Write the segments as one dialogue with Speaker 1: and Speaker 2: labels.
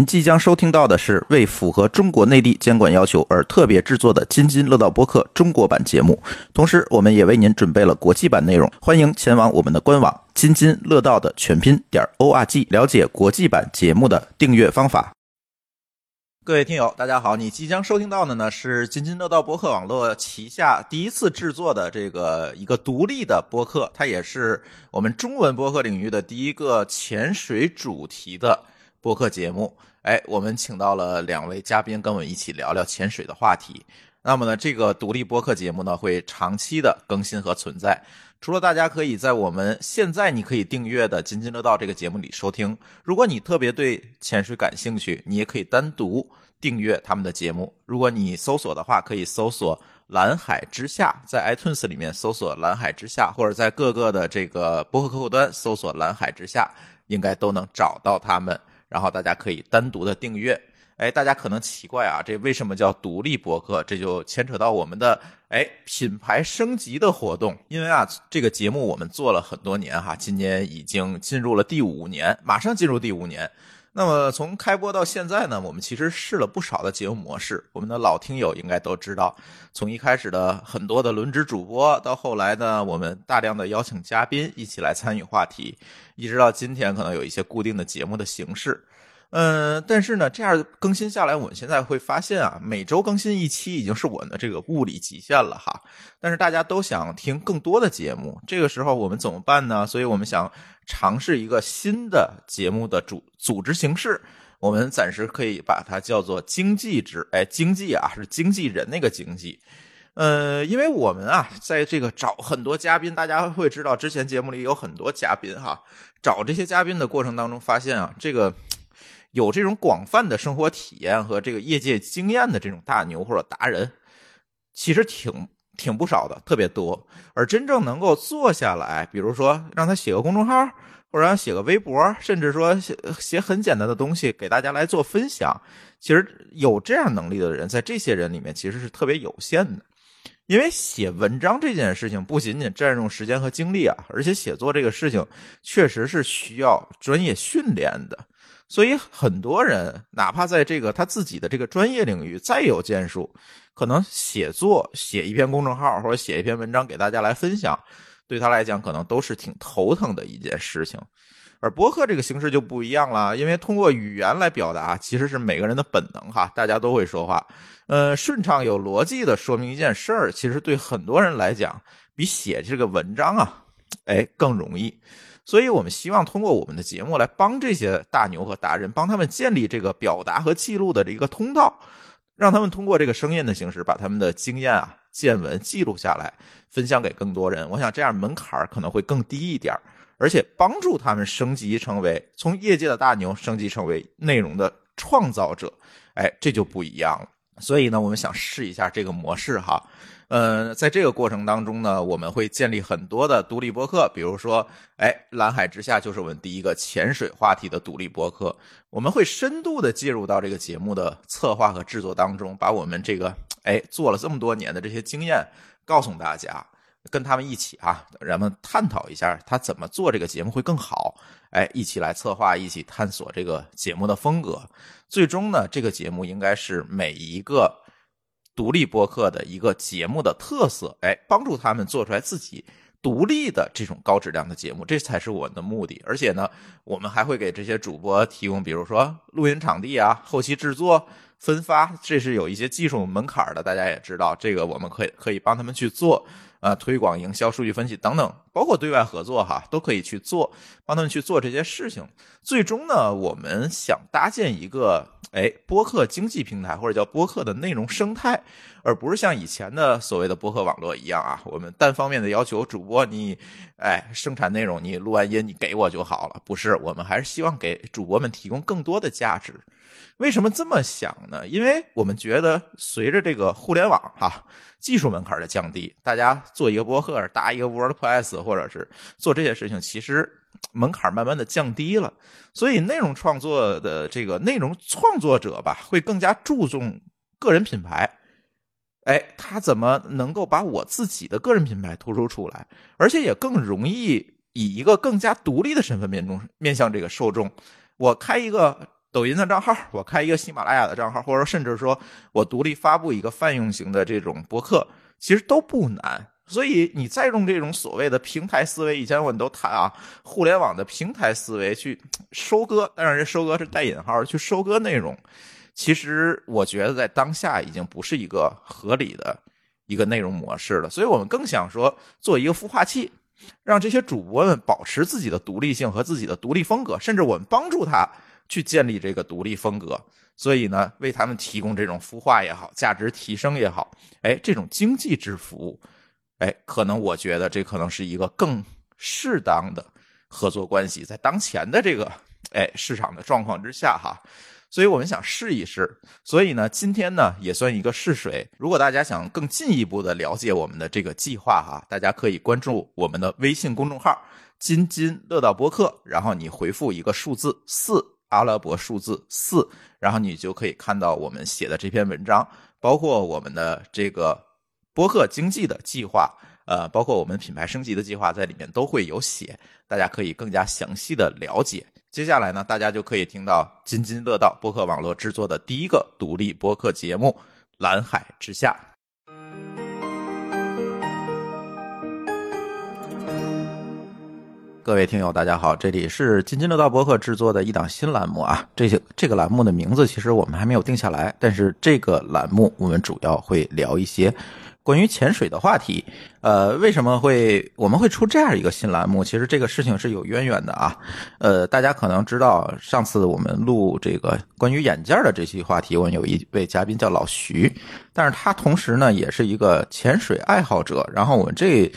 Speaker 1: 您即将收听到的是为符合中国内地监管要求而特别制作的《津津乐道播客》中国版节目，同时我们也为您准备了国际版内容，欢迎前往我们的官网“津津乐道”的全拼点 o r g 了解国际版节目的订阅方法。各位听友，大家好！你即将收听到的呢是津津乐道播客网络旗下第一次制作的这个一个独立的播客，它也是我们中文播客领域的第一个潜水主题的播客节目。哎，我们请到了两位嘉宾，跟我们一起聊聊潜水的话题。那么呢，这个独立播客节目呢会长期的更新和存在。除了大家可以在我们现在你可以订阅的《津津乐道》这个节目里收听，如果你特别对潜水感兴趣，你也可以单独订阅他们的节目。如果你搜索的话，可以搜索“蓝海之下”，在 iTunes 里面搜索“蓝海之下”，或者在各个的这个播客客户端搜索“蓝海之下”，应该都能找到他们。然后大家可以单独的订阅。哎，大家可能奇怪啊，这为什么叫独立博客？这就牵扯到我们的哎品牌升级的活动。因为啊，这个节目我们做了很多年哈，今年已经进入了第五年，马上进入第五年。那么从开播到现在呢，我们其实试了不少的节目模式。我们的老听友应该都知道，从一开始的很多的轮值主播，到后来呢，我们大量的邀请嘉宾一起来参与话题，一直到今天，可能有一些固定的节目的形式。嗯，但是呢，这样更新下来，我们现在会发现啊，每周更新一期已经是我的这个物理极限了哈。但是大家都想听更多的节目，这个时候我们怎么办呢？所以我们想尝试一个新的节目的组组织形式，我们暂时可以把它叫做经济制，哎，经济啊是经纪人那个经济。呃，因为我们啊，在这个找很多嘉宾，大家会知道之前节目里有很多嘉宾哈，找这些嘉宾的过程当中，发现啊，这个。有这种广泛的生活体验和这个业界经验的这种大牛或者达人，其实挺挺不少的，特别多。而真正能够坐下来，比如说让他写个公众号，或者让写个微博，甚至说写写很简单的东西给大家来做分享，其实有这样能力的人，在这些人里面其实是特别有限的。因为写文章这件事情不仅仅占用时间和精力啊，而且写作这个事情确实是需要专业训练的。所以很多人，哪怕在这个他自己的这个专业领域再有建树，可能写作写一篇公众号或者写一篇文章给大家来分享，对他来讲可能都是挺头疼的一件事情。而博客这个形式就不一样了，因为通过语言来表达其实是每个人的本能哈，大家都会说话，呃，顺畅有逻辑的说明一件事儿，其实对很多人来讲，比写这个文章啊，哎更容易。所以，我们希望通过我们的节目来帮这些大牛和达人，帮他们建立这个表达和记录的这一个通道，让他们通过这个声音的形式，把他们的经验啊、见闻记录下来，分享给更多人。我想这样门槛可能会更低一点，而且帮助他们升级成为从业界的大牛，升级成为内容的创造者。哎，这就不一样了。所以呢，我们想试一下这个模式哈。呃，在这个过程当中呢，我们会建立很多的独立博客，比如说，哎，蓝海之下就是我们第一个潜水话题的独立博客。我们会深度的介入到这个节目的策划和制作当中，把我们这个哎做了这么多年的这些经验告诉大家，跟他们一起啊，咱们探讨一下他怎么做这个节目会更好。哎，一起来策划，一起探索这个节目的风格。最终呢，这个节目应该是每一个。独立播客的一个节目的特色，哎，帮助他们做出来自己独立的这种高质量的节目，这才是我们的目的。而且呢，我们还会给这些主播提供，比如说录音场地啊、后期制作、分发，这是有一些技术门槛的，大家也知道，这个我们可以可以帮他们去做。啊，推广、营销、数据分析等等，包括对外合作哈，都可以去做，帮他们去做这些事情。最终呢，我们想搭建一个哎播客经济平台，或者叫播客的内容生态，而不是像以前的所谓的播客网络一样啊，我们单方面的要求主播你哎生产内容，你录完音你给我就好了。不是，我们还是希望给主播们提供更多的价值。为什么这么想呢？因为我们觉得随着这个互联网哈、啊、技术门槛的降低，大家做一个博客、搭一个 WordPress 或者是做这些事情，其实门槛慢慢的降低了。所以内容创作的这个内容创作者吧，会更加注重个人品牌。哎，他怎么能够把我自己的个人品牌突出出来，而且也更容易以一个更加独立的身份面中面向这个受众？我开一个。抖音的账号，我开一个喜马拉雅的账号，或者甚至说我独立发布一个泛用型的这种博客，其实都不难。所以你再用这种所谓的平台思维，以前我们都谈啊，互联网的平台思维去收割，当然这收割是带引号，去收割内容，其实我觉得在当下已经不是一个合理的一个内容模式了。所以我们更想说做一个孵化器，让这些主播们保持自己的独立性和自己的独立风格，甚至我们帮助他去建立这个独立风格。所以呢，为他们提供这种孵化也好，价值提升也好，哎，这种经济制服务。哎，可能我觉得这可能是一个更适当的合作关系，在当前的这个哎市场的状况之下哈，所以我们想试一试。所以呢，今天呢也算一个试水。如果大家想更进一步的了解我们的这个计划哈，大家可以关注我们的微信公众号“津津乐道播客”，然后你回复一个数字四。阿拉伯数字四，然后你就可以看到我们写的这篇文章，包括我们的这个播客经济的计划，呃，包括我们品牌升级的计划，在里面都会有写，大家可以更加详细的了解。接下来呢，大家就可以听到津津乐道播客网络制作的第一个独立播客节目《蓝海之下》。各位听友，大家好，这里是津津乐道博客制作的一档新栏目啊。这些这个栏目的名字其实我们还没有定下来，但是这个栏目我们主要会聊一些关于潜水的话题。呃，为什么会我们会出这样一个新栏目？其实这个事情是有渊源的啊。呃，大家可能知道，上次我们录这个关于眼镜的这期话题，我们有一位嘉宾叫老徐，但是他同时呢也是一个潜水爱好者。然后我们这。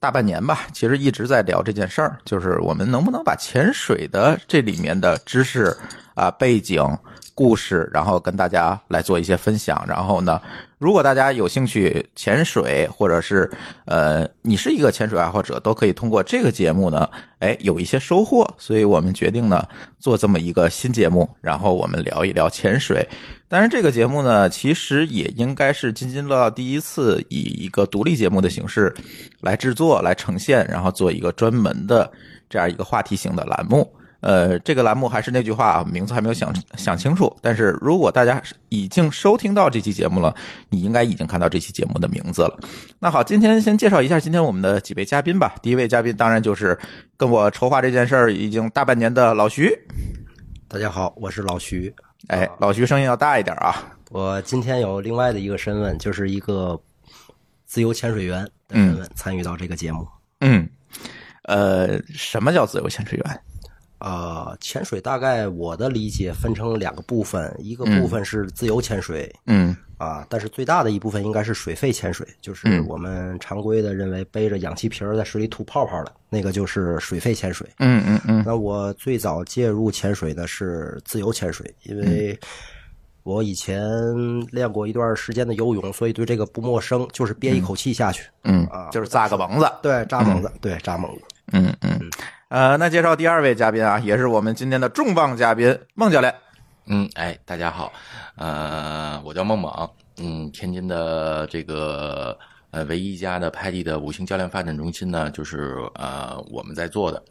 Speaker 1: 大半年吧，其实一直在聊这件事儿，就是我们能不能把潜水的这里面的知识啊、背景、故事，然后跟大家来做一些分享。然后呢，如果大家有兴趣潜水，或者是呃，你是一个潜水爱好者，都可以通过这个节目呢，哎，有一些收获。所以我们决定呢，做这么一个新节目，然后我们聊一聊潜水。但是这个节目呢，其实也应该是津津乐道第一次以一个独立节目的形式来制作、来呈现，然后做一个专门的这样一个话题型的栏目。呃，这个栏目还是那句话啊，名字还没有想想清楚。但是如果大家已经收听到这期节目了，你应该已经看到这期节目的名字了。那好，今天先介绍一下今天我们的几位嘉宾吧。第一位嘉宾当然就是跟我筹划这件事儿已经大半年的老徐。
Speaker 2: 大家好，我是老徐。
Speaker 1: 哎，老徐声音要大一点啊！
Speaker 2: 我今天有另外的一个身份，就是一个自由潜水员的身份，参与到这个节目。
Speaker 1: 嗯，呃，什么叫自由潜水员？
Speaker 2: 呃，潜水大概我的理解分成两个部分，一个部分是自由潜水，
Speaker 1: 嗯
Speaker 2: 啊，但是最大的一部分应该是水肺潜水，就是我们常规的认为背着氧气瓶儿在水里吐泡泡的那个，就是水肺潜水。
Speaker 1: 嗯嗯嗯
Speaker 2: 那我最早介入潜水呢是自由潜水，因为我以前练过一段时间的游泳，所以对这个不陌生，就是憋一口气下去。
Speaker 1: 嗯，
Speaker 2: 啊
Speaker 1: 就是扎个膀子。
Speaker 2: 对，扎猛子，对，扎猛子。
Speaker 1: 嗯嗯，呃，那介绍第二位嘉宾啊，也是我们今天的重磅嘉宾孟教练。
Speaker 3: 嗯，哎，大家好，呃，我叫孟猛，嗯，天津的这个呃唯一一家的派地的五星教练发展中心呢，就是呃我们在做的，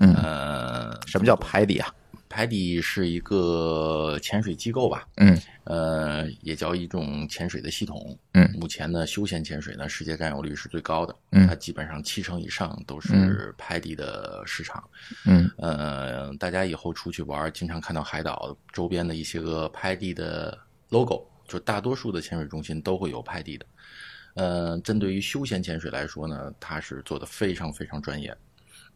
Speaker 1: 嗯
Speaker 3: 呃，
Speaker 1: 什么叫排底啊？
Speaker 3: 派地是一个潜水机构吧，
Speaker 1: 嗯
Speaker 3: 呃，也叫一种潜水的系统。
Speaker 1: 嗯
Speaker 3: 目前呢，休闲潜水呢，世界占有率是最高的，
Speaker 1: 嗯
Speaker 3: 它基本上七成以上都是派地的市场。
Speaker 1: 嗯
Speaker 3: 呃，大家以后出去玩儿，经常看到海岛周边的一些个拍地的 logo，就大多数的潜水中心都会有拍地的。呃，针对于休闲潜水来说呢，它是做的非常非常专业。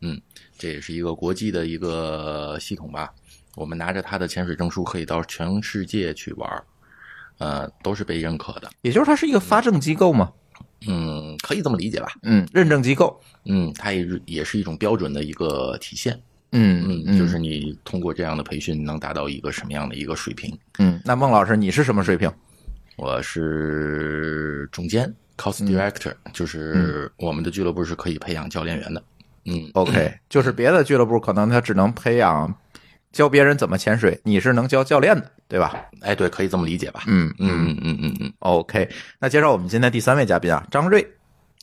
Speaker 3: 嗯，这也是一个国际的一个系统吧。我们拿着它的潜水证书，可以到全世界去玩儿，呃，都是被认可的。
Speaker 1: 也就是它是一个发证机构嘛。
Speaker 3: 嗯，可以这么理解吧？
Speaker 1: 嗯，认证机构。
Speaker 3: 嗯，它也是也是一种标准的一个体现。
Speaker 1: 嗯
Speaker 3: 嗯，就是你通过这样的培训能达到一个什么样的一个水平？
Speaker 1: 嗯，那孟老师你是什么水平？
Speaker 3: 我是总监 （cost
Speaker 1: 嗯
Speaker 3: director），、就是我们的俱乐部是可以培养教练员的。嗯，
Speaker 1: OK，就是别的俱乐部可能他只能培养教别人怎么潜水，你是能教教练的，对吧？
Speaker 3: 哎，对，可以这么理解吧？
Speaker 1: 嗯
Speaker 3: 嗯嗯嗯嗯嗯，
Speaker 1: ，OK。那介绍我们今天第三位嘉宾啊，张瑞。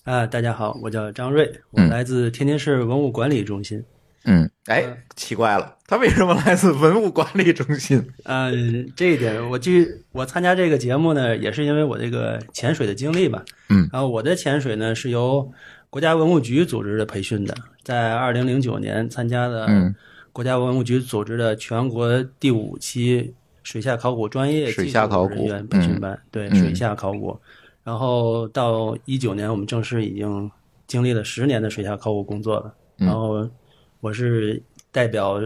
Speaker 4: 啊，大家好，我叫张瑞，我来自天津市文物管理中心。
Speaker 1: 嗯，哎，奇怪了，它为什么来自文物管理中心？
Speaker 4: 嗯，这一点我据我参加这个节目呢，也是因为我这个潜水的经历吧。
Speaker 1: 嗯，
Speaker 4: 然后我的潜水呢是由国家文物局组织的培训的，在二零零九年参加的
Speaker 1: 嗯
Speaker 4: 国家文物局组织的全国第五期水下考古专业
Speaker 1: 水
Speaker 4: 技
Speaker 1: 下
Speaker 4: 术
Speaker 1: 考
Speaker 4: 人
Speaker 1: 古
Speaker 4: 员培训
Speaker 1: 嗯
Speaker 4: 班，对
Speaker 1: 嗯
Speaker 4: 水下考古。然后到一九年，我们正式已经经历了十年的水下考古工作了。
Speaker 1: 嗯
Speaker 4: 然后我是代表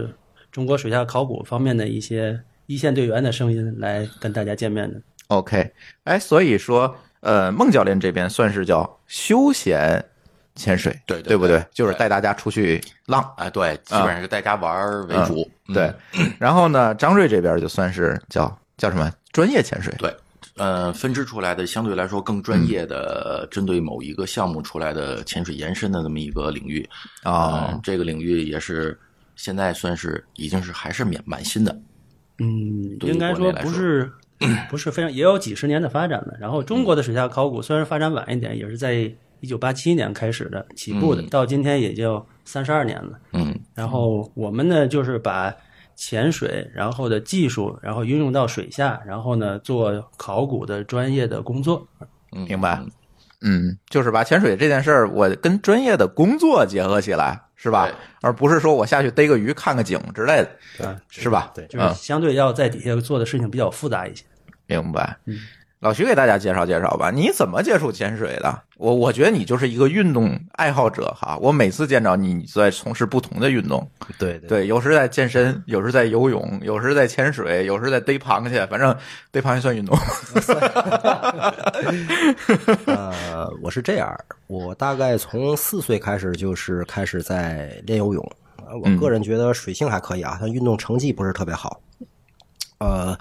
Speaker 4: 中国水下考古方面的一些一线队员的声音来跟大家见面的。
Speaker 1: OK，哎，所以说，呃，孟教练这边算是叫休闲潜水，
Speaker 3: 对
Speaker 1: 对
Speaker 3: 对
Speaker 1: 不
Speaker 3: 对
Speaker 1: 对？就是
Speaker 3: 对
Speaker 1: 带大家出去浪。
Speaker 3: 啊，对，基本上是带家玩儿为主，嗯
Speaker 1: 对，然后呢，张瑞这边就算是叫叫什么专业潜水，
Speaker 3: 对，呃，分支出来的相对来说更
Speaker 1: 嗯
Speaker 3: 专业的，针对某一个项目出来的潜水延伸的这么一个领域
Speaker 1: 啊、
Speaker 3: 呃这个领域也是现在算是已经是还是蛮蛮新的，
Speaker 4: 嗯，
Speaker 3: 对于
Speaker 4: 应该
Speaker 3: 国内来
Speaker 4: 不
Speaker 3: 说
Speaker 4: 是不是非常，也有几十年的发展了。然后中国的水下考古虽然发展晚一点，也是在一九八七年开始的起步的，
Speaker 3: 嗯
Speaker 4: 到今天也就三十二年了。
Speaker 3: 嗯
Speaker 4: 然后我们呢，就是把潜水然后的技术，然后运用到水下，然后呢做考古的专业的工作。
Speaker 3: 嗯，
Speaker 1: 明白
Speaker 3: 嗯
Speaker 1: 嗯，就是把潜水这件事儿，我跟专业的工作结合起来，是吧
Speaker 3: 对？
Speaker 1: 而不是说我下去逮个鱼、看个景之类的，
Speaker 4: 啊，
Speaker 1: 是吧？
Speaker 2: 对
Speaker 4: 就是
Speaker 1: 嗯，
Speaker 4: 相对要在底下做的事情比较复杂一些。
Speaker 1: 明白。
Speaker 2: 嗯
Speaker 1: 老徐给大家介绍介绍吧，你怎么接触潜水的？我我觉得你就是一个运动爱好者哈。我每次见着你，你在从事不同的运动，
Speaker 2: 对对
Speaker 1: 对，有时在健身，有时在游泳，有时在潜水，有时在逮螃蟹，反正逮螃蟹算运动。
Speaker 2: 呃，我是这样儿，我大概从四岁开始就是开始在练游泳。呃我个人觉得水性还可以啊，但运动成绩不是特别好。呃，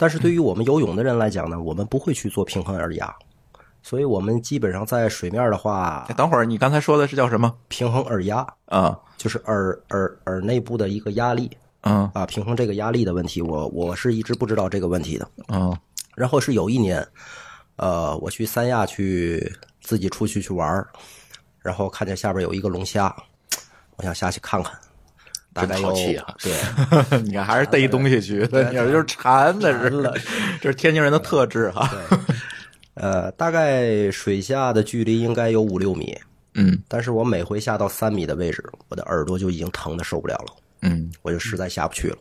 Speaker 2: 但是对于我们游泳的人来讲呢，我们不会去做平衡耳压，所以我们基本上在水面的话
Speaker 1: 哎，等会儿你刚才说的是叫什么？
Speaker 2: 平衡耳压
Speaker 1: 啊
Speaker 2: 就是耳耳耳内部的一个压力
Speaker 1: 嗯
Speaker 2: 啊，平衡这个压力的问题，我我是一直不知道这个问题的。
Speaker 1: 嗯
Speaker 2: 然后是有一年，呃，我去三亚去自己出去去玩儿，然后看见下边有一个龙虾，我想下去看看，大概
Speaker 3: 真
Speaker 2: 有
Speaker 3: 淘气啊
Speaker 2: 对，
Speaker 1: 嗯，你看还是逮东西去，你这就是馋的是
Speaker 4: 馋了，
Speaker 1: 这是天津人的特质哈。
Speaker 2: 呃，大概水下的距离应该有五六米，
Speaker 1: 嗯
Speaker 2: 但是我每回下到三米的位置，我的耳朵就已经疼的受不了了，
Speaker 1: 嗯
Speaker 2: 我就实在下不去了。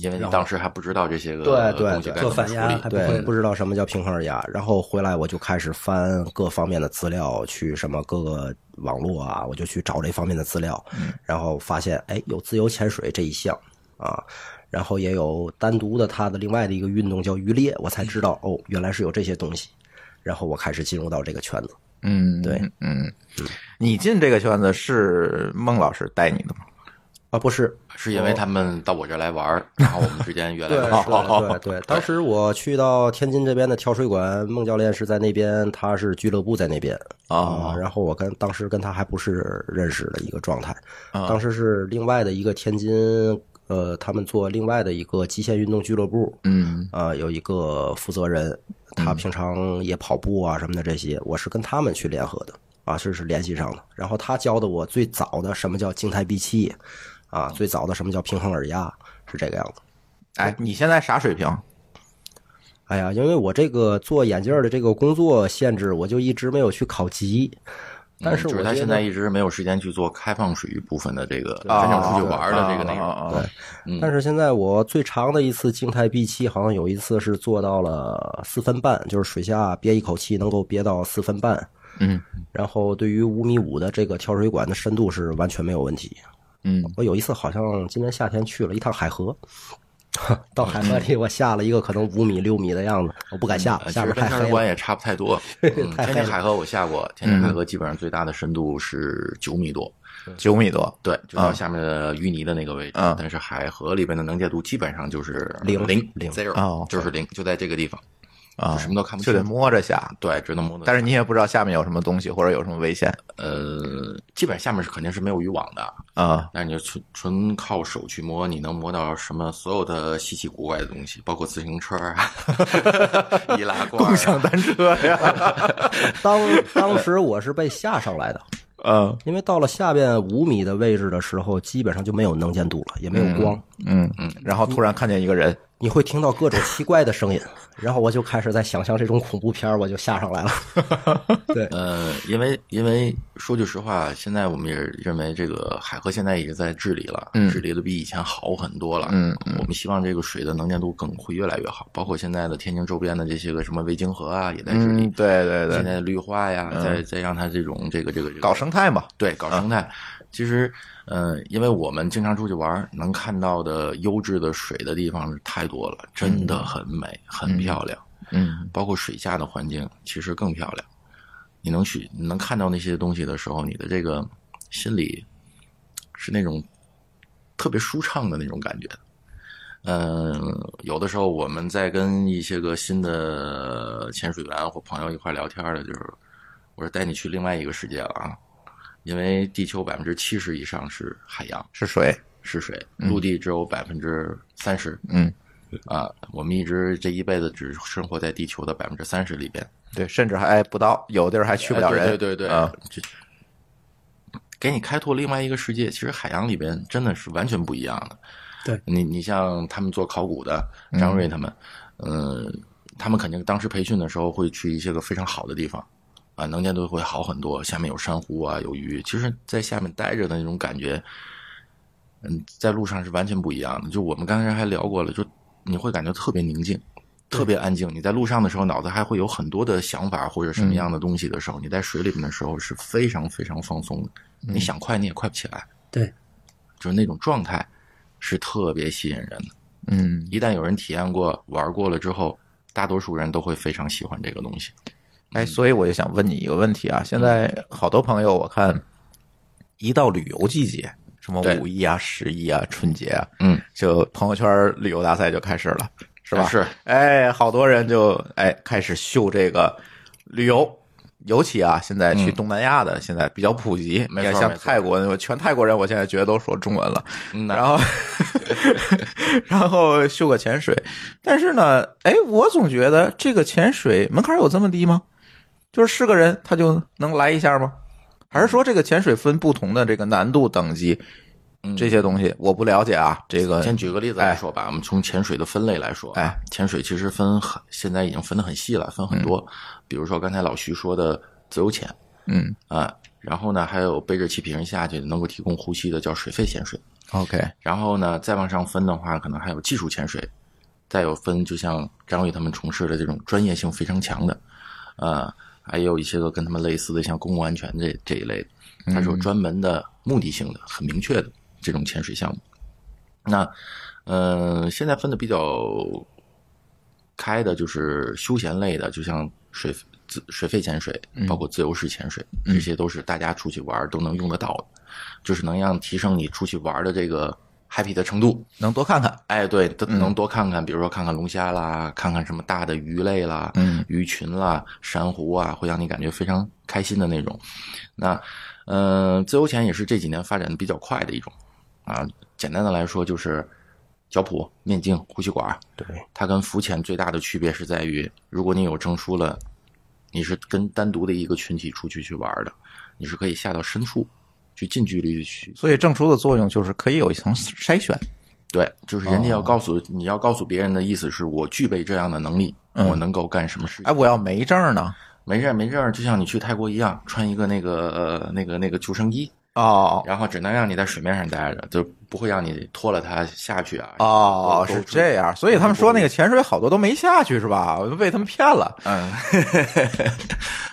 Speaker 3: 因为你当时还不知道这些个
Speaker 2: 对对
Speaker 3: 东西
Speaker 2: 对
Speaker 3: 该怎么
Speaker 4: 做反压
Speaker 3: 处理
Speaker 4: 还，不
Speaker 2: 对，
Speaker 4: 会
Speaker 2: 哎不知道什么叫平衡耳压，然后回来我就开始翻各方面的资料，去什么各个网络啊，我就去找这方面的资料，然后发现哎有自由潜水这一项啊，然后也有单独的它的另外的一个运动叫渔猎，我才知道哦原来是有这些东西，然后我开始进入到这个圈子。
Speaker 1: 嗯，
Speaker 2: 对，
Speaker 1: 嗯，你进这个圈子是孟老师带你的吗？
Speaker 2: 啊，不是，
Speaker 3: 是因为他们到我这儿来玩儿，然后我们之间越来
Speaker 2: 对
Speaker 3: 越
Speaker 2: 哦对对对，当时我去到天津这边的跳水馆，孟教练是在那边，他是俱乐部在那边
Speaker 1: 哦
Speaker 2: 啊然后我跟当时跟他还不是认识的一个状态，
Speaker 3: 啊
Speaker 2: 当时是另外的一个天津呃，他们做另外的一个极限运动俱乐部，
Speaker 1: 嗯
Speaker 2: 呃，有一个负责人，
Speaker 3: 嗯
Speaker 2: 他平常也跑步啊什么的这些，我是跟他们去联合的啊，这是联系上的。然后他教的我最早的什么叫静态闭气啊，最早的什么叫平衡耳压，是这个样子。
Speaker 1: 哎，你现在啥水平？
Speaker 2: 哎呀，因为我这个做眼镜儿的这个工作限制，我就一直没有去考级。但是
Speaker 3: 嗯
Speaker 2: 我
Speaker 3: 就是
Speaker 2: 觉
Speaker 3: 他
Speaker 2: 得
Speaker 3: 现在一直没有时间去做开放水域部分的这个真
Speaker 1: 啊
Speaker 3: 正出去玩儿的这个内
Speaker 1: 啊
Speaker 3: 容。
Speaker 1: 啊啊
Speaker 2: 对但是现在我最长的一次静态闭气，好像有一次是做到了四分半，就是水下憋一口气能够憋到四分半。
Speaker 1: 嗯
Speaker 2: 然后对于五米五的这个跳水管的深度是完全没有问题。
Speaker 1: 嗯
Speaker 2: 我有一次好像今年夏天去了一趟海河，到海河里我下了一个可能五米六米的样子，我不敢下，
Speaker 3: 呃其
Speaker 2: 下
Speaker 3: 实
Speaker 2: 面
Speaker 3: 跟
Speaker 2: 太
Speaker 3: 天文
Speaker 2: 黑
Speaker 3: 馆
Speaker 2: 了。
Speaker 3: 也差不太多。嗯天津海河我下过，天津海河基本上最大的深度是九米多，
Speaker 1: 九米多，
Speaker 3: 对，就到下面的淤泥的那个位置。
Speaker 1: 嗯
Speaker 3: 但是海河里边的能见度基本上就是
Speaker 2: 零
Speaker 3: 零
Speaker 2: 零
Speaker 3: zero，、
Speaker 1: 哦
Speaker 3: 就是零，就在这个地方，
Speaker 1: 啊
Speaker 3: 就什么都看不
Speaker 1: 就
Speaker 3: 清。
Speaker 1: 得摸着下。
Speaker 3: 对，只能摸得到。
Speaker 1: 但是你也不知道下面有什么东西或者有什么危险
Speaker 3: 呃，基本上下面是肯定是没有渔网的，
Speaker 1: 啊
Speaker 3: 但是你就纯纯靠手去摸，你能摸到什么所有的稀奇古怪的东西，包括自行车啊、 易拉罐、啊、
Speaker 1: 共享单车呀，
Speaker 2: 当当时我是被吓上来的，
Speaker 1: 嗯
Speaker 2: 因为到了下边五米的位置的时候，基本上就没有能见度了，也没有光，
Speaker 1: 嗯嗯，然后突然看见一个人，
Speaker 2: 你会听到各种奇怪的声音， 然后我就开始在想象这种恐怖片儿，我就下上 来了。对，
Speaker 3: 呃，因为因为说句实话，现在我们也认为这个海河现在也在治理了，
Speaker 1: 嗯
Speaker 3: 治理的比以前好很多了。
Speaker 1: 嗯
Speaker 3: 我们希望这个水的能见度更会越来越好，包括现在的天津周边的这些个什么维京河啊，也在治理。
Speaker 1: 嗯，对对
Speaker 3: 现在
Speaker 1: 对，
Speaker 3: 的绿化呀，
Speaker 1: 嗯
Speaker 3: 再再让它这种这个这个这个
Speaker 1: 搞生态嘛，
Speaker 3: 对搞生态。其实，呃，因为我们经常出去玩儿，能看到的优质的水的地方太多了，真的很美，很漂亮。
Speaker 1: 嗯
Speaker 3: 包括水下的环境，其实更漂亮。你能去，你能看到那些东西的时候，你的这个心里是那种特别舒畅的那种感觉。嗯，有的时候我们在跟一些个新的潜水员或朋友一块聊天的，就是我说带你去另外一个世界了啊，因为地球百分之七十以上是海洋
Speaker 1: 是水，
Speaker 3: 是水，陆地只有百分之三十。
Speaker 1: 嗯，
Speaker 3: 啊，我们一直这一辈子只生活在地球的百分之三十里边，
Speaker 1: 对，甚至还哎不到，有地儿还去不了人，
Speaker 3: 哎对对对对
Speaker 1: 啊，
Speaker 3: 这给你开拓另外一个世界。其实海洋里边真的是完全不一样的。
Speaker 4: 对
Speaker 3: 你，你像他们做考古的张瑞他们，嗯、他们肯定当时培训的时候会去一些个非常好的地方，啊，能见度会好很多。下面有珊瑚啊，有鱼，其实在下面待着的那种感觉，嗯，在路上是完全不一样的。就我们刚才还聊过了，就你会感觉特别宁静，特别安静。你在路上的时候，脑子还会有很多的想法或者什么
Speaker 1: 嗯
Speaker 3: 样的东西的时候，你在水里面的时候是非常非常放松的。
Speaker 1: 嗯
Speaker 3: 你想快你也快不起来，
Speaker 4: 对，
Speaker 3: 就是那种状态是特别吸引人的。
Speaker 1: 嗯，
Speaker 3: 一旦有人体验过、玩过了之后，大多数人都会非常喜欢这个东西。嗯
Speaker 1: 哎，所以我就想问你一个问题啊，现在好多朋友我看一到旅游季节，什么
Speaker 3: 对
Speaker 1: 五一啊、十一啊、春节啊，
Speaker 3: 嗯，
Speaker 1: 就朋友圈旅游大赛就开始了，是吧？
Speaker 3: 是，
Speaker 1: 哎，好多人就哎开始秀这个旅游。尤其啊，现在去东南亚的、现在比较普及，
Speaker 3: 嗯没
Speaker 1: 你看
Speaker 3: 错
Speaker 1: 像
Speaker 3: 没错
Speaker 1: 泰国，我全泰国人我现在觉得都说中文了，
Speaker 3: 嗯
Speaker 1: 然 后然后秀个潜水，但是呢，哎，我总觉得这个潜水门槛有这么低吗？就是是个人他就能来一下吗？还是说这个潜水分不同的这个难度等级
Speaker 3: 嗯
Speaker 1: 这些东西我不了解啊？这个
Speaker 3: 先举个例子来说吧，我们从潜水的分类来说，啊
Speaker 1: 哎，
Speaker 3: 潜水其实分很，现在已经分得很细了，分很多。比如说刚才老徐说的自由潜
Speaker 1: 嗯
Speaker 3: 啊、然后呢，还有背着气瓶下去能够提供呼吸的叫水肺潜水，
Speaker 1: ，OK，
Speaker 3: 然后呢，再往上分的话，可能还有技术潜水，再有分，就像张宇他们从事的这种专业性非常强的，呃，还有一些个跟他们类似的，像公共安全这这一类的，它是有专门的目的性的、很明确的这种潜水项目。那，呃，现在分的比较开的就是休闲类的，就像水自水肺潜水，包括自由式潜水，这些都是大家出去玩儿都能用得到的，就是能让提升你出去玩儿的这个 happy 的程度。
Speaker 1: 能多看看，
Speaker 3: 哎，对，都能多看看，比如说看看龙虾啦，看看什么大的鱼类啦，
Speaker 1: 嗯，
Speaker 3: 鱼群啦、珊瑚啊，会让你感觉非常开心的那种。那，嗯、自由潜也是这几年发展的比较快的一种啊。简单的来说就是脚蹼、面镜、呼吸管，
Speaker 2: 对，
Speaker 3: 它跟浮潜最大的区别是在于，如果你有证书了，你是跟单独的一个群体出去去玩的，你是可以下到深处去近距离地去
Speaker 1: 所以证书的作用就是可以有一层筛选，
Speaker 3: 对，就是人
Speaker 1: 哦
Speaker 3: 家要告诉、你要告诉别人的意思是我具备这样的能力，
Speaker 1: 嗯
Speaker 3: 我能够干什么事情。
Speaker 1: 哎，我要没证呢，
Speaker 3: 没事儿没事儿，就像你去泰国一样，穿一个那个呃那个那个救生衣，
Speaker 1: 哦
Speaker 3: 然后只能让你在水面上待着，就不会让你脱了它下去啊。
Speaker 1: 哦，是这样，所以他们说那个潜水好多都没下去是吧？我就被他们骗了，
Speaker 3: 嗯，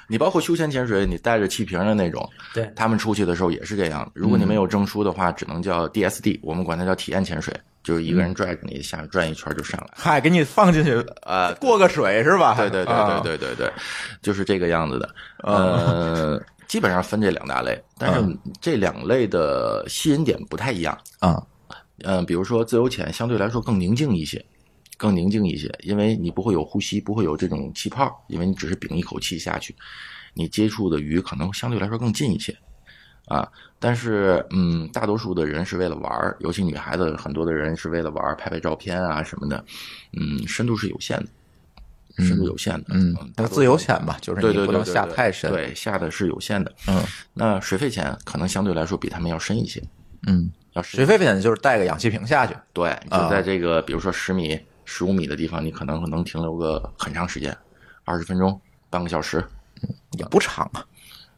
Speaker 3: 你包括休闲潜水，你带着气瓶的那种，
Speaker 4: 对
Speaker 3: 他们出去的时候也是这样。如果
Speaker 1: 嗯
Speaker 3: 你没有证书的话，只能叫 DSD，我们管它叫体验潜水，就是一个
Speaker 1: 嗯
Speaker 3: 人拽着你下转一圈就上来。
Speaker 1: 嗨，给你放进去
Speaker 3: 啊
Speaker 1: 过个水是吧？
Speaker 3: 对对
Speaker 1: 啊
Speaker 3: 对对对对对，就是这个样子的。呃，基本上分这两大类，但是这两类的吸引点不太一样。
Speaker 1: 啊，
Speaker 3: 嗯、比如说自由潜相对来说更宁静一些，更宁静一些，因为你不会有呼吸，不会有这种气泡，因为你只是屏一口气下去，你接触的鱼可能相对来说更近一些。啊，但是嗯，大多数的人是为了玩儿，尤其女孩子，很多的人是为了玩儿，拍拍照片啊什么的，嗯，深度是有限的。深度有限的，
Speaker 1: 嗯，
Speaker 3: 大
Speaker 1: 那
Speaker 3: 多数
Speaker 1: 自由潜吧，就是
Speaker 3: 对
Speaker 1: 你
Speaker 3: 对
Speaker 1: 不
Speaker 3: 对
Speaker 1: 能
Speaker 3: 对
Speaker 1: 下
Speaker 3: 对
Speaker 1: 太深，
Speaker 3: 对下的是有限的，
Speaker 1: 嗯，
Speaker 3: 那水肺潜可能相对来说比他们要深一些，
Speaker 1: 嗯，
Speaker 3: 要深
Speaker 1: 水肺潜就是带个氧气瓶下去，
Speaker 3: 对，就
Speaker 1: 啊
Speaker 3: 在这个比如说十米、十五米的地方，你可能能停留个很长时间，二十分钟、半个小时。
Speaker 1: 也不长啊，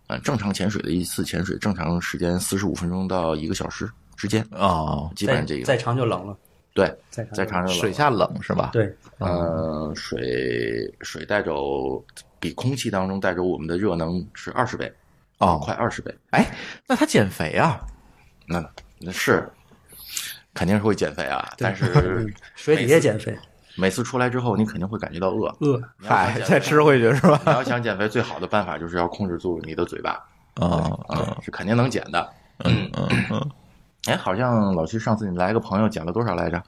Speaker 3: 嗯，正常潜水的一次潜水，正常时间四十五分钟到一个小时之间，
Speaker 1: 哦，
Speaker 3: 基本上这个
Speaker 4: 再再长就冷了，
Speaker 3: 对，
Speaker 4: 再长
Speaker 3: 在长上
Speaker 1: 水下冷是吧？，
Speaker 4: 对，
Speaker 3: 呃，水水带走比空气当中带走我们的热能是二十倍，
Speaker 1: 哦
Speaker 3: 快二十倍，
Speaker 1: 哎，那他减肥啊，
Speaker 3: 那那是肯定是会减肥啊，但是
Speaker 4: 水底也减肥，
Speaker 3: 每次出来之后，你肯定会感觉到饿。
Speaker 4: 饿，
Speaker 3: 你要想
Speaker 1: 嗨，
Speaker 3: 减
Speaker 1: 再
Speaker 3: 肥
Speaker 1: 吃回去是吧？
Speaker 3: 你要想减肥，最好的办法就是要控制住你的嘴巴
Speaker 1: 哦，
Speaker 3: 啊，是肯定能减的。嗯嗯哎，好像老徐上次你来个朋友减了多少来着？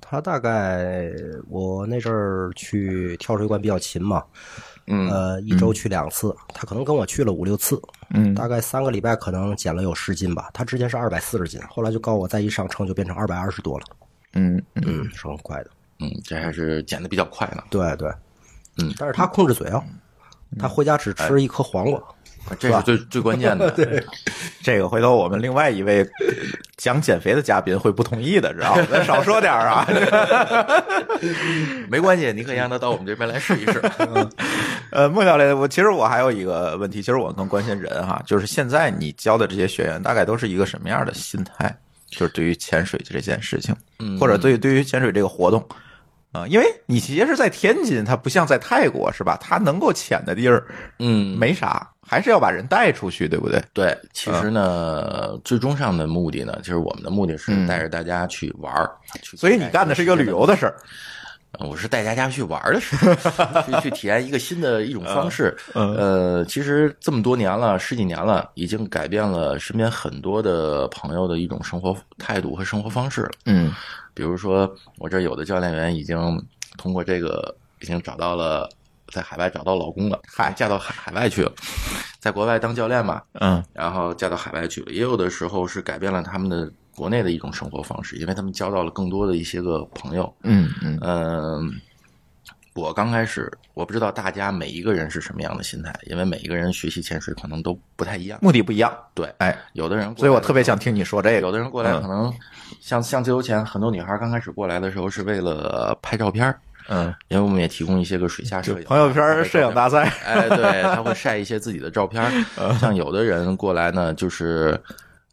Speaker 2: 他大概我那阵儿去跳水馆比较勤嘛，
Speaker 3: 嗯，
Speaker 2: 呃，一周去两次，他可能跟我去了五六次，
Speaker 1: 嗯
Speaker 2: 大概三个礼拜可能减了有十斤吧。他之前是二百四十斤，后来就告诉我再一上称就变成二百二十多了，
Speaker 1: 嗯嗯
Speaker 2: 嗯，是很快的。
Speaker 3: 嗯，这还是减的比较快呢。
Speaker 2: 对对，
Speaker 3: 嗯哎
Speaker 2: 但是他控制嘴啊，他回家只吃一颗黄瓜，
Speaker 3: 这是最最关键 的。
Speaker 1: 这个回头我们另外一位讲减肥的嘉宾会不同意的，知道吗？咱少说点儿啊。
Speaker 3: 没关系，你可以让他到我们这边来试一试。
Speaker 1: 呃，孟教练，我其实我还有一个问题，其实我更关心人哈，就是现在你教的这些学员大概都是一个什么样的心态？就是对于潜水这件事情，
Speaker 3: 嗯
Speaker 1: 或者对于对于潜水这个活动啊、因为你其实是在天津，它不像在泰国是吧？它能够潜的地儿
Speaker 3: 嗯，
Speaker 1: 没啥，还是要把人带出去，对不对？
Speaker 3: 对，其实呢，最终上的目的呢，其实我们的目的
Speaker 1: 嗯
Speaker 3: 是带着大家去玩儿。去
Speaker 1: 所以你干的是一个旅游的事儿，
Speaker 3: 呃我是带大家去玩儿的事 情，去去体验一个新的一种方式。
Speaker 1: 嗯
Speaker 3: 呃，其实这么多年了，十几年了，已经改变了身边很多的朋友的一种生活态度和生活方式了。
Speaker 1: 嗯
Speaker 3: 比如说，我这有的教练员已经通过这个已经找到了在海外找到老公了，还嫁到海海外去了，在国外当教练嘛，
Speaker 1: 嗯
Speaker 3: 然后嫁到海外去了。也有的时候是改变了他们的国内的一种生活方式，因为他们交到了更多的一些个朋友。
Speaker 1: 嗯嗯
Speaker 3: 嗯，我刚开始我不知道大家每一个人是什么样的心态，因为每一个人学习潜水可能都不太一样。
Speaker 1: 目的不一样，
Speaker 3: 对，
Speaker 1: 哎，
Speaker 3: 有的人过来的时候，
Speaker 1: 所以我特别想听你说这
Speaker 3: 有
Speaker 1: 个。
Speaker 3: 的人过来可能像像自由潜，很多女孩刚开始过来的时候是为了拍照片儿，
Speaker 1: 嗯，
Speaker 3: 因为我们也提供一些个水下摄影啊
Speaker 1: 朋友圈儿摄影大。赛，
Speaker 3: 哎，对，他会晒一些自己的照片儿。像有的人过来呢，就是，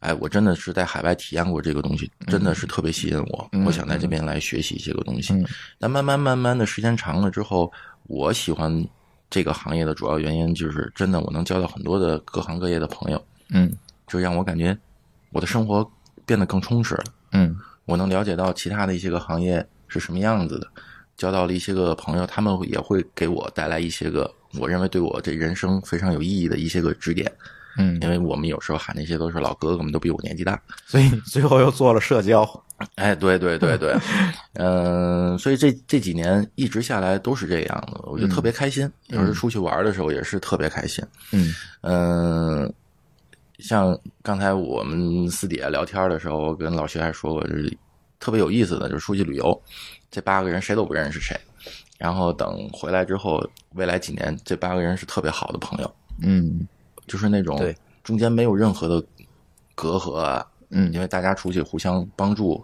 Speaker 3: 哎，我真的是在海外体验过这个东西，真的是特别吸引我。我想在这边来学习一些个东西。但慢慢慢慢的时间长了之后，我喜欢这个行业的主要原因就是，真的我能交到很多的各行各业的朋友，
Speaker 1: 嗯
Speaker 3: 就让我感觉我的生活变得更充实了。
Speaker 1: 嗯
Speaker 3: 我能了解到其他的一些个行业是什么样子的，交到了一些个朋友，他们也会给我带来一些个我认为对我这人生非常有意义的一些个指点。
Speaker 1: 嗯，
Speaker 3: 因为我们有时候喊那些都是老哥哥们，都比我年纪大。
Speaker 1: 所以你最后又做了社交，
Speaker 3: 哎，对对对对， 嗯、所以这这几年一直下来都是这样的，我就特别开心。有时候出去玩的时候也是特别开心。
Speaker 1: 嗯
Speaker 3: 嗯，像刚才我们私底下聊天的时候，我跟老徐还说过，就是特别有意思的，就是出去旅游，这八个人谁都不认识谁，然后等回来之后，未来几年这八个人是特别好的朋友，
Speaker 1: 嗯
Speaker 3: 就是那种
Speaker 1: 对
Speaker 3: 中间没有任何的隔阂啊，
Speaker 1: 嗯
Speaker 3: 因为大家出去互相帮助，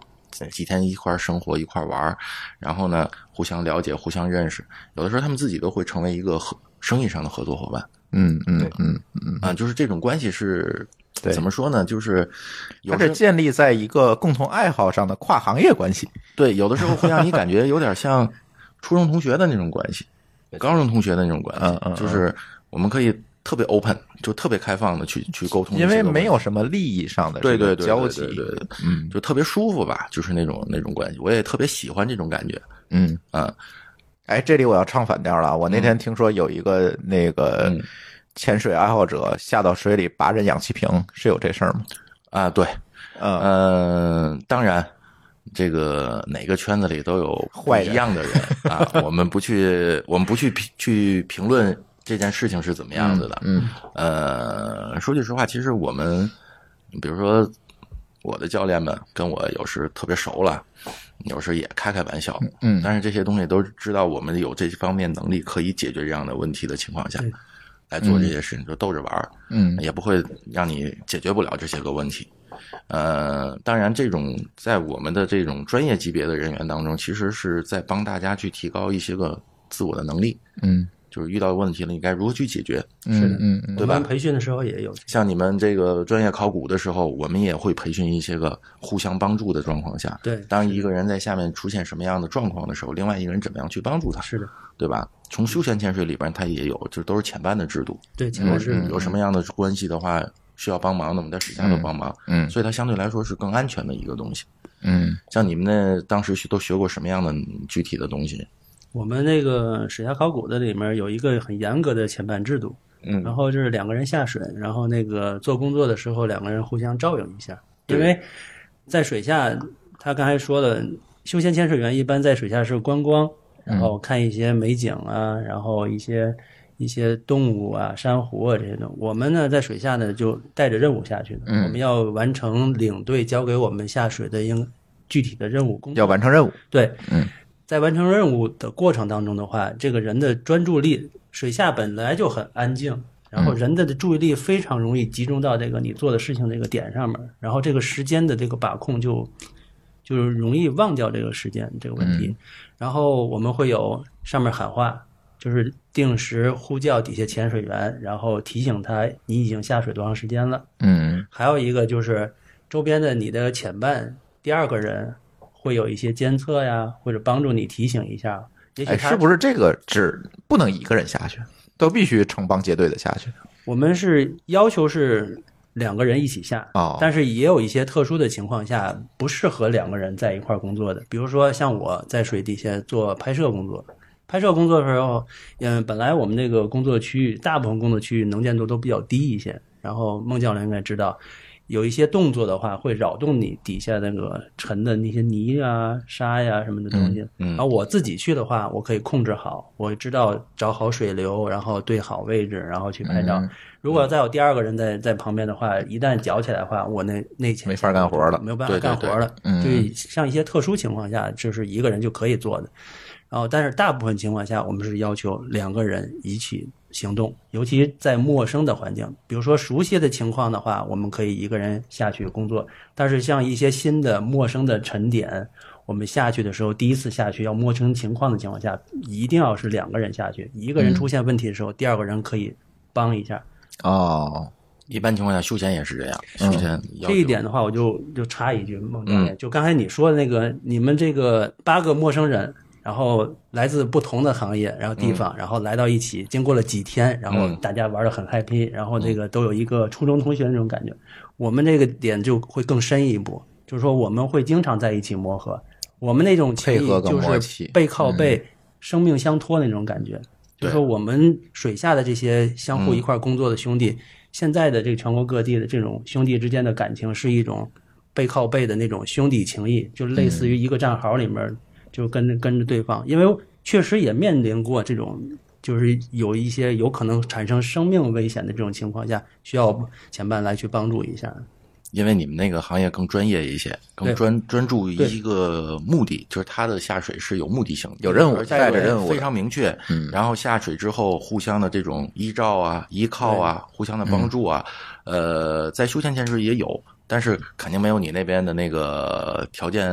Speaker 3: 几天一块儿生活一块儿玩儿，然后呢互相了解、互相认识，有的时候他们自己都会成为一个合生意上的合作伙伴。
Speaker 1: 嗯嗯嗯，
Speaker 3: 啊，就是这种关系是
Speaker 1: 对
Speaker 3: 怎么说呢？就是
Speaker 1: 它
Speaker 3: 有
Speaker 1: 是
Speaker 3: 时
Speaker 1: 建立在一个共同爱好上的跨行业关系。
Speaker 3: 对有的时候会让你感觉有点像初中同学的那种关系，高中同学的那种关系，
Speaker 1: 嗯嗯嗯
Speaker 3: 就是我们可以特别 open，就特别开放的去去沟通一些
Speaker 1: 因
Speaker 3: 个问题，
Speaker 1: 为没有什么利益上的
Speaker 3: 对
Speaker 1: 这
Speaker 3: 对
Speaker 1: 个
Speaker 3: 对
Speaker 1: 交
Speaker 3: 对
Speaker 1: 集
Speaker 3: 对，对对，
Speaker 1: 嗯
Speaker 3: 就特别舒服吧，就是那种那种关系，我也特别喜欢这种感觉，
Speaker 1: 嗯
Speaker 3: 嗯
Speaker 1: 哎，这里我要唱反调了啊。我那天听说有一个那个
Speaker 3: 嗯
Speaker 1: 潜水爱好者下到水里拔人氧气瓶，是有这事儿吗？
Speaker 3: 啊，对，
Speaker 1: 嗯，
Speaker 3: 嗯，当然，这个哪个圈子里都有不
Speaker 1: 坏人
Speaker 3: 一样的人 啊。我们不去，我们不去评去评论这件事情是怎么样子的。
Speaker 1: 嗯
Speaker 3: 呃，说句实话，其实我们，比如说，我的教练们跟我有时特别熟了，有时也开开玩笑，
Speaker 1: 嗯
Speaker 3: 但是这些东西都是知道我们有这方面能力可以解决这样的问题的情况下
Speaker 4: 对，
Speaker 3: 来做这些事情，就逗着玩儿，
Speaker 1: 嗯
Speaker 3: 也不会让你解决不了这些个问题。呃，当然，这种在我们的这种专业级别的人员当中，其实是在帮大家去提高一些个自我的能力，
Speaker 1: 嗯，
Speaker 3: 就是遇到问题了，你该如何去解决。
Speaker 1: 是的，嗯嗯
Speaker 4: 我们培训的时候也有，
Speaker 3: 像你们这个专业考古的时候，我们也会培训一些个互相帮助的状况下。
Speaker 4: 对
Speaker 3: 当一个人在下面出现什么样的状况的时候，另外一个人怎么样去帮助他，
Speaker 4: 是的，
Speaker 3: 对吧？从休闲潜水里边，它也有，这都是潜班的制度。
Speaker 4: 对，前
Speaker 3: 如果
Speaker 4: 面
Speaker 3: 是
Speaker 4: 是
Speaker 3: 有什么样的关系的话，需要帮忙的，我们在水下都帮忙。
Speaker 1: 嗯
Speaker 3: 所以它相对来说是更安全的一个东西。
Speaker 1: 嗯
Speaker 3: 像你们那当时学都学过什么样的具体的东西？
Speaker 4: 我们那个水下考古的里面有一个很严格的前板制度，
Speaker 3: 嗯
Speaker 4: 然后就是两个人下水，然后那个做工作的时候两个人互相照应一下，
Speaker 3: 对
Speaker 4: 因为在水下，他刚才说了，休闲潜水员一般在水下是观光，然
Speaker 3: 嗯
Speaker 4: 后看一些美景啊，然后一些一些动物啊、珊瑚啊这些东西。我们呢在水下呢就带着任务下去的，
Speaker 3: 嗯
Speaker 4: 我们要完成领队交给我们下水的应具体的任务
Speaker 3: 嗯
Speaker 4: 工作。
Speaker 1: 要完成任务，
Speaker 4: 对，
Speaker 1: 嗯，
Speaker 4: 在完成任务的过程当中的话，这个人的专注力，水下本来就很安静，然后人的注意力非常容易集中到这个你做的事情这个点上面，然后这个时间的这个把控就就是容易忘掉这个时间这个问题。然后我们会有上面喊话，就是定时呼叫底下潜水员，然后提醒他你已经下水多长时间了。
Speaker 1: 嗯
Speaker 4: 还有一个就是周边的你的潜伴第二个人会有一些监测呀，或者帮助你提醒一下。也许
Speaker 1: 哎，
Speaker 4: 他
Speaker 1: 是不是这个只不能一个人下去，都必须成帮结队的下去？
Speaker 4: 我们是要求是两个人一起下，
Speaker 1: 哦
Speaker 4: 但是也有一些特殊的情况下不适合两个人在一块儿工作的，比如说像我在水底下做拍摄工作。拍摄工作的时候，嗯，本来我们那个工作区域，大部分工作区域能见度都比较低一些。然后孟教练应该知道，有一些动作的话会扰动你底下那个沉的那些泥啊、沙呀、什么的东西。
Speaker 3: 嗯
Speaker 4: 然后我自己去的话，我可以控制好，我知道找好水流，然后对好位置，然后去拍
Speaker 3: 嗯
Speaker 4: 照。如果再有第二个人在在旁边的话，一旦搅起来的话，我那那
Speaker 1: 没法干活了
Speaker 4: 没有办法
Speaker 3: 对对
Speaker 4: 干活了。
Speaker 1: 嗯
Speaker 4: 就是像一些特殊情况下，就是一个人就可以做的。然后，但是大部分情况下，我们是要求两个人一起行动，尤其在陌生的环境，比如说熟悉的情况的话，我们可以一个人下去工作。但是像一些新的陌生的沉点，我们下去的时候，第一次下去要陌生情况的情况下，一定要是两个人下去，一
Speaker 1: 嗯
Speaker 4: 个人出现问题的时候，第二个人可以帮一下。
Speaker 1: 哦，
Speaker 3: 一般情况下，休闲也是这样。休闲要
Speaker 4: 这一
Speaker 3: 求嗯
Speaker 4: 点的话，我就就插一句，孟教练，就刚才你说的那个，你们这个八个陌生人，然后来自不同的行业，然后地方，然后来到一起，经过了几天，然后
Speaker 3: 嗯
Speaker 4: 大家玩的很 happy，然后这个都有一个初中同学那种感觉。我们这个点就会更深一步，就是说我们会经常在一起磨合，我们那种情谊
Speaker 1: 配合更
Speaker 4: 就
Speaker 1: 默
Speaker 4: 是
Speaker 1: 契嗯
Speaker 4: 背靠背、生命相托那种感觉。就
Speaker 3: 对
Speaker 4: 是说我们水下的这些相互一块儿工作的兄
Speaker 1: 嗯
Speaker 4: 弟，现在的这全国各地的这种兄弟之间的感情是一种背靠背的那种兄弟情谊，就类似于
Speaker 1: 嗯
Speaker 4: 一个战壕里面就跟着跟着对方，因为确实也面临过这种。就是有一些有可能产生生命危险的这种情况下，需要前伴来去帮助一下。
Speaker 3: 因为你们那个行业更专业一些，更
Speaker 4: 对
Speaker 3: 专专注于
Speaker 4: 对
Speaker 3: 一个目的，就是它的下水是有目的性的，
Speaker 1: 有任务
Speaker 3: 而且
Speaker 1: 带着任务的
Speaker 3: 非常明确。
Speaker 1: 嗯
Speaker 3: 然后下水之后，互相的这种依照啊、依靠啊、互相的帮助啊，
Speaker 1: 嗯
Speaker 3: 呃，在休闲潜水也有，但是肯定没有你那边的那个条件，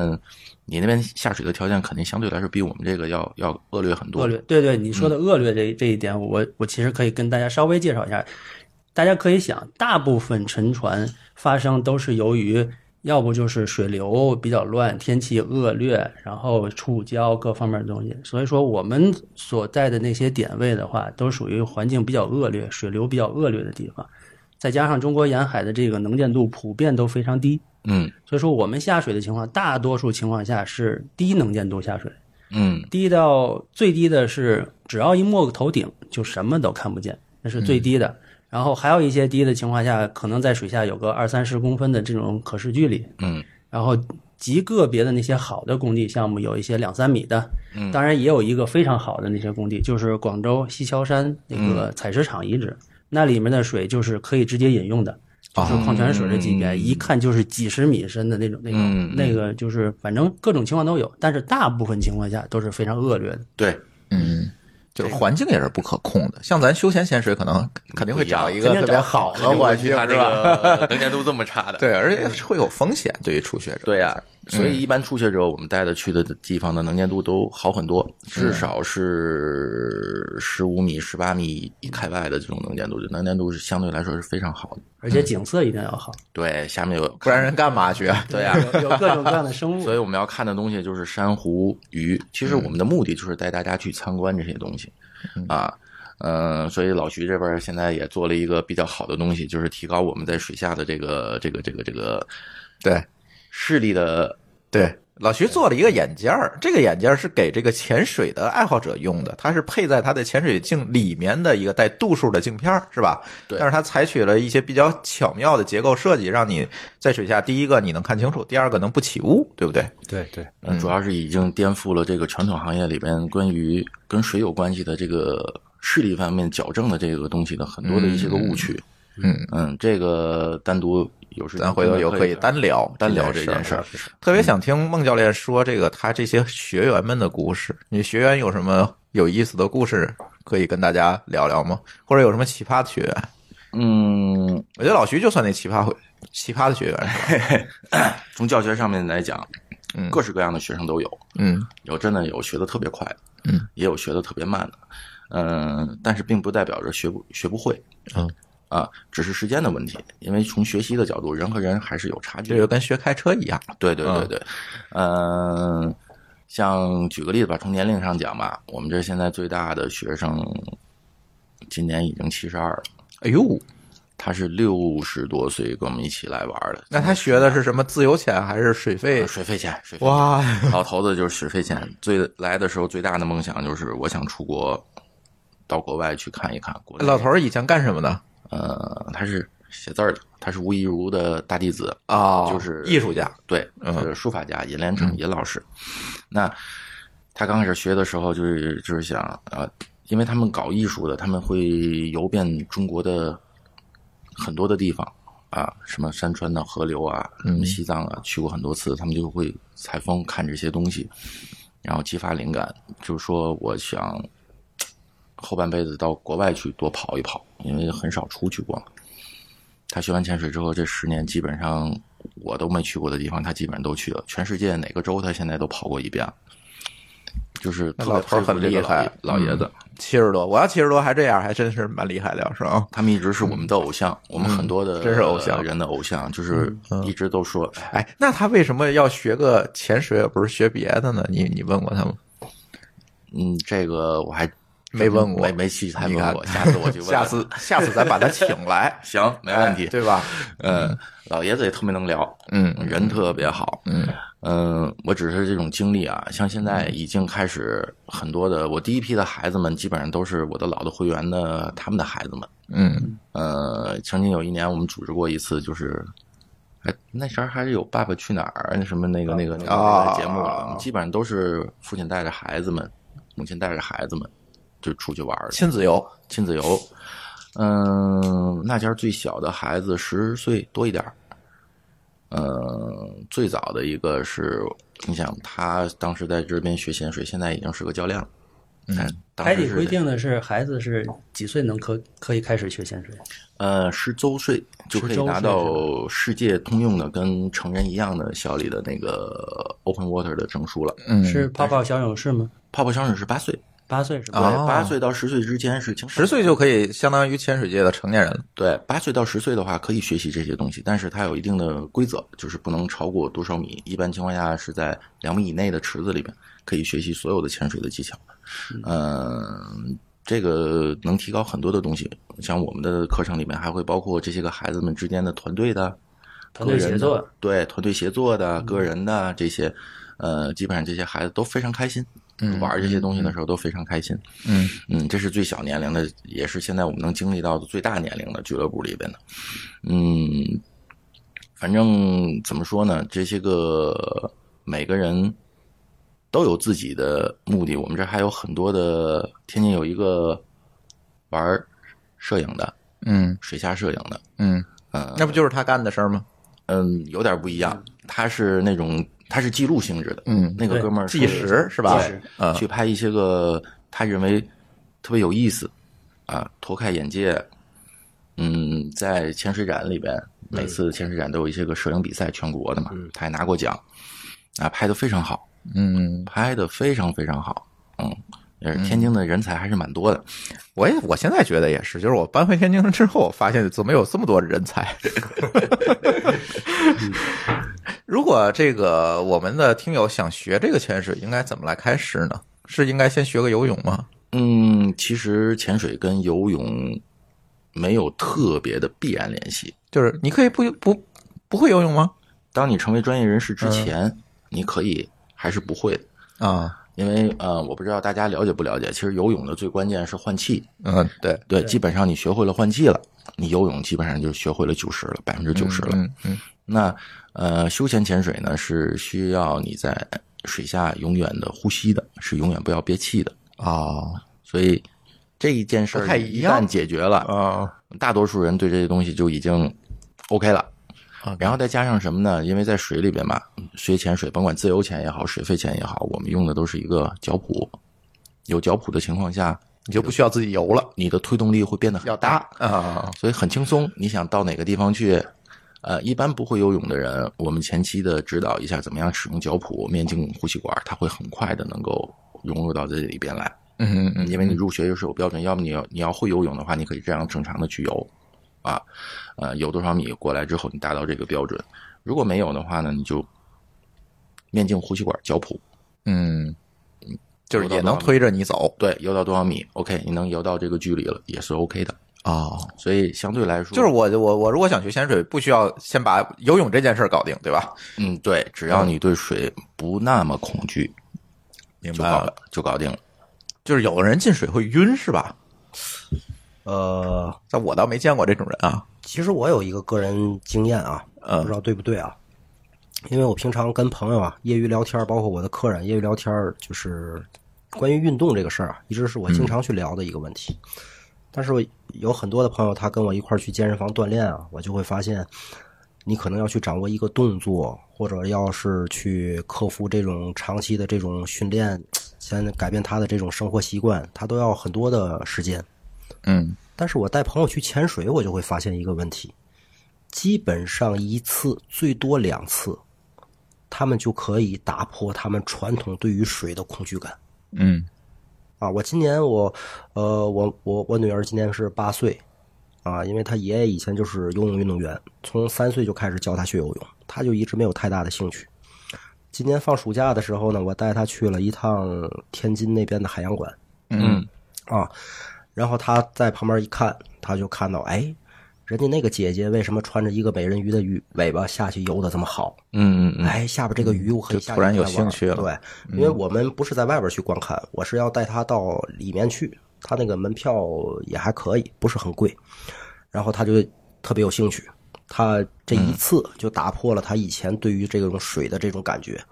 Speaker 3: 你那边下水的条件肯定相对来说比我们这个要要恶劣很多。
Speaker 4: 恶劣，对对，你说的恶劣这、这一点，我我其实可以跟大家稍微介绍一下。大家可以想，大部分沉船发生都是由于，要不就是水流比较乱，天气恶劣，然后触礁各方面的东西。所以说，我们所在的那些点位的话，都属于环境比较恶劣、水流比较恶劣的地方，再加上中国沿海的这个能见度普遍都非常低，
Speaker 3: 嗯
Speaker 4: 所以说我们下水的情况，大多数情况下是低能见度下水。
Speaker 3: 嗯，
Speaker 4: 低到最低的是，只要一没个头顶，就什么都看不见，那是最低的。然后还有一些低的情况下，可能在水下有个二三十公分的这种可视距离。
Speaker 3: 嗯，
Speaker 4: 然后极个别的那些好的工地项目，有一些两三米的，嗯，当然也有一个非常好的那些工地，就是广州西樵山那个采石场遗址，那里面的水就是可以直接饮用的。就是矿泉水的级别，一看就是几十米深的那种，那种、
Speaker 3: 嗯嗯
Speaker 4: 啊那个就是反正各种情况都有，但是大部分情况下都是非常恶劣的。
Speaker 3: 对，
Speaker 1: 嗯，就是环境也是不可控的。像咱休闲潜水，可能肯定会找一个
Speaker 4: 肯定
Speaker 1: 特别
Speaker 4: 找
Speaker 1: 好
Speaker 3: 肯
Speaker 1: 的
Speaker 3: 定
Speaker 1: 环
Speaker 3: 会去
Speaker 1: 境，
Speaker 3: 他这
Speaker 1: 是吧？
Speaker 3: 个 能见度这么差的。
Speaker 1: 对，而且会有风险，对于初学者。
Speaker 3: 对呀、嗯所以一般初学者我们带的去的地方的能见度都好很多，至少是十五米、十八米以开外的这种能见度，能见度是相对来说是非常好的。
Speaker 4: 而且景色一定要 好，
Speaker 3: 对，下面有
Speaker 1: 不然人干嘛去？啊
Speaker 3: 对呀、
Speaker 4: 有有各种各样的生物
Speaker 3: 所以。我们要看的东西就是珊瑚、鱼。其实我们的目的就是带大家去参观这些东西，啊，呃，所以老徐这边现在也做了一个比较好的东西，就是提高我们在水下的这个这个这个这个
Speaker 1: 对
Speaker 3: 视力的。
Speaker 1: 对，老徐做了一个眼镜儿，这个眼镜儿是给这个潜水的爱好者用的，它是配在他的潜水镜里面的一个带度数的镜片儿，是吧？
Speaker 3: 对
Speaker 1: 但是它采取了一些比较巧妙的结构设计，让你在水下，第一个你能看清楚，第二个能不起雾，对不对？
Speaker 2: 对对，
Speaker 3: 嗯，主要是已经颠覆了这个传统行业里边关于跟水有关系的这个视力方面矫正的这个东西的很多的一些个误区。
Speaker 1: 嗯
Speaker 3: 嗯，这个单独有时间
Speaker 1: 咱回头有可以单聊
Speaker 3: 单聊这件事
Speaker 1: 儿
Speaker 3: 儿。。嗯
Speaker 1: 特别想听孟教练说这个他这些学员们的故事。你学员有什么有意思的故事可以跟大家聊聊吗？或者有什么奇葩的学员？
Speaker 3: 嗯，
Speaker 1: 我觉得老徐就算那奇葩会奇葩的学员是吧。
Speaker 3: 从教学上面来讲，
Speaker 1: 嗯
Speaker 3: 各式各样的学生都有，
Speaker 1: 嗯
Speaker 3: 有真的有学的特别快的，
Speaker 1: 嗯，
Speaker 3: 也有学的特别慢的，嗯、但是并不代表着学不学不会，
Speaker 1: 嗯
Speaker 3: 啊，只是时间的问题，因为从学习的角度，人和人还是有差距
Speaker 1: 这
Speaker 3: 的
Speaker 1: 就。跟学开车一样。
Speaker 3: 对对对
Speaker 1: 嗯
Speaker 3: 对，嗯、像举个例子吧，从年龄上讲吧，我们这现在最大的学生今年已经七十二了，
Speaker 1: 哎呦，
Speaker 3: 他是六十多岁跟我们一起来玩儿的，
Speaker 1: 那他学的是什么自由潜还是水
Speaker 3: 呃
Speaker 1: 肺？
Speaker 3: 水费钱，水费钱。
Speaker 1: 哇，
Speaker 3: 老头子就是学费钱，最来的时候最大的梦想就是我想出国，到国外去看一看。国 内
Speaker 1: 老头儿以前干什么的？
Speaker 3: 呃，他是写字儿的，他是吴亦如的大弟子，
Speaker 1: 哦
Speaker 3: 就是
Speaker 1: 艺术家。
Speaker 3: 对，
Speaker 1: 嗯
Speaker 3: 就是书法家尹连成尹老师。那他刚开始学的时候，就是就是想呃，因为他们搞艺术的，他们会游遍中国的很多的地方啊，什么山川呐、河流啊，什
Speaker 1: 嗯
Speaker 3: 么西藏啊，去过很多次，他们就会采风看这些东西，然后激发灵感，就是说我想。后半辈子到国外去多跑一跑，因为很少出去过嘛。他学完潜水之后，这十年基本上我都没去过的地方，他基本上都去了。全世界哪个州，他现在都跑过一遍了。就是
Speaker 1: 那
Speaker 3: 特别
Speaker 1: 老头儿
Speaker 3: 佩服
Speaker 1: 很
Speaker 3: 这
Speaker 1: 厉
Speaker 3: 个
Speaker 1: 害
Speaker 3: 老爷老爷子。
Speaker 1: 七十多，我要七十多还这样，还真是蛮厉害的，是吧？
Speaker 3: 他们一直是我们的偶像，我们很多
Speaker 1: 嗯
Speaker 3: 的
Speaker 1: 真是偶像嗯
Speaker 3: 人的偶像，就是一直都说，哎，
Speaker 1: 哎，那他为什么要学个潜水，而不是学别的呢？你你问过他吗？
Speaker 3: 嗯，这个我还
Speaker 1: 没问过
Speaker 3: 没没去他
Speaker 1: 你
Speaker 3: 问
Speaker 1: 看
Speaker 3: 过，下次我去问，，
Speaker 1: 下次下次咱把他请来
Speaker 3: 行，没问
Speaker 1: 哎。
Speaker 3: 题
Speaker 1: 对吧？
Speaker 3: 嗯，老爷子也特别能聊，
Speaker 1: 嗯
Speaker 3: 人特别好，
Speaker 1: 嗯
Speaker 3: 嗯，我只是这种经历啊，像现在已经开始很多的，我第一批的孩子们基本上都是我的老的会员的他们的孩子们。
Speaker 1: 嗯
Speaker 3: 呃，曾经有一年我们组织过一次，就是，哎，那时候还是有《爸爸去哪儿》什么那个那个那个那
Speaker 1: 啊
Speaker 3: 个节目了，基本上都是父亲带着孩子们，母亲带着孩子们就出去玩儿去
Speaker 1: 亲子游，
Speaker 3: 亲子游。嗯，那家最小的孩子十岁多一点儿。嗯，最早的一个是，你想他当时在这边学潜水，现在已经是个教练了。嗯，当
Speaker 4: 海
Speaker 3: 时
Speaker 4: 底
Speaker 3: 是
Speaker 4: 规定的是，孩子是几岁能可可以开始学潜水？
Speaker 3: 呃，十周岁就可以拿到世界通用的跟成人一样的效力的那个 Open Water 的证书了。
Speaker 1: 嗯
Speaker 4: 是泡泡小勇士吗？
Speaker 3: 泡泡香水是八岁，
Speaker 4: 八岁是吧？
Speaker 3: 对，
Speaker 1: 哦
Speaker 3: 八岁到十岁之间是青少
Speaker 1: 十
Speaker 3: 年
Speaker 1: 岁就可以相当于潜水界的成年人了。
Speaker 3: 对，八岁到十岁的话可以学习这些东西，但是它有一定的规则，就是不能超过多少米。一般情况下是在两米以内的池子里面可以学习所有的潜水的技巧。嗯，这个能提高很多的东西。像我们的课程里面还会包括这些个孩子们之间的团队的、
Speaker 4: 团队
Speaker 3: 个人
Speaker 4: 协
Speaker 3: 的
Speaker 4: 作，
Speaker 3: 对团队协作的、个人的这些，呃，基本上这些孩子都非常开心，玩这些东西的时候都非常开心。
Speaker 1: 嗯
Speaker 3: 嗯，这是最小年龄的，也是现在我们能经历到的最大年龄的俱乐部里边的。嗯，反正怎么说呢，这些个每个人都有自己的目的。我们这儿还有很多的，天津有一个玩儿摄影的，
Speaker 1: 嗯
Speaker 3: 水下摄影的，
Speaker 1: 嗯
Speaker 3: 呃，
Speaker 1: 那不就是他干的事儿吗？
Speaker 3: 嗯，有点不一样。他是那种，他是记录性质的。
Speaker 1: 嗯
Speaker 3: 那个哥们儿是
Speaker 1: 计时是吧
Speaker 3: 对
Speaker 4: 计时
Speaker 1: 嗯
Speaker 3: 去拍一些个他认为特别有意思啊，拓开眼界。嗯，在潜水展里边，每次潜水展都有一些个摄影比赛，全国的嘛，他也拿过奖啊，拍的非常好，
Speaker 1: 嗯，
Speaker 3: 拍的非常非常好。嗯，也是天津的人才还是蛮多的。
Speaker 1: 我也我现在觉得也是，就是我搬回天津之后，我发现怎么有这么多人才。 如果这个我们的听友想学这个潜水，应该怎么来开始呢？是应该先学个游泳吗？
Speaker 3: 嗯，其实潜水跟游泳没有特别的必然联系。
Speaker 1: 就是你可以不不不会游泳吗？
Speaker 3: 当你成为专业人
Speaker 1: 嗯
Speaker 3: 士之前，你可以还是不会的，
Speaker 1: 啊，
Speaker 3: 因为呃，我不知道大家了解不了解，其实游泳的最关键是换气，
Speaker 1: 嗯，对，
Speaker 3: 对，基本上你学会了换气了，你游泳基本上就学会了九十了，百分之九十了。
Speaker 1: 嗯嗯
Speaker 3: 那呃，休闲潜水呢是需要你在水下永远的呼吸的，是永远不要憋气的，
Speaker 1: 哦
Speaker 3: 所以这一件事
Speaker 1: 不
Speaker 3: 儿
Speaker 1: 太
Speaker 3: 一
Speaker 1: 一样
Speaker 3: 旦解决了，
Speaker 1: 哦，
Speaker 3: 大多数人对这些东西就已经 OK 了
Speaker 1: OK。
Speaker 3: 然后再加上什么呢？因为在水里边嘛，学潜水，甭管自由潜也好，水肺潜也好，我们用的都是一个脚蹼。有脚蹼的情况下，
Speaker 1: 你就不需要自己游了，
Speaker 3: 你的推动力会变得很
Speaker 1: 要搭啊，
Speaker 3: 所以很轻松。你想到哪个地方去？呃，一般不会游泳的人，我们前期的指导一下怎么样使用脚蹼、面颈呼吸管，他会很快的能够融入到这里边来。
Speaker 1: 嗯嗯
Speaker 3: 因为你入学又是有标准，要么你要你要会游泳的话，你可以这样正常的去游，啊，呃，游多少米过来之后，你达到这个标准。如果没有的话呢，你就面镜呼吸管脚蹼，
Speaker 1: 嗯，就是也能推着你走
Speaker 3: 对，游到多少米，OK，你能游到这个距离了，也是 OK 的。
Speaker 1: 哦。
Speaker 3: 所以相对来说，
Speaker 1: 就是我我我如果想学潜水，不需要先把游泳这件事儿搞定，对吧？
Speaker 3: 嗯，对，只要你对水不那么恐惧，
Speaker 1: 明
Speaker 3: 就搞，就搞定了。
Speaker 1: 就是有人进水会晕是吧？
Speaker 2: 呃，
Speaker 1: 但我倒没见过这种人啊。
Speaker 2: 其实我有一个个人经验啊，
Speaker 1: 嗯
Speaker 2: 不知道对不对啊？因为我平常跟朋友啊业余聊天儿，包括我的客人业余聊天儿，就是关于运动这个事儿啊，一直是我经常去聊的一个问题。但是我有很多的朋友，他跟我一块儿去健身房锻炼啊，我就会发现，你可能要去掌握一个动作，或者要是去克服这种长期的这种训练，先改变他的这种生活习惯，他都要很多的时间。
Speaker 1: 嗯
Speaker 2: 但是我带朋友去潜水，我就会发现一个问题：基本上一次最多两次，他们就可以打破他们传统对于水的恐惧感。
Speaker 1: 嗯
Speaker 2: 啊，我今年我，呃，我我我女儿今年是八岁，啊，因为她爷爷以前就是游泳运动员，从三岁就开始教她学游泳，她就一直没有太大的兴趣。今年放暑假的时候呢，我带她去了一趟天津那边的海洋馆，
Speaker 3: 嗯
Speaker 2: 啊，然后他在旁边一看，他就看到，哎，人家那个姐姐为什么穿着一个美人鱼的鱼尾巴下去游的这么好？
Speaker 3: 嗯嗯嗯，
Speaker 2: 哎，下边这个鱼我可以
Speaker 1: 就
Speaker 2: 下
Speaker 1: 突然
Speaker 2: 去
Speaker 1: 有
Speaker 2: 看
Speaker 1: 兴
Speaker 2: 玩
Speaker 1: 趣了嗯
Speaker 2: 对，因为我们不是在外边去观看，我是要带他到里面去，他那个门票也还可以，不是很贵，然后他就特别有兴趣，他这
Speaker 1: 嗯
Speaker 2: 一次就打破了他以前对于这种水的这种感觉，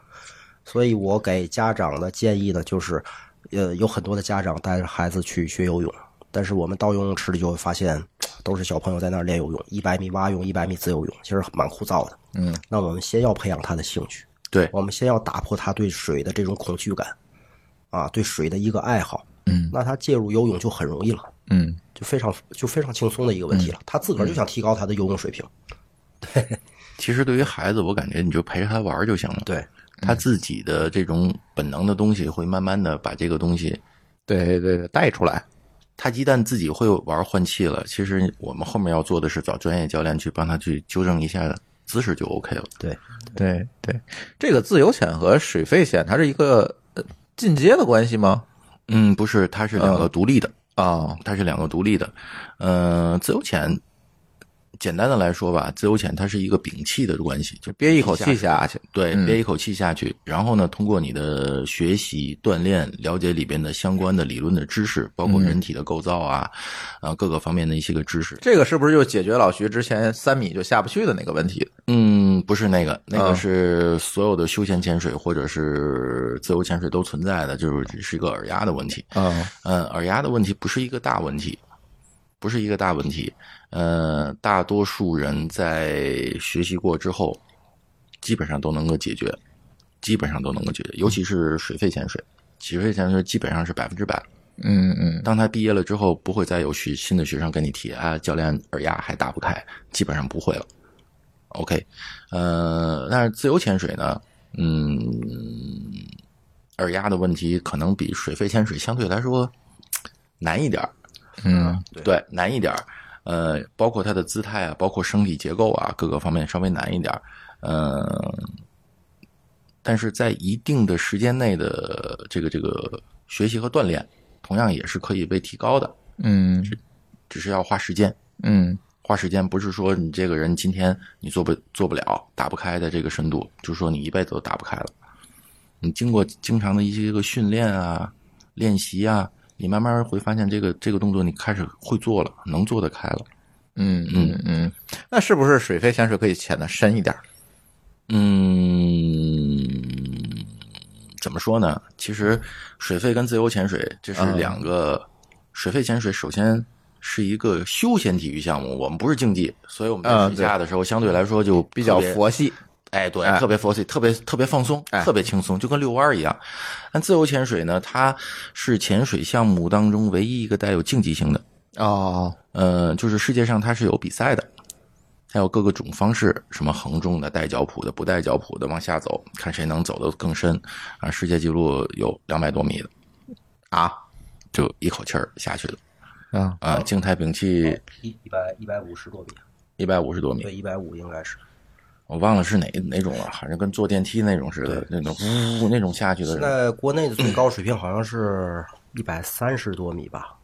Speaker 2: 所以我给家长的建议呢，就是，呃，有很多的家长带着孩子去学游泳，但是我们到游泳池里就会发现，都是小朋友在那儿练游泳，一百米蛙泳、一百米自由泳，其实蛮枯燥的。
Speaker 1: 嗯，
Speaker 2: 那我们先要培养他的兴趣，
Speaker 3: 对，
Speaker 2: 我们先要打破他对水的这种恐惧感，啊，对水的一个爱好。
Speaker 1: 嗯，
Speaker 2: 那他介入游泳就很容易了。
Speaker 1: 嗯，
Speaker 2: 就非常就非常轻松的一个问题了，他自个儿就想提高他的游泳水平。
Speaker 3: 其实对于孩子，我感觉你就陪着他玩儿就行了。
Speaker 2: 对，
Speaker 3: 他自己的这种本能的东西会慢慢的把这个东西，
Speaker 1: 对对对，带出来。
Speaker 3: 他一旦自己会玩换气了，其实我们后面要做的是找专业教练去帮他去纠正一下姿势就 OK 了。
Speaker 2: 对，
Speaker 1: 对对，这个自由潜和水肺潜，它是一个呃进阶的关系吗？
Speaker 3: 嗯，不是，它是两个独立的，
Speaker 1: 啊，
Speaker 3: 它是两个独立的。呃，自由潜，简单的来说吧，自由潜它是一个屏气的关系，就
Speaker 1: 憋一口气下去。
Speaker 3: 对，憋一口气下去，然后呢，通过你的学习、锻炼，了解里边的相关的理论的知识，包括人体的构造啊，啊各个方面的一些个知识。
Speaker 1: 这个是不是就解决老徐之前三米就下不去的那个问题？
Speaker 3: 嗯，不是那个，那
Speaker 1: 啊
Speaker 3: 个是所有的休闲潜水或者是自由潜水都存在的，就是是一个耳压的问题。
Speaker 1: 啊，
Speaker 3: 嗯，耳压的问题不是一个大问题，不是一个大问题。呃，大多数人在学习过之后，基本上都能够解决，基本上都能够解决，尤其是水肺潜水，水肺潜水基本上是百分之百。
Speaker 1: 嗯嗯，
Speaker 3: 当他毕业了之后，不会再有学新的学生跟你提啊，教练耳压还打不开，基本上不会了。OK，呃，但是自由潜水呢，嗯，耳压的问题可能比水肺潜水相对来说难一点儿，
Speaker 1: 嗯
Speaker 3: 对，难一点儿。呃，包括它的姿态啊，包括生理结构啊，各个方面稍微难一点儿。呃，但是在一定的时间内的这个这个学习和锻炼，同样也是可以被提高的，
Speaker 1: 嗯
Speaker 3: 只是要花时间。
Speaker 1: 嗯
Speaker 3: 花时间不是说你这个人今天你做不做不了打不开的这个深度，就是说你一辈子都打不开了。你经过经常的一些个训练啊、练习啊，你慢慢会发现这个这个动作你开始会做了，能做得开了。
Speaker 1: 嗯嗯嗯，那是不是水肺潜水可以潜的深一点？
Speaker 3: 嗯，怎么说呢？其实水肺跟自由潜水这
Speaker 1: 嗯
Speaker 3: 是两个。水肺潜水首先是一个休闲体育项目，我们不是竞技，所以我们在
Speaker 1: 嗯
Speaker 3: 水下的时候相对来说就
Speaker 1: 比较
Speaker 3: 特别
Speaker 1: 佛系，
Speaker 3: 哎，对，
Speaker 1: 哎
Speaker 3: 特别佛系，特别特别放松，
Speaker 1: 哎
Speaker 3: 特别轻松，就跟遛弯儿一样。但自由潜水呢，它是潜水项目当中唯一一个带有竞技性的，
Speaker 1: 哦，
Speaker 3: 呃，就是世界上它是有比赛的，还有各个种方式，什么横中的、带脚蹼的、不带脚蹼的，往下走，看谁能走得更深啊！世界纪录有两百多米的啊，就一口气儿下去的
Speaker 1: 啊，
Speaker 3: 啊！静态屏气
Speaker 2: 一一百一百五十多米，啊
Speaker 3: 一百五十多米，
Speaker 2: 对，一百五应该是。
Speaker 3: 我忘了是哪哪种了，反正跟坐电梯那种似的，那种呜那种下去的
Speaker 2: 现
Speaker 3: 人。
Speaker 2: 在国内的最高水平好像是一百三十多米吧。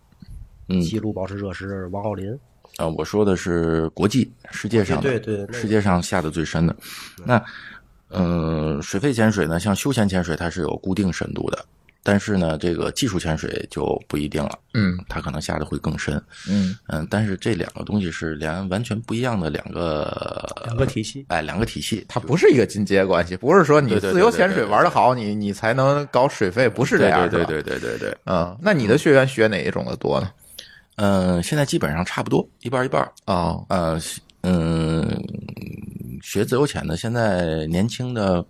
Speaker 3: 嗯
Speaker 2: 记录保持者是王浩林，
Speaker 3: 啊、我说的是国际世界上的，
Speaker 2: 对对对那个
Speaker 3: 世界上下的最深的。那，呃，水肺潜水呢，像休闲潜水它是有固定深度的，但是呢，这个技术潜水就不一定了，
Speaker 1: 嗯
Speaker 3: 它可能下的会更深。
Speaker 1: 嗯
Speaker 3: 嗯，但是这两个东西是两完全不一样的两个
Speaker 4: 两个体 系。
Speaker 3: 哎两个体系，
Speaker 1: 它不是一个进阶关系，不是说你
Speaker 3: 对对对
Speaker 1: 自由潜水玩的好，你你才能搞水费，不是这样，
Speaker 3: 对
Speaker 1: 是吧
Speaker 3: 对对对对对。
Speaker 1: 嗯，那你的学员学哪一种的多呢？
Speaker 3: 嗯、现在基本上差不多一半儿一半儿。
Speaker 1: 哦，
Speaker 3: 呃，嗯，学自由潜的现在年轻的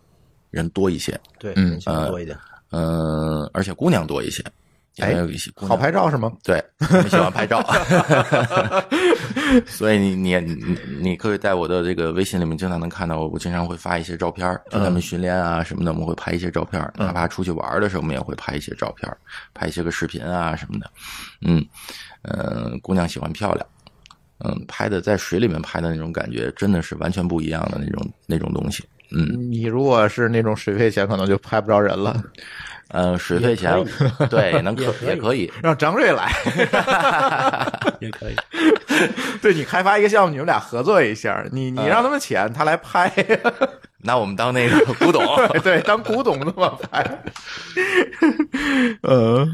Speaker 3: 人多一些，
Speaker 2: 对，
Speaker 1: 嗯
Speaker 2: 年轻
Speaker 3: 呃
Speaker 2: 人多一点。
Speaker 3: 嗯，而且姑娘多一些，因为
Speaker 1: 哎
Speaker 3: 有一些姑
Speaker 1: 好
Speaker 3: 娘
Speaker 1: 拍照是 吗？
Speaker 3: 对，他们喜欢拍照，所以你你你你可以在我的这个微信里面经常能看到，我经常会发一些照片儿，就他们训练啊什么的，我们会拍一些照片儿，哪怕出去玩儿的时候，我们也会拍一些照片儿，拍一些个视频啊什么的，嗯，呃，姑娘喜欢漂亮。嗯，拍的在水里面拍的那种感觉，真的是完全不一样的那种那种东西。嗯，
Speaker 1: 你如果是那种水费钱，可能就拍不着人 了，
Speaker 3: 呃，水费钱，对，能可 也可以，
Speaker 1: 让张瑞来
Speaker 4: 也可以，
Speaker 1: 对你开发一个项目，你们俩合作一下，
Speaker 3: 嗯
Speaker 1: 你你让他们潜，他来拍，
Speaker 3: 那我们当那个古董。
Speaker 1: 对，当古董那么拍， 嗯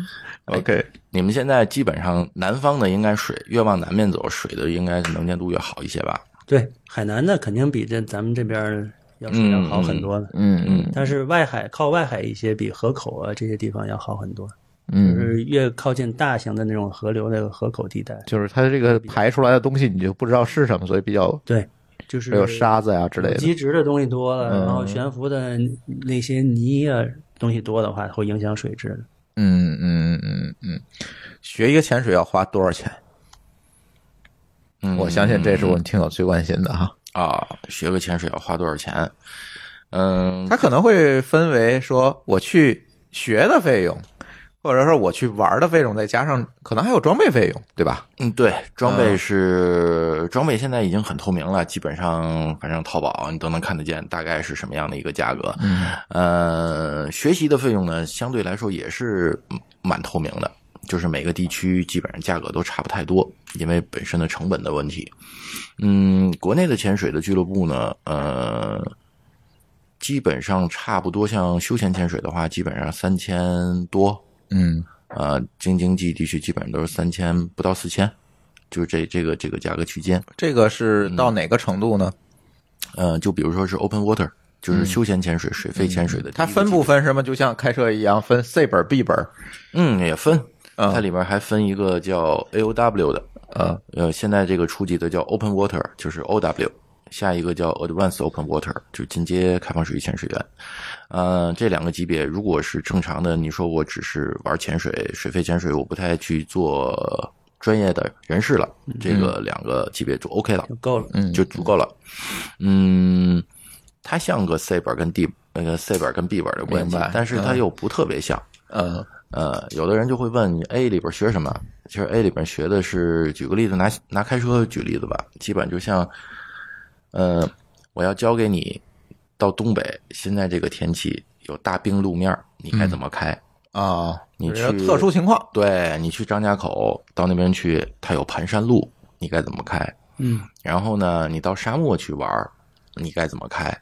Speaker 1: ，OK，
Speaker 3: 你们现在基本上南方的应该水越往南面走，水的应该是能见度越好一些吧？
Speaker 4: 对，海南呢肯定比这咱们这边儿要水要好很多的。
Speaker 1: 嗯嗯
Speaker 4: 但是外海靠外海一些，比河口啊这些地方要好很多。就
Speaker 1: 嗯，
Speaker 4: 是越靠近大型的那种河流的河口地带，
Speaker 1: 就是它这个排出来的东西，你就不知道是什么，所以比较
Speaker 4: 对，就是
Speaker 1: 有沙子呀、之类的。
Speaker 4: 基质的东西多了，
Speaker 1: 嗯
Speaker 4: 然后悬浮的那些泥啊东西多的话，会影响水质的。
Speaker 1: 嗯嗯嗯嗯，学一个潜水要花多少钱？
Speaker 3: 嗯，
Speaker 1: 我相信这是我们听友最关心的哈。
Speaker 3: 啊，学个潜水要花多少钱？嗯，
Speaker 1: 它可能会分为说我去学的费用，或者说我去玩的费用，再加上可能还有装备费用，对吧？
Speaker 3: 嗯，对，装备是、装备，现在已经很透明了，基本上反正淘宝你都能看得见，大概是什么样的一个价格。嗯，呃，学习的费用呢，相对来说也是嗯蛮透明的，就是每个地区基本上价格都差不太多，因为本身的成本的问题。嗯，国内的潜水的俱乐部呢，呃，基本上差不多，像休闲潜水的话，基本上三千多，
Speaker 1: 嗯
Speaker 3: 呃，京津冀地区基本上都是三千不到四千，就是这这个这个价格区间。
Speaker 1: 这个是到哪个程度呢？
Speaker 3: 呃，就比如说是 open water，就是休闲潜水、
Speaker 1: 嗯
Speaker 3: 水肺潜水的。
Speaker 1: 它分不？分什么？就像开车一样，分 C 本、B 本。
Speaker 3: 嗯，也分。
Speaker 1: 啊
Speaker 3: 它里面还分一个叫 AOW 的，
Speaker 1: 啊
Speaker 3: 呃，现在这个初级的叫 Open Water，就是 OW，下一个叫 Advanced Open Water，就是进阶开放水域潜水员。呃，这两个级别，如果是正常的，你说我只是玩潜水、水肺潜水，我不太去做专业的人士了，这个两个级别就 OK 了。
Speaker 4: 就够了。
Speaker 1: 嗯，
Speaker 3: 就足够了。嗯，它像个 C 本跟 D 那个 C 本跟 B 本的关系
Speaker 1: 明白，
Speaker 3: 但是它
Speaker 1: 嗯
Speaker 3: 又不特别像。
Speaker 1: 呃
Speaker 3: 呃，有的人就会问你 A 里边学什么？其实 A 里边学的是，举个例子，拿拿开车举例子吧，基本就像，呃，我要教给你到东北，现在这个天气有大冰路面，你该怎么开？
Speaker 1: 啊，
Speaker 3: 你
Speaker 1: 就是
Speaker 3: 去
Speaker 1: 特殊情况，
Speaker 3: 对你去张家口到那边去，它有盘山路，你该怎么开？
Speaker 4: 嗯，
Speaker 3: 然后呢，你到沙漠去玩儿，你该怎么开？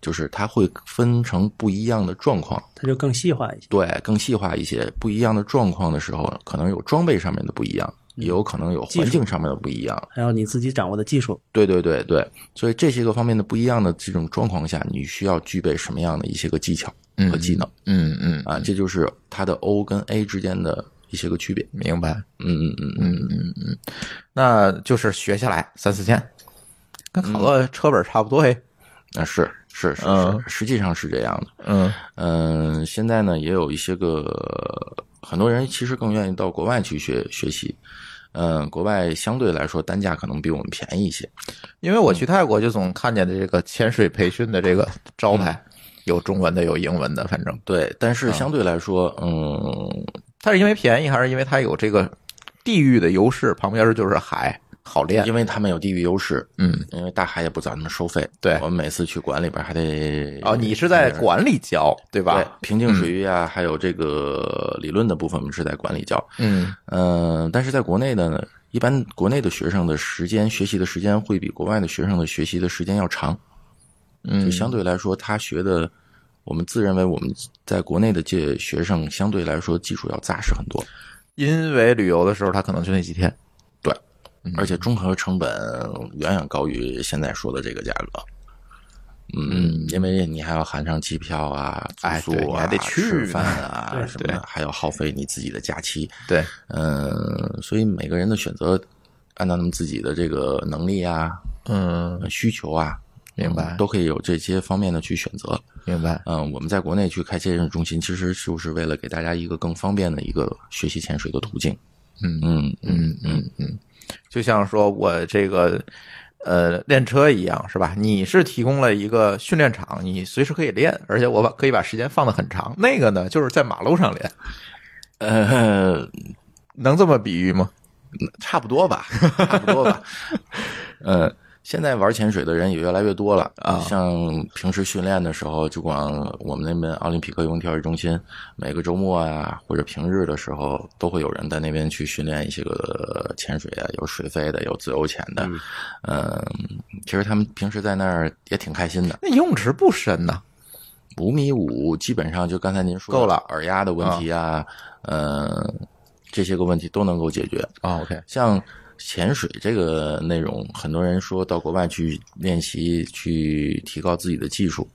Speaker 3: 就是它会分成不一样的状况，
Speaker 4: 它就更细化一些。
Speaker 3: 对，更细化一些。不一样的状况的时候，可能有装备上面的不一样，
Speaker 1: 嗯
Speaker 3: 也有可能有环境上面的不一样。
Speaker 4: 还有你自己掌握的技术，
Speaker 3: 对对对对，所以这些个方面的不一样的这种状况下，你需要具备什么样的一些个技巧和技能、
Speaker 1: 嗯嗯，
Speaker 3: 啊？这就是它的 O 跟 A 之间的一些个区别。
Speaker 1: 明白。
Speaker 3: 嗯嗯嗯嗯。
Speaker 1: 那就是学下来三四千，跟考个
Speaker 3: 嗯
Speaker 1: 车本差不多嘿。
Speaker 3: 啊，是是是
Speaker 1: 嗯
Speaker 3: 是，实际上是这样的。
Speaker 1: 嗯
Speaker 3: 嗯，现在呢也有一些个很多人其实更愿意到国外去学学习。嗯，国外相对来说单价可能比我们便宜一些。
Speaker 1: 因为我去泰国就总看见这个潜水培训的这个招牌，有中文的，有英文的，反正
Speaker 3: 嗯对，但是相对来说，嗯，
Speaker 1: 它是因为便宜，还是因为它有这个地域的优势？旁边就是海，好练。
Speaker 3: 因为他们有地域优势，
Speaker 1: 嗯，
Speaker 3: 因为大海也不找他们收费。
Speaker 1: 对
Speaker 3: 我们每次去馆里边还得
Speaker 1: 哦，你是在馆里教对
Speaker 3: 对
Speaker 1: 吧？嗯
Speaker 3: 平静水域啊，还有这个理论的部分，我们是在馆里教。
Speaker 1: 嗯
Speaker 3: 嗯，但是在国内呢，一般国内的学生的时间学习的时间会比国外的学生的学习的时间要长，就
Speaker 1: 嗯，
Speaker 3: 相对来说，他学的，我们自认为我们在国内的这学生相对来说技术要扎实很多，
Speaker 1: 因为旅游的时候他可能就那几天。
Speaker 3: 对，而
Speaker 1: 嗯
Speaker 3: 且综合成本远远高于现在说的这个价格。嗯，因为你还要含上机票啊、住
Speaker 1: 哎
Speaker 3: 宿
Speaker 1: 对
Speaker 3: 啊、
Speaker 1: 你还得去
Speaker 3: 吃
Speaker 1: 呢
Speaker 3: 饭啊
Speaker 4: 对
Speaker 3: 什么的，还要耗费你自己的假期。
Speaker 1: 对，
Speaker 3: 嗯，所以每个人的选择，按照他们自己的这个能力啊、
Speaker 1: 嗯，
Speaker 3: 呃需求啊，
Speaker 1: 明白
Speaker 3: 嗯都可以有这些方面的去选择。
Speaker 1: 明白。
Speaker 3: 嗯，我们在国内去开潜水中心，其实就是为了给大家一个更方便的一个学习潜水的途径。
Speaker 1: 嗯
Speaker 3: 嗯嗯嗯，
Speaker 1: 就像说我这个呃练车一样，是吧？你是提供了一个训练场，你随时可以练，而且我把可以把时间放得很长。那个呢，就是在马路上练，
Speaker 3: 呃，
Speaker 1: 能这么比喻吗？
Speaker 3: 差不多吧，差不多吧。嗯，现在玩潜水的人也越来越多了
Speaker 1: 啊
Speaker 3: 像平时训练的时候，就光我们那边奥林匹克游泳跳水中心，每个周末啊或者平日的时候，都会有人在那边去训练一些个潜水啊，有水肺的，有自由潜的。嗯，其实他们平时在那儿也挺开心的。
Speaker 1: 那游泳池不深呐，
Speaker 3: 五米五，基本上就刚才您说的
Speaker 1: 够了
Speaker 3: 耳压的问题啊，呃，这些个问题都能够解决。
Speaker 1: 啊、OK，
Speaker 3: 像潜水这个内容，很多人说到国外去练习，去提高自己的技术。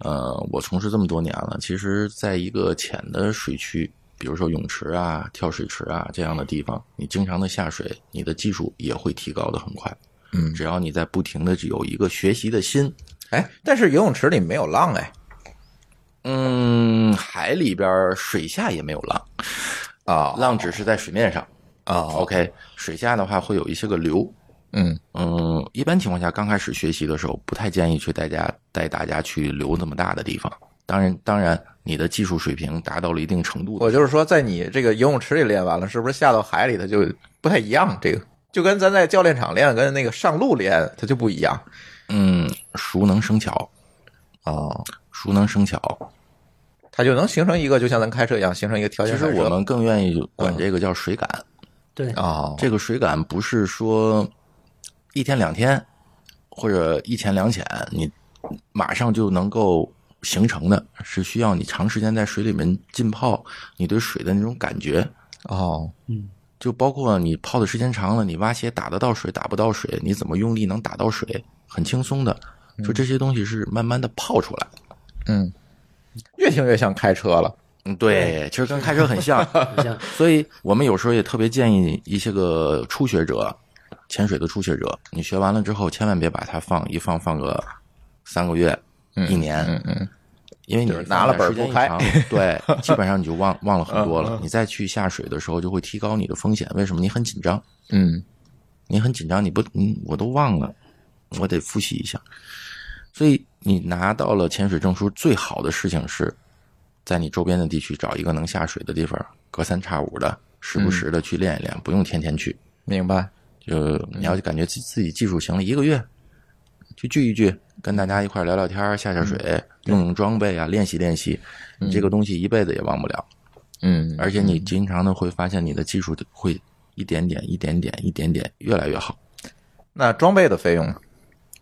Speaker 3: 呃，我从事这么多年了，其实在一个浅的水区，比如说泳池啊、跳水池啊这样的地方，你经常的下水，你的技术也会提高的很快。
Speaker 1: 嗯
Speaker 3: 只要你在不停的有一个学习的心，
Speaker 1: 哎，但是游泳池里没有浪哎
Speaker 3: 嗯，海里边儿水下也没有浪，
Speaker 1: 啊
Speaker 3: 浪只是在水面上。
Speaker 1: 啊，
Speaker 3: 哦 OK，水下的话会有一些个流。
Speaker 1: 嗯
Speaker 3: 嗯，一般情况下，刚开始学习的时候，不太建议去带家带大家去流那么大的地方。当然，当然，你的技术水平达到了一定程度的
Speaker 1: 我就是说，在你这个游泳池里练完了，是不是下到海里它就不太一样？这个就跟咱在教练场练，跟那个上路练它就不一样
Speaker 3: 嗯，熟能生巧，
Speaker 1: 哦，
Speaker 3: 熟能生巧。
Speaker 1: 它就能形成一个，就像咱开车一哦样，形成一个条
Speaker 3: 其
Speaker 1: 件
Speaker 3: 实
Speaker 1: 反射。
Speaker 3: 我们更愿意管这个叫水感。
Speaker 4: 对，
Speaker 1: 哦，
Speaker 3: 这个水感不是说一天两天或者一浅两浅，你马上就能够形成的，是需要你长时间在水里面浸泡，你对水的那种感觉，
Speaker 1: 哦，
Speaker 3: 就包括你泡的时间长了，你蛙鞋打得到水，打不到水，你怎么用力能打到水，很轻松的。就这些东西是慢慢的泡出来，
Speaker 1: 嗯，越听越像开车了。
Speaker 3: 嗯，对，其实跟开车很像，
Speaker 4: 很像
Speaker 3: 所以我们有时候也特别建议一些个初学者，潜水的初学者，你学完了之后，千万别把它放一放放个三个月、一年，
Speaker 1: 嗯嗯，
Speaker 3: 因为你
Speaker 1: 就是拿了本儿不开嗯
Speaker 3: 放的 时间一长，对，基本上你就忘忘了很多了。你再去下水的时候，就会提高你的风险。为什么？你很紧张，
Speaker 1: 嗯，
Speaker 3: 你很紧张，你不，嗯，我都忘了，我得复习一下。所以你拿到了潜水证书，最好的事情是，在你周边的地区找一个能下水的地方，隔三差五的，时不时的去练一练，不用天天去。
Speaker 1: 明白。
Speaker 3: 就你要感觉自自己技术行了，一个月去聚一聚，跟大家一块儿聊聊天儿、下下水、
Speaker 1: 嗯
Speaker 3: 用用装备啊，练习练习。你这个东西一辈子也忘不了，
Speaker 1: 嗯，
Speaker 3: 而且你经常的会发现你的技术会一点点、一点点、一点点越来越好。
Speaker 1: 那装备的费用呢，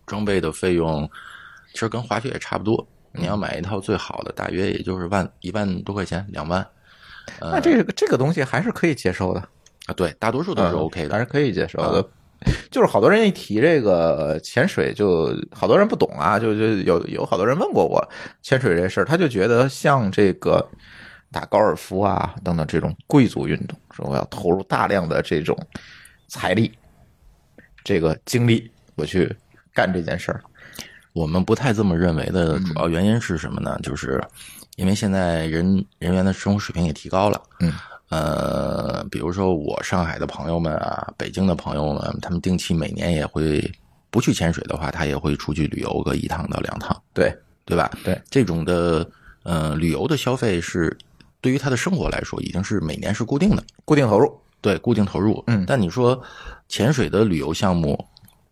Speaker 3: 装备的费用其实跟滑雪也差不多，你要买一套最好的，大约也就是万一万多块钱，两万呃
Speaker 1: 那这个这个东西还是可以接受的，
Speaker 3: 啊。对，大多数都是 OK
Speaker 1: 还
Speaker 3: 的。
Speaker 1: 是嗯啊可以接受的。就是好多人一提这个潜水就，好多人不懂啊，就就有有好多人问过我潜水这事儿，他就觉得像这个打高尔夫啊等等这种贵族运动，说我要投入大量的这种财力、这个精力，我去干这件事儿。
Speaker 3: 我们不太这么认为的
Speaker 1: 嗯
Speaker 3: 主要原因是什么呢？就是因为现在人人员的生活水平也提高了，
Speaker 1: 嗯，
Speaker 3: 呃，比如说我上海的朋友们啊，北京的朋友们，他们定期每年也会不去潜水的话，他也会出去旅游个一趟到两趟，
Speaker 1: 对，
Speaker 3: 对吧？
Speaker 1: 对，
Speaker 3: 这种的呃旅游的消费是对于他的生活来说，已经是每年是固定的，
Speaker 1: 固定投入，
Speaker 3: 对，固定投入。
Speaker 1: 嗯
Speaker 3: 但你说潜水的旅游项目，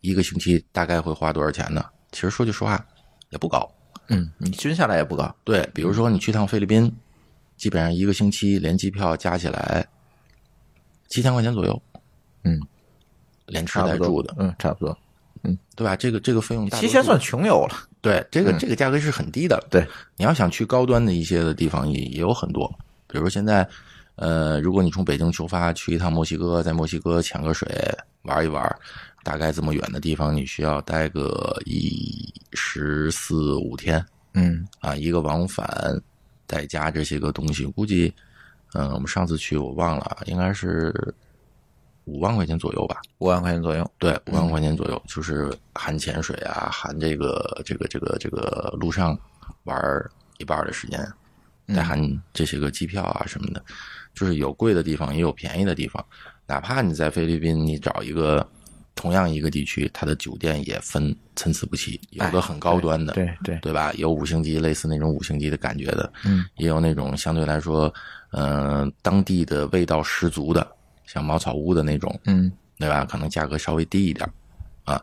Speaker 3: 一个星期大概会花多少钱呢？其实说句实话，也不高。
Speaker 1: 嗯，你均下来也不高，
Speaker 3: 对，比如说你去趟菲律宾，基本上一个星期连机票加起来七千块钱左右。
Speaker 1: 嗯，
Speaker 3: 连吃
Speaker 1: 差
Speaker 3: 带
Speaker 1: 不多
Speaker 3: 住的，，
Speaker 1: 嗯，差不多，
Speaker 3: 对吧？这个这个费用大多
Speaker 1: 提前
Speaker 3: 数
Speaker 1: 算穷游了，
Speaker 3: 对，这个
Speaker 1: 嗯
Speaker 3: 这个价格是很低的。
Speaker 1: 对，
Speaker 3: 你要想去高端的一些的地方也也有很多，比如说现在，呃，如果你从北京出发去一趟墨西哥，在墨西哥潜个水玩一玩，大概这么远的地方，你需要待个一十四五天
Speaker 1: 嗯，
Speaker 3: 啊，一个往返，再加这些个东西，估计，嗯、我们上次去我忘了，应该是五万块钱左右吧。
Speaker 1: 五万块钱左右，
Speaker 3: 对，五
Speaker 1: 嗯
Speaker 3: 万块钱左右，就是含潜水啊，含这个这个这个这个路上玩儿一半儿的时间，
Speaker 1: 嗯
Speaker 3: 再含这些个机票啊什么的，就是有贵的地方，也有便宜的地方。哪怕你在菲律宾，你找一个同样一个地区，它的酒店也分参差不齐，有的很高端的，
Speaker 1: 哎对对，
Speaker 3: 对吧？有五星级，类似那种五星级的感觉的，
Speaker 1: 嗯，
Speaker 3: 也有那种相对来说，嗯、当地的味道十足的，像茅草屋的那种，
Speaker 1: 嗯，
Speaker 3: 对吧？可能价格稍微低一点儿，啊，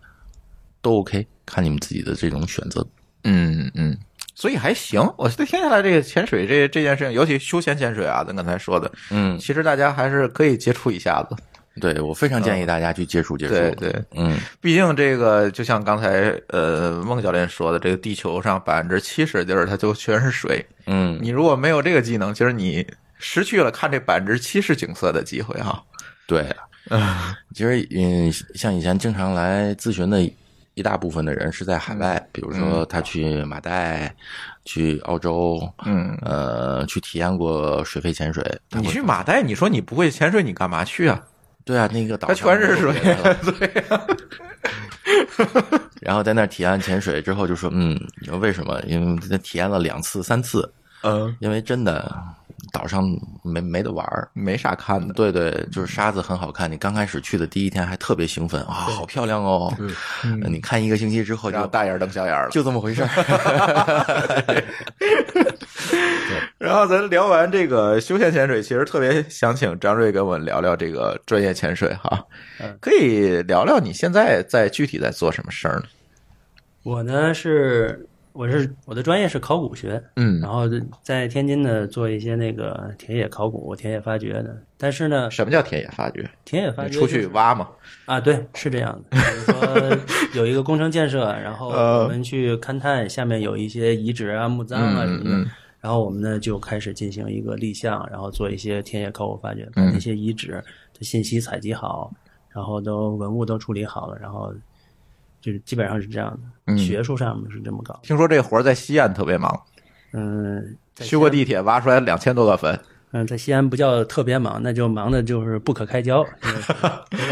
Speaker 3: 都 OK，看你们自己的这种选择。
Speaker 1: 嗯，嗯，所以还行。我觉得听下来，这个潜水这这件事情，尤其休闲潜水啊，咱刚才说的，
Speaker 3: 嗯，
Speaker 1: 其实大家还是可以接触一下子。
Speaker 3: 对我非常建议大家去接触接触。
Speaker 1: 嗯对对，
Speaker 3: 嗯，
Speaker 1: 毕竟这个就像刚才呃孟教练说的，这个地球上百分之七十地儿它就全是水，
Speaker 3: 嗯
Speaker 1: 你如果没有这个技能，其实你失去了看这百分之七十景色的机会哈、
Speaker 3: 对，啊其实嗯，像以前经常来咨询的一大部分的人是在海外，
Speaker 1: 嗯
Speaker 3: 比如说他去马代、去澳洲，
Speaker 1: 嗯，
Speaker 3: 呃，去体验过水肺潜水。他
Speaker 1: 你
Speaker 3: 会
Speaker 1: 去马代，你说你不会潜水，你干嘛去啊？
Speaker 3: 对啊，那个岛
Speaker 1: 它全是水，
Speaker 3: 上 都是别的了然后在那儿体验潜水之后，就说嗯，你说为什么？因为他体验了两次、三次，
Speaker 1: 嗯，
Speaker 3: 因为真的岛上没没得玩儿。
Speaker 1: 没啥看的。
Speaker 3: 对对，就是沙子很好看。你刚开始去的第一天还特别兴奋啊，好漂亮哦！呃你看一个星期之后
Speaker 1: 然后
Speaker 3: 就
Speaker 1: 大眼瞪小眼了，
Speaker 3: 就这么回事儿。
Speaker 1: 然后咱聊完这个休闲潜水，其实特别想请张瑞跟我们聊聊这个专业潜水哈
Speaker 4: 嗯，
Speaker 1: 可以聊聊你现在在具体在做什么事儿呢？
Speaker 4: 我呢是我是我的专业是考古学，
Speaker 1: 嗯
Speaker 4: 然，后在天津呢做一些那个田野考古、田野发掘的。但是呢，
Speaker 1: 什么叫田野发掘？
Speaker 4: 田野发
Speaker 1: 你
Speaker 4: 掘、
Speaker 1: 出去挖嘛？
Speaker 4: 啊，对，是这样的。比 如说有一个工程建设，然后
Speaker 1: 呃
Speaker 4: 我们去勘探下面有一些遗址啊、墓葬啊什
Speaker 1: 嗯
Speaker 4: 么的，
Speaker 1: 嗯
Speaker 4: 然后我们呢就开始进行一个立项，然后做一些田野考古发掘，把
Speaker 1: 嗯
Speaker 4: 那些遗址的信息采集好，然后都文物都处理好了，然后就是基本上是这样的。
Speaker 1: 嗯
Speaker 4: 学术上面是这么搞。
Speaker 1: 听说这活儿在西安特别忙，
Speaker 4: 嗯，在
Speaker 1: 去过
Speaker 4: 西安
Speaker 1: 地铁，挖出来两千多个坟，
Speaker 4: 嗯，在西安不叫特别忙，那就忙的就是不可开交，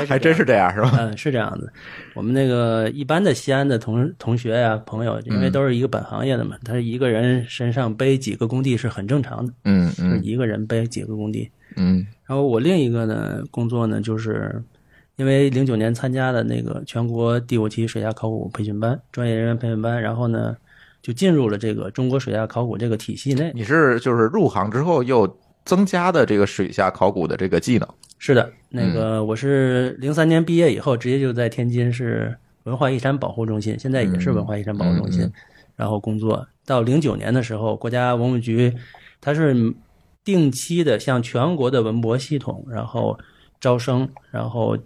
Speaker 1: 还真是这样，是 吧？
Speaker 4: 嗯，是这样子。我们那个一般的西安的同同学呀、朋友，因为都是一个本行业的嘛，他一个人身上背几个工地是很正常的，
Speaker 1: 嗯
Speaker 4: 就是
Speaker 1: 嗯
Speaker 4: 一个人背几个工地。
Speaker 1: 嗯
Speaker 4: 然后我另一个呢工作呢，就是因为零九年参加的那个全国第五期水下考古培训班，专业人员培训班，然后呢就进入了这个中国水下考古这个体系内。
Speaker 1: 你是就是入行之后又增加的这个水下考古的这个技能，
Speaker 4: 是的，
Speaker 1: 嗯
Speaker 4: 那个我是零三年毕业以后，直接就在天津市文化遗产保护中心，现在也是文化遗产保护中心，
Speaker 1: 嗯嗯
Speaker 4: 然后工作到零九年的时候，国家文物局它是定期的向全国的文博系统，然后招生，然后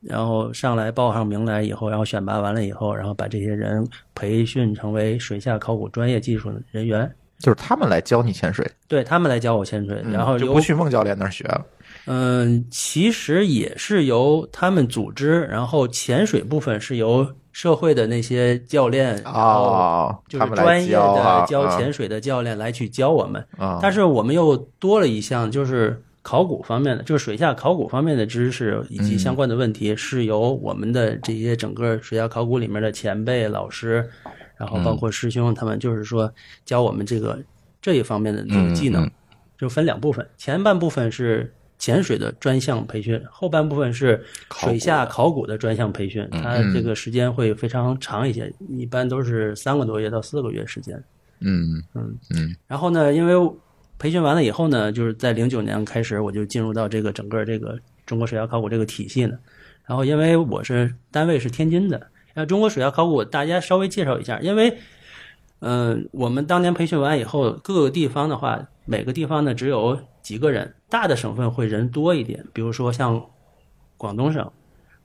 Speaker 4: 然后上来报上名来以后，然后选拔完了以后，然后把这些人培训成为水下考古专业技术人员。
Speaker 1: 就是他们来教你潜水，嗯
Speaker 4: 对他们来教我潜水，然后
Speaker 1: 就
Speaker 4: 由
Speaker 1: 不去孟教练那儿学了。
Speaker 4: 嗯，其实也是由他们组织，然后潜水部分是由社会的那些教练，
Speaker 1: 哦，
Speaker 4: 然后就
Speaker 1: 他
Speaker 4: 是
Speaker 1: 们
Speaker 4: 专
Speaker 1: 来
Speaker 4: 业
Speaker 1: 教
Speaker 4: 的
Speaker 1: 啊，
Speaker 4: 教
Speaker 1: 啊
Speaker 4: 潜水的教练来去教我们。
Speaker 1: 啊，
Speaker 4: 但是我们又多了一项，就是考古方面的，就是水下考古方面的知识以
Speaker 1: 嗯
Speaker 4: 及相关的问题，是由我们的这些整个水下考古里面的前辈老师，
Speaker 1: 嗯
Speaker 4: 然后包括师兄他们，就是说教我们这个这一方面的这个技能，
Speaker 1: 嗯嗯
Speaker 4: 就分两部分，前半部分是。潜水的专项培训，后半部分是
Speaker 3: 考古
Speaker 4: 水下考古的专项培训，
Speaker 1: 嗯
Speaker 4: 它这个时间会非常长一些，一般都是三个多月到四个月时间。
Speaker 1: 嗯
Speaker 4: 然后呢，因为培训完了以后呢，就是在零九年开始，我就进入到这个整个这个中国水下考古这个体系呢。然后因为我是单位是天津的，那中国水下考古大家稍微介绍一下，因为嗯、我们当年培训完以后，各个地方的话，每个地方呢只有几个人，大的省份会人多一点，比如说像广东省、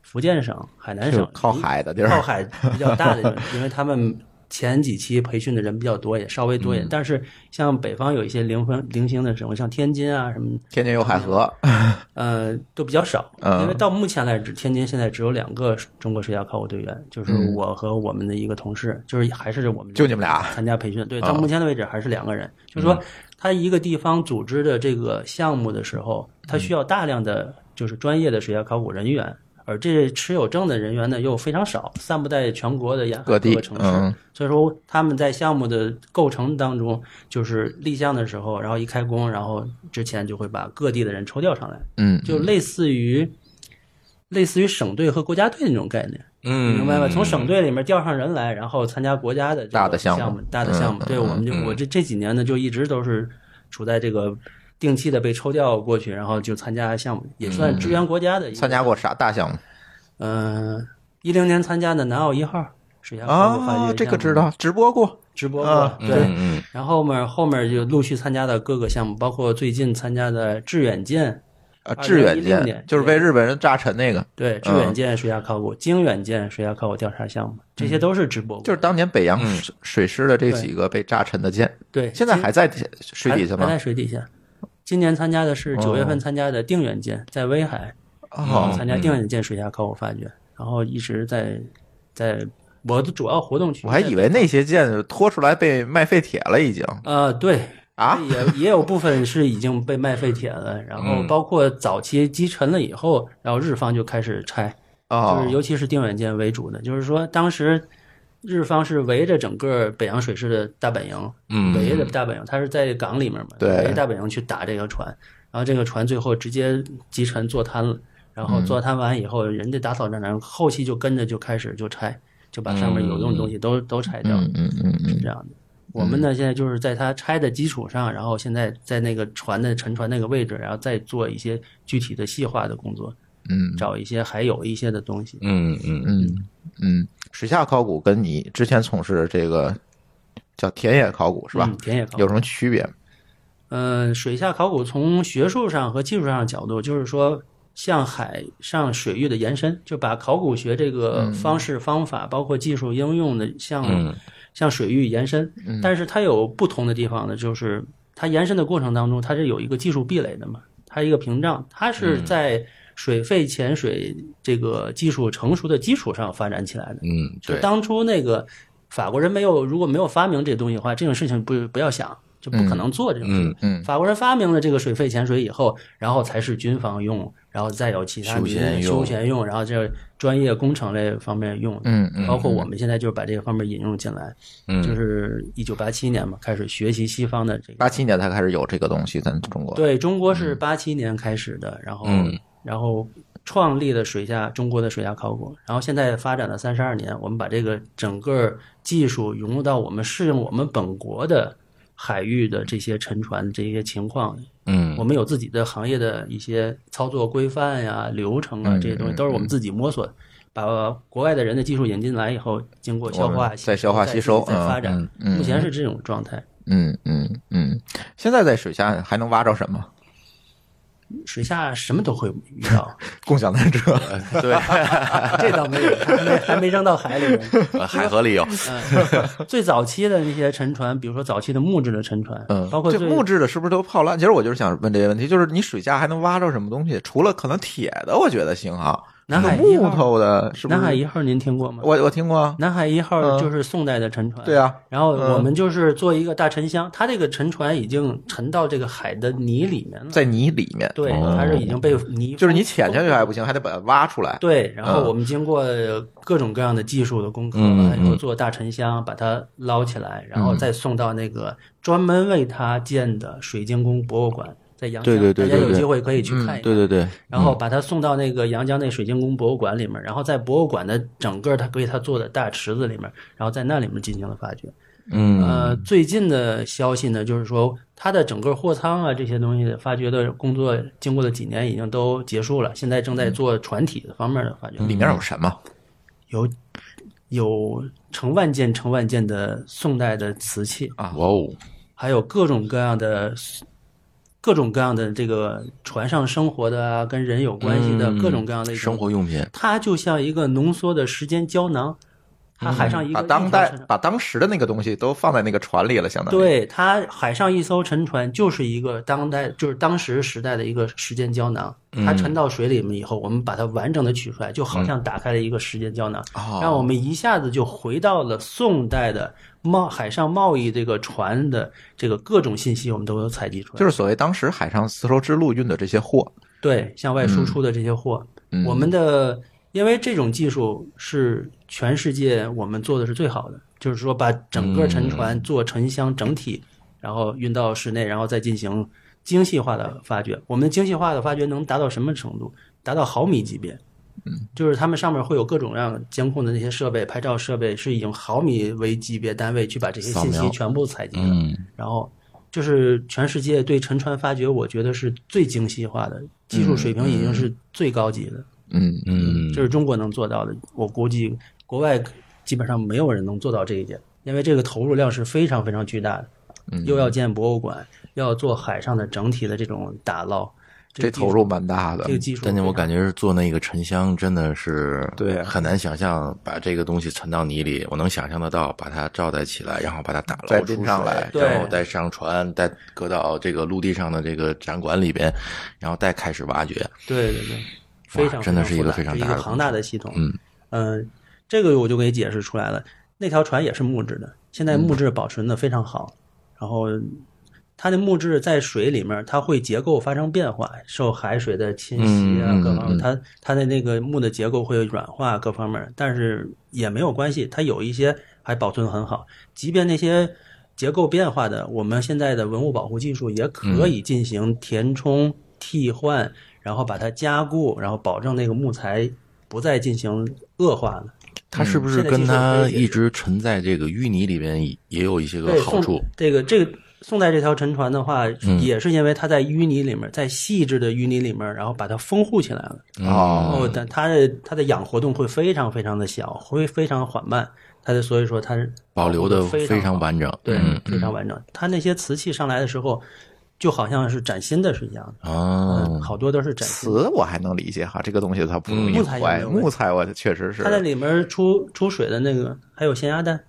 Speaker 4: 福建省、海南
Speaker 1: 就
Speaker 4: 省，
Speaker 1: 靠海的地儿，
Speaker 4: 靠海比较 大的地方，因为他
Speaker 1: 嗯
Speaker 4: 们前几期培训的人比较多，也稍微多一点。但是像北方有一些零分零星的省，像天津啊什么，
Speaker 1: 天津有海河，
Speaker 4: 呃，都比较少。
Speaker 1: 嗯
Speaker 4: 因为到目前来止，天津现在只有两个中国水下考古队员，就是
Speaker 1: 嗯
Speaker 4: 我和我们的一个同事，就是还是我们
Speaker 1: 就你们俩
Speaker 4: 参加培训。对，
Speaker 1: 啊嗯
Speaker 4: 到目前为止还是两个人。就是说，他一个地方组织的这个项目的时候，他需要大量的就是专业的水下考古人员，而这持有证的人员呢又非常少，散布在全国的沿海
Speaker 1: 各地
Speaker 4: 个城市。
Speaker 1: 嗯
Speaker 4: 所以说他们在项目的构成当中，就是立项的时候，然后一开工，然后之前就会把各地的人抽调上来，
Speaker 1: 嗯，
Speaker 4: 就类似于。类似于省队和国家队那种概念，你
Speaker 3: 嗯
Speaker 4: 明白吧？从省队里面调上人来，然后参加国家的这个
Speaker 1: 大的项
Speaker 4: 项
Speaker 1: 目
Speaker 4: 大的项目。
Speaker 1: 嗯
Speaker 4: 对，
Speaker 1: 嗯
Speaker 4: 我们就
Speaker 1: 嗯
Speaker 4: 我这这几年呢，就一直都是处在这个定期的被抽调过去，然后就参加项目，也算支援国家的一个。
Speaker 1: 嗯参加过啥大项目
Speaker 4: 嗯，一零年参加的南澳一号水下考古发掘项
Speaker 1: 啊？
Speaker 4: 目
Speaker 1: 这个知道，直播过，
Speaker 4: 直播
Speaker 1: 啊
Speaker 4: 过，对，
Speaker 3: 嗯
Speaker 4: 然后后面后面就陆续参加的各个项目，包括最近参加的致远舰，
Speaker 1: 啊，
Speaker 4: 2016
Speaker 1: 致远舰
Speaker 4: 年
Speaker 1: 就是被日本人炸沉那个，
Speaker 4: 对，致
Speaker 1: 嗯
Speaker 4: 远舰水下考古、京远舰水下考古调查项目，这些都是直播过，
Speaker 1: 嗯就是当年北洋
Speaker 3: 嗯
Speaker 1: 水水师的这几个被炸沉的舰，
Speaker 4: 对，
Speaker 1: 现在
Speaker 4: 今
Speaker 1: 还在底水底下
Speaker 4: 还还
Speaker 1: 吗
Speaker 4: 在？水底下。今年参加的是
Speaker 1: 哦
Speaker 4: 九月份参加的定远舰，在威海
Speaker 1: 哦，
Speaker 4: 参加定远舰水下考古发掘，然后一直在在我的主要活动区。
Speaker 1: 我还以为那些舰就拖出来被卖废铁了，已经
Speaker 4: 呃，对，
Speaker 1: 啊，
Speaker 4: 也也有部分是已经被卖废铁了，然后
Speaker 1: 哦
Speaker 3: 嗯
Speaker 4: 包括早期击沉了以后，然后日方就开始拆，
Speaker 1: 哦
Speaker 4: 就是，尤其是定远舰为主的，就是说当时日方是围着整个北洋水师的大本营，
Speaker 3: 嗯
Speaker 4: 围着大本营，它是在港里面嘛，
Speaker 1: 对
Speaker 4: 围着大本营去打这个船，然后这个船最后直接击沉坐滩了，然
Speaker 1: 嗯
Speaker 4: 后坐滩完以后，人家打扫战场，后期就跟着就开始就拆，就把上面有用的东西都、都拆掉，
Speaker 1: 嗯嗯嗯
Speaker 4: 是这样的。我们呢，现在就是在它拆的基础上，然后现在在那个船的沉船那个位置，然后再做一些具体的细化的工作，
Speaker 1: 嗯
Speaker 4: 找一些还有一些的东西。
Speaker 3: 嗯嗯嗯，
Speaker 1: 嗯嗯，水下考古跟你之前从事的这个叫田野考古是吧
Speaker 4: 嗯？田野考古
Speaker 1: 有什么区别？
Speaker 4: 嗯，水下考古从学术上和技术上的角度，就是说向海上水域的延伸，就把考古学这个方式、方法，包括技术应用的向、
Speaker 3: 嗯
Speaker 4: 向水域延伸。但是它有不同的地方呢，就是它延伸的过程当中，它是有一个技术壁垒的嘛，它一个屏障，它是在水肺潜水这个技术成熟的基础上发展起来的。
Speaker 3: 嗯，
Speaker 4: 就
Speaker 3: 对，
Speaker 4: 当初那个法国人没有如果没有发明这东西的话，这种事情不不要想，就不可能做这种事。
Speaker 3: 嗯
Speaker 1: 嗯
Speaker 4: 法国人发明了这个水肺潜水以后，然后才是军方用，然后再有其他
Speaker 3: 休
Speaker 4: 民
Speaker 3: 闲用
Speaker 4: 休闲用，然后这专业工程类方面用。
Speaker 1: 嗯嗯
Speaker 4: 包括我们现在就是把这个方面引用进来，
Speaker 3: 嗯，
Speaker 4: 就是一九八七年嘛，开始学习西方的这个。
Speaker 1: 八七年才开始有这个东西，咱中国。
Speaker 4: 对中国
Speaker 1: 嗯
Speaker 4: 是八七年开始的，然后、
Speaker 3: 嗯
Speaker 4: 然后创立了水下中国的水下考古，然后现在发展了三十二年，我们把这个整个技术融入到我们适应我们本国的海域的这些沉船这些情况，
Speaker 3: 嗯
Speaker 4: 我们有自己的行业的一些操作规范呀、流程啊
Speaker 1: 嗯
Speaker 4: 这些东西
Speaker 1: 嗯
Speaker 4: 都是我们自己摸索的。把国外的人的技术引进来以后，经过消
Speaker 1: 我
Speaker 4: 化
Speaker 1: 们、
Speaker 4: 吸
Speaker 1: 再消化吸收
Speaker 4: 再再发展
Speaker 1: 嗯嗯嗯
Speaker 4: 目前是这种状态。
Speaker 1: 嗯嗯嗯，现在在水下还能挖着什么？
Speaker 4: 水下什么都会遇到，
Speaker 1: 共享单车。
Speaker 4: 呃
Speaker 3: 对，
Speaker 4: 这倒没有，还没还没扔到海里呢。
Speaker 3: 呃海河里有，
Speaker 4: 嗯，最早期的那些沉船，比如说早期的木质的沉船，
Speaker 1: 嗯，
Speaker 4: 包括
Speaker 1: 这
Speaker 4: 最
Speaker 1: 木质的是不是都泡烂？其实我就是想问这个问题，就是你水下还能挖着什么东西？除了可能铁的，我觉得行哈。
Speaker 4: 南海
Speaker 1: 那
Speaker 4: 一
Speaker 1: 木
Speaker 4: 号，
Speaker 1: 头的，是不是？
Speaker 4: 南海一号您听过吗？
Speaker 1: 我我听过啊。
Speaker 4: 南海一号
Speaker 1: 嗯
Speaker 4: 就是宋代的沉船，
Speaker 1: 对啊，
Speaker 4: 然后
Speaker 1: 嗯
Speaker 4: 我们就是做一个大沉箱，它这个沉船已经沉到这个海的泥里面了，
Speaker 1: 在泥里面，
Speaker 4: 对，
Speaker 3: 哦
Speaker 4: 它是已经被泥
Speaker 1: 就是
Speaker 4: 封
Speaker 1: 你潜下去还不行，还得把它挖出来。
Speaker 4: 对，然后
Speaker 1: 嗯
Speaker 4: 我们经过各种各样的技术的攻克，
Speaker 3: 嗯
Speaker 4: 还有做大沉箱把它捞起来，然后再送到那个专门为它建的水晶宫博物馆，在阳江，
Speaker 3: 对对对
Speaker 4: 大家有
Speaker 3: 对对嗯
Speaker 4: 机会可以去看一看。
Speaker 3: 对嗯对，
Speaker 4: 然后把它送到那个阳江那水晶宫博物馆里面，然后在博物馆的整个它给它做的大池子里面，然后在那里面进行了发掘。
Speaker 3: 嗯
Speaker 4: 呃，最近的消息呢，就是说它的整个货舱啊这些东西的发掘的工作，经过了几年已经都结束了，现在正在
Speaker 3: 嗯
Speaker 4: 做船体的方面的发掘，
Speaker 1: 里面有什么？
Speaker 4: 有有成万件成万件的宋代的瓷器，
Speaker 1: 啊
Speaker 3: 哇哦，
Speaker 4: 还有各种各样的。各种各样的这个船上生活的啊，跟人有关系的、
Speaker 3: 嗯
Speaker 4: 各种各样的一种
Speaker 3: 生活用品，
Speaker 4: 它就像一个浓缩的时间胶囊，它海上一
Speaker 1: 嗯
Speaker 4: 个、
Speaker 1: 把当代
Speaker 4: 一条沉
Speaker 1: 把当时的那个东西都放在那个船里了，相当于。
Speaker 4: 对它海上一艘沉船就是一个当代就是当时时代的一个时间胶囊，
Speaker 1: 嗯
Speaker 4: 它沉到水里面以后，我们把它完整的取出来，就好像打开了一个时间胶囊，
Speaker 1: 哦
Speaker 4: 让我们一下子就回到了宋代的贸海上贸易这个船的这个各种信息，我们都有采集出来，
Speaker 1: 就是是所谓当时海上丝绸之路运的这些货，
Speaker 3: 嗯
Speaker 4: 对向外输出的这些货。
Speaker 1: 嗯
Speaker 4: 我们的因为这种技术是全世界我们做的是最好的，就是说把整个沉船
Speaker 3: 嗯
Speaker 4: 做沉箱整体，然后运到室内，然后再进行精细化的发掘。我们的精细化的发掘能达到什么程度？达到毫米级别。
Speaker 3: 嗯
Speaker 4: 就是他们上面会有各种让监控的那些设备、拍照设备，是以毫米为级别单位去把这些
Speaker 3: 扫
Speaker 4: 信息
Speaker 3: 描
Speaker 4: 全部采集的。
Speaker 3: 嗯
Speaker 4: 然后就是全世界对沉船发掘，我觉得是最精细化的，技术水平已经是最高级的。
Speaker 1: 嗯
Speaker 3: 嗯，
Speaker 4: 这是中国能做到的。我估计国外基本上没有人能做到这一点，因为这个投入量是非常非常巨大的，
Speaker 3: 嗯
Speaker 4: 又要建博物馆，又要做海上的整体的这种打捞，
Speaker 1: 这
Speaker 4: 个技术
Speaker 1: 投入蛮大的
Speaker 4: 这。个技术，
Speaker 3: 但是我感觉是做那个沉香真的是
Speaker 1: 对啊
Speaker 3: 很难想象把这个东西沉到泥里，我能想象得到，把它罩带起来，然后把它打
Speaker 1: 再
Speaker 3: 捞出
Speaker 1: 拎
Speaker 3: 水
Speaker 1: 上来
Speaker 4: 对
Speaker 3: 然后再上船，再搁到这个陆地上的这个展馆里边，然后再开始挖掘。
Speaker 4: 对对对，非常
Speaker 3: 真的是一个非
Speaker 4: 非
Speaker 3: 常
Speaker 4: 复杂
Speaker 3: 大的
Speaker 4: 是一个庞大的系统。
Speaker 3: 嗯
Speaker 4: 呃这个我就给解释出来了。那条船也是木质的，现
Speaker 3: 嗯
Speaker 4: 在木质保存的非常好，然后。它的木质在水里面，它会结构发生变化，受海水的侵袭啊，
Speaker 3: 嗯嗯
Speaker 4: 各方面，
Speaker 3: 嗯
Speaker 4: 它它的那个木的结构会软化各方面，但是也没有关系，它有一些还保存得很好，即便那些结构变化的，我们现在的文物保护技术也可以进行填充、替换，然后把它加固，然后保证那个木材不再进行恶化了。
Speaker 3: 它是不是
Speaker 4: 嗯现在技
Speaker 3: 跟
Speaker 4: 术
Speaker 3: 它
Speaker 4: 可以解
Speaker 3: 一
Speaker 4: 决
Speaker 3: 直沉在这个淤泥里边也也有一些
Speaker 4: 对，
Speaker 3: 个好处嗯
Speaker 4: 宋？这个这个宋代这条沉船的话，也是因为它在淤泥里面，在细致的淤泥里面，然后把它封护起来了。然
Speaker 1: 哦，
Speaker 4: 后但它的它的氧活动会非常非常的小，会非常缓慢。它的所以说它是
Speaker 3: 保留的
Speaker 4: 非
Speaker 3: 非
Speaker 4: 常
Speaker 3: 常
Speaker 4: 好
Speaker 3: 完整。
Speaker 4: 对
Speaker 3: 嗯，
Speaker 4: 非常完整。它那些瓷器上来的时候，就好像是崭新的是一样的。嗯，
Speaker 3: 哦，
Speaker 4: 好多都是崭新的。
Speaker 1: 瓷我还能理解哈，这个东西它不容易
Speaker 4: 木材也没
Speaker 1: 坏。
Speaker 4: 有
Speaker 1: 木材我确实是
Speaker 4: 它。那里面出出水的那个还有咸鸭蛋，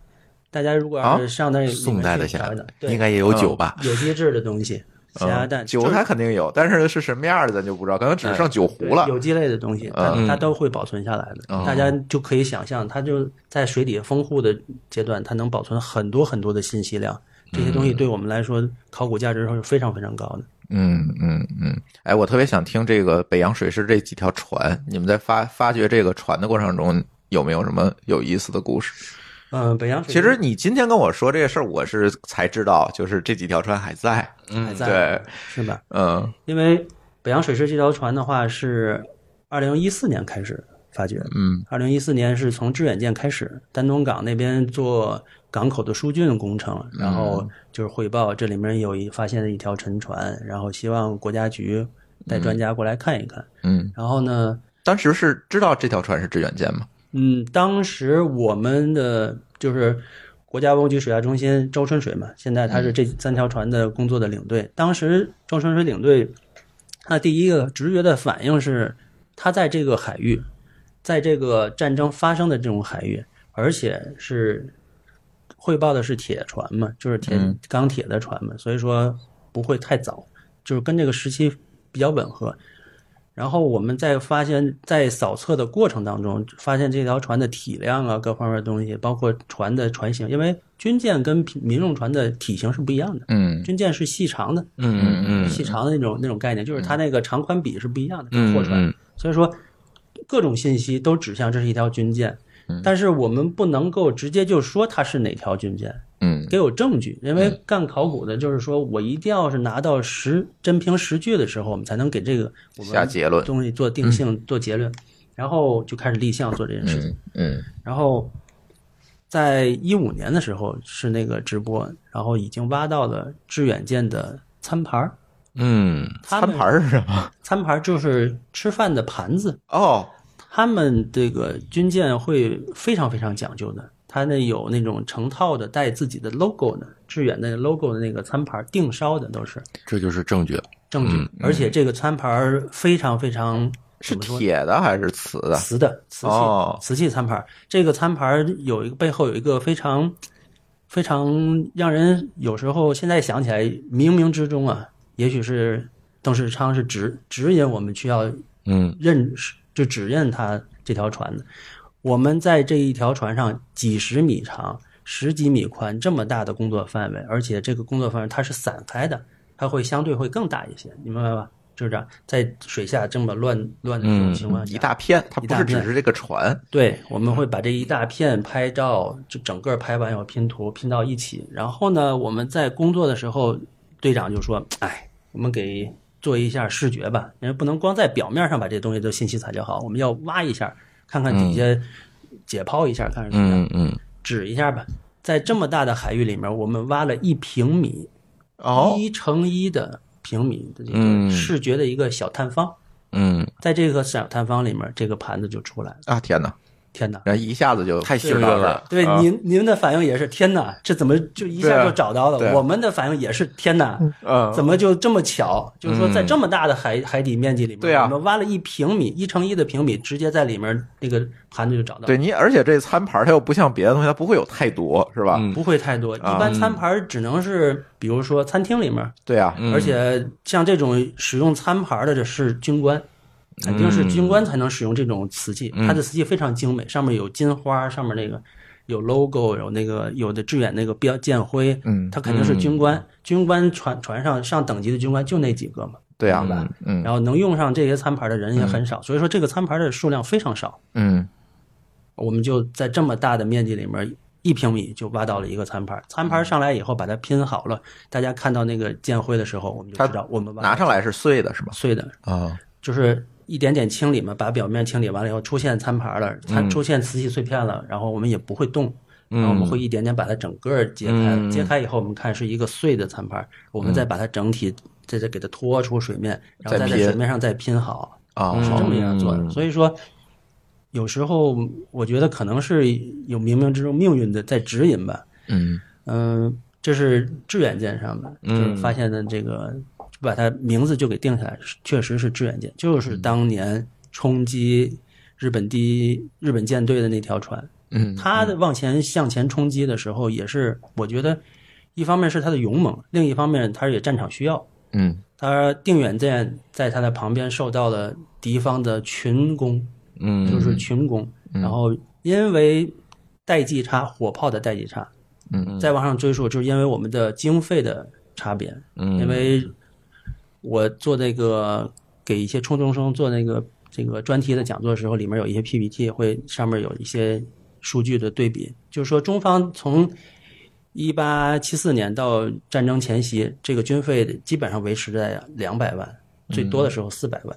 Speaker 4: 大家如果
Speaker 1: 啊
Speaker 4: 要是上那里面
Speaker 3: 宋代的
Speaker 4: 去
Speaker 3: 现
Speaker 4: 找一
Speaker 3: 在
Speaker 4: 找，对嗯
Speaker 3: 应该也有酒吧？
Speaker 4: 有机制的东西，咸鸭
Speaker 3: 呃
Speaker 4: 蛋
Speaker 1: 酒
Speaker 4: 就是嗯
Speaker 1: 它肯定有，但是是什么样的咱就不知道，可能只剩酒
Speaker 4: 对
Speaker 1: 壶了。
Speaker 4: 有机类的东西，它、
Speaker 3: 嗯
Speaker 4: 它都会保存下来的。
Speaker 1: 哦
Speaker 4: 大家就可以想象，它就在水底丰护的阶段，它能保存很多很多的信息量。这些东西对我们来说，考古价值是非常非常高的。
Speaker 1: 嗯嗯嗯，哎，我特别想听这个北洋水师这几条船，你们在发发掘这个船的过程中有没有什么有意思的故事？
Speaker 4: 嗯，北洋水
Speaker 1: 其实你今天跟我说这个事儿，我是才知道，就是这几条船还在。
Speaker 4: 还
Speaker 3: 嗯，
Speaker 4: 在，
Speaker 1: 对
Speaker 4: 是吧？
Speaker 1: 嗯
Speaker 4: 因为北洋水师这条船的话是二零一四年开始发掘的，
Speaker 1: 嗯
Speaker 4: 二零一四年是从致远舰开始，丹东港那边做港口的疏浚工程，然
Speaker 1: 嗯
Speaker 4: 后就是汇报这里面有一发现了一条沉船，然后希望国家局带专家过来看一看。
Speaker 1: 嗯，
Speaker 4: 然后呢，
Speaker 1: 当时是知道这条船是致远舰吗？
Speaker 4: 嗯，当时我们的就是国家文物局水下中心周春水嘛，现在他是这三条船的工作的领队。当时周春水领队，他第一个直觉的反应是，他在这个海域，在这个战争发生的这种海域，而且是汇报的是铁船嘛，就是铁
Speaker 1: 嗯
Speaker 4: 钢铁的船嘛，所以说不会太早，就是跟这个时期比较吻合。然后我们在发现，在扫测的过程当中，发现这条船的体量啊，各方面的东西，包括船的船型，因为军舰跟平民用船的体型是不一样的。
Speaker 1: 嗯
Speaker 4: 军舰是细长的，
Speaker 3: 嗯嗯
Speaker 4: 细长的那种那种概念，就是它那个长宽比是不一样的，跟
Speaker 3: 嗯
Speaker 4: 货船
Speaker 3: 嗯。
Speaker 4: 所以说，各种信息都指向这是一条军舰，
Speaker 3: 嗯
Speaker 4: 但是我们不能够直接就说它是哪条军舰，
Speaker 1: 嗯
Speaker 4: 得有证据，因
Speaker 3: 嗯
Speaker 4: 为干考古的，就是说我一定要是拿到实真凭实据的时候，我们才能给这个我们
Speaker 1: 下结论
Speaker 4: 东西做定性、做结论，然后就开始立项做这件事情。
Speaker 1: 嗯
Speaker 4: 然后在一五年的时候是那个直播，然后已经挖到了致远舰的餐盘儿，
Speaker 3: 嗯
Speaker 4: 他
Speaker 1: 餐
Speaker 4: 们
Speaker 1: 盘是什么？
Speaker 4: 餐盘儿就是吃饭的盘子，
Speaker 1: 哦，
Speaker 4: 他们这个军舰会非常非常讲究的，它那有那种成套的带自己的 logo 的，致远的 logo 的那个餐盘定烧的都是
Speaker 3: 这就是证据。
Speaker 4: 证
Speaker 1: 嗯
Speaker 4: 据，而且这个餐盘非常非常
Speaker 1: 是
Speaker 4: 怎么说
Speaker 1: 铁的还是瓷的？
Speaker 4: 瓷的瓷器、
Speaker 1: 哦
Speaker 4: 瓷器餐盘，这个餐盘有一个背后有一个非常非常让人有时候现在想起来冥冥之中啊，也许是邓世昌是指指引我们需要
Speaker 3: 嗯
Speaker 4: 认识，就指认他这条船的。我们在这一条船上几十米长、十几米宽这么大的工作范围，而且这个工作范围它是散开的，它会相对会更大一些，你明白吧？就是这样，在水下这么乱乱的这种情况
Speaker 1: 嗯
Speaker 4: 下，
Speaker 1: 一大片，它
Speaker 4: 一
Speaker 1: 不
Speaker 4: 大
Speaker 1: 是只
Speaker 4: 片
Speaker 1: 是这个船。
Speaker 4: 对，我们会把这一大片拍照，就整个拍完以后拼图拼到一起。然后呢，我们在工作的时候，队长就说：“哎，我们给做一下视觉吧，因为不能光在表面上把这东西都信息采集好，我们要挖一下，看看底下解剖一下，看看怎么样，
Speaker 3: 嗯嗯
Speaker 4: 指一下吧。”在这么大的海域里面，我们挖了一平米，
Speaker 1: 哦，
Speaker 4: 一乘一的平米的这个
Speaker 3: 嗯
Speaker 4: 视觉的一个小探方，
Speaker 3: 嗯，
Speaker 4: 在这个小探方里面，这个盘子就出来了。
Speaker 1: 啊天哪！
Speaker 4: 天哪！
Speaker 1: 然后一下子就
Speaker 3: 太
Speaker 1: 知
Speaker 3: 幸运
Speaker 1: 道这
Speaker 3: 了
Speaker 4: 对，
Speaker 1: 啊
Speaker 4: 您您的反应也是天哪，这怎么就一
Speaker 1: 对啊
Speaker 4: 下就找到
Speaker 1: 对
Speaker 4: 了？我们的反应也是天哪，
Speaker 1: 嗯
Speaker 4: 怎么就这么巧？就是说，在这么大的海海底面积里面，
Speaker 1: 对啊
Speaker 4: 我们挖了一平米，一乘一的平米，直接在里面那个盘子就找到了
Speaker 1: 对，你，而且这餐盘它又不像别的东西，它不会有太多，是吧？
Speaker 3: 嗯
Speaker 4: 不会太多。一
Speaker 1: 啊
Speaker 4: 般餐盘只能是，比如说餐厅里面，
Speaker 1: 对啊，
Speaker 3: 嗯
Speaker 4: 而且像这种使用餐盘的，这是军官。
Speaker 1: 嗯
Speaker 4: 肯定是军官才能使用这种瓷器，它的瓷器非常精美，上面有金花，上面那个有 logo，有那个有的致远那个标剑徽，
Speaker 1: 嗯
Speaker 4: 它肯定是军官，军官船船上上等级的军官就那几个嘛，
Speaker 1: 对啊，
Speaker 4: 然后能用上这些餐盘的人也很少，所以说这个餐盘的数量非常少，
Speaker 1: 嗯
Speaker 4: 我们就在这么大的面积里面。一平米就挖到了一个餐盘，餐盘上来以后把它拼好了，大家看到那个剑徽的时候，我们就知道我们挖
Speaker 1: 拿上来是碎的，是吧？
Speaker 4: 碎的
Speaker 1: 啊，
Speaker 4: 就是一点点清理嘛，把表面清理完了以后，出现餐盘了，它出现瓷器碎片了，然后我们也不会动，然后我们会一点点把它整个揭开，揭开以后我们看是一个碎的餐盘，我们再把它整体再再给它拖出水面，然后
Speaker 1: 再
Speaker 4: 再在
Speaker 1: 拼
Speaker 4: 水面上再拼好，
Speaker 1: 啊，
Speaker 4: 是嗯这么样做的。
Speaker 3: 嗯
Speaker 4: 所以说，有时候我觉得可能是有冥冥之中命运的在指引吧。
Speaker 1: 嗯
Speaker 4: 嗯，这是致远舰上的，就是发现的这个，就把它名字就给定下来，是确实是致远舰，就是
Speaker 1: 嗯
Speaker 4: 当年冲击日本第一日本舰队的那条船。
Speaker 1: 嗯
Speaker 4: 它的往前向前冲击的时候，也是我觉得，一方面是它的勇猛，另一方面它也战场需要。
Speaker 3: 嗯
Speaker 4: 它定远舰在它的旁边受到了敌方的群攻，
Speaker 3: 嗯，
Speaker 4: 就是群攻，然后因为代际差，火炮的代际差，
Speaker 1: 嗯，
Speaker 4: 再往上追溯，就是因为我们的经费的差别，
Speaker 3: 嗯
Speaker 4: 因为我做那个给一些初中生做那个这个专题的讲座的时候，里面有一些 PPT 会上面有一些数据的对比，就是说中方从一八七四年到战争前夕，这个军费基本上维持在两百万，最多的时候四百万，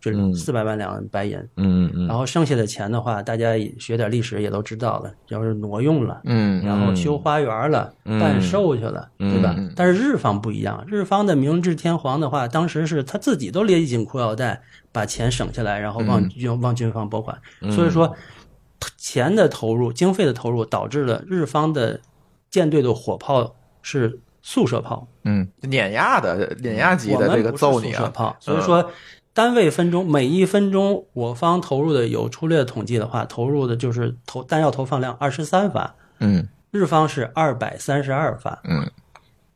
Speaker 4: 就是四百万两白银。
Speaker 3: 嗯嗯
Speaker 4: 然后剩下的钱的话，大家也学点历史也都知道了，要是挪用了，
Speaker 1: 嗯
Speaker 4: 然后修花园了，办寿去了，对吧？但是日方不一样，日方的明治天皇的话，当时是他自己都勒紧裤腰带把钱省下来，然后往军、往军方拨款，所以说钱的投入、经费的投入，导致了日方的舰队的火炮是速射炮，
Speaker 1: 嗯，碾压的碾压级
Speaker 4: 我
Speaker 1: 的
Speaker 4: 们
Speaker 1: 这个
Speaker 4: 不是
Speaker 1: 揍你
Speaker 4: 速射
Speaker 1: 啊，
Speaker 4: 炮所以说，单位分钟，每一分钟我方投入的有粗略统计的话，投入的就是投弹药投放量二十三发，
Speaker 1: 嗯
Speaker 4: 日方是二百三十二发，
Speaker 1: 嗯，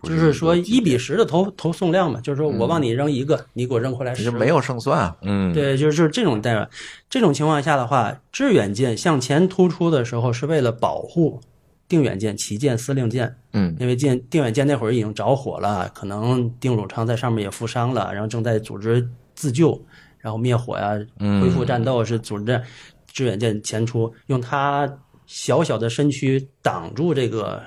Speaker 4: 就是说一比十的投投送量嘛，就是说我往你扔一个，你给我扔回来
Speaker 1: 嗯你
Speaker 4: 十
Speaker 1: 就
Speaker 4: 个，
Speaker 1: 没有胜算啊，
Speaker 3: 嗯，
Speaker 4: 对，就是就是这种代表。这种情况下的话，致远舰向前突出的时候，是为了保护定远舰、旗舰、司令舰。
Speaker 1: 嗯，
Speaker 4: 因为舰定远舰那会儿已经着火了，可能丁汝昌在上面也负伤了，然后正在组织自救，然后灭火呀、恢复战斗，是组织战致远舰前出，用它小小的身躯挡住这个。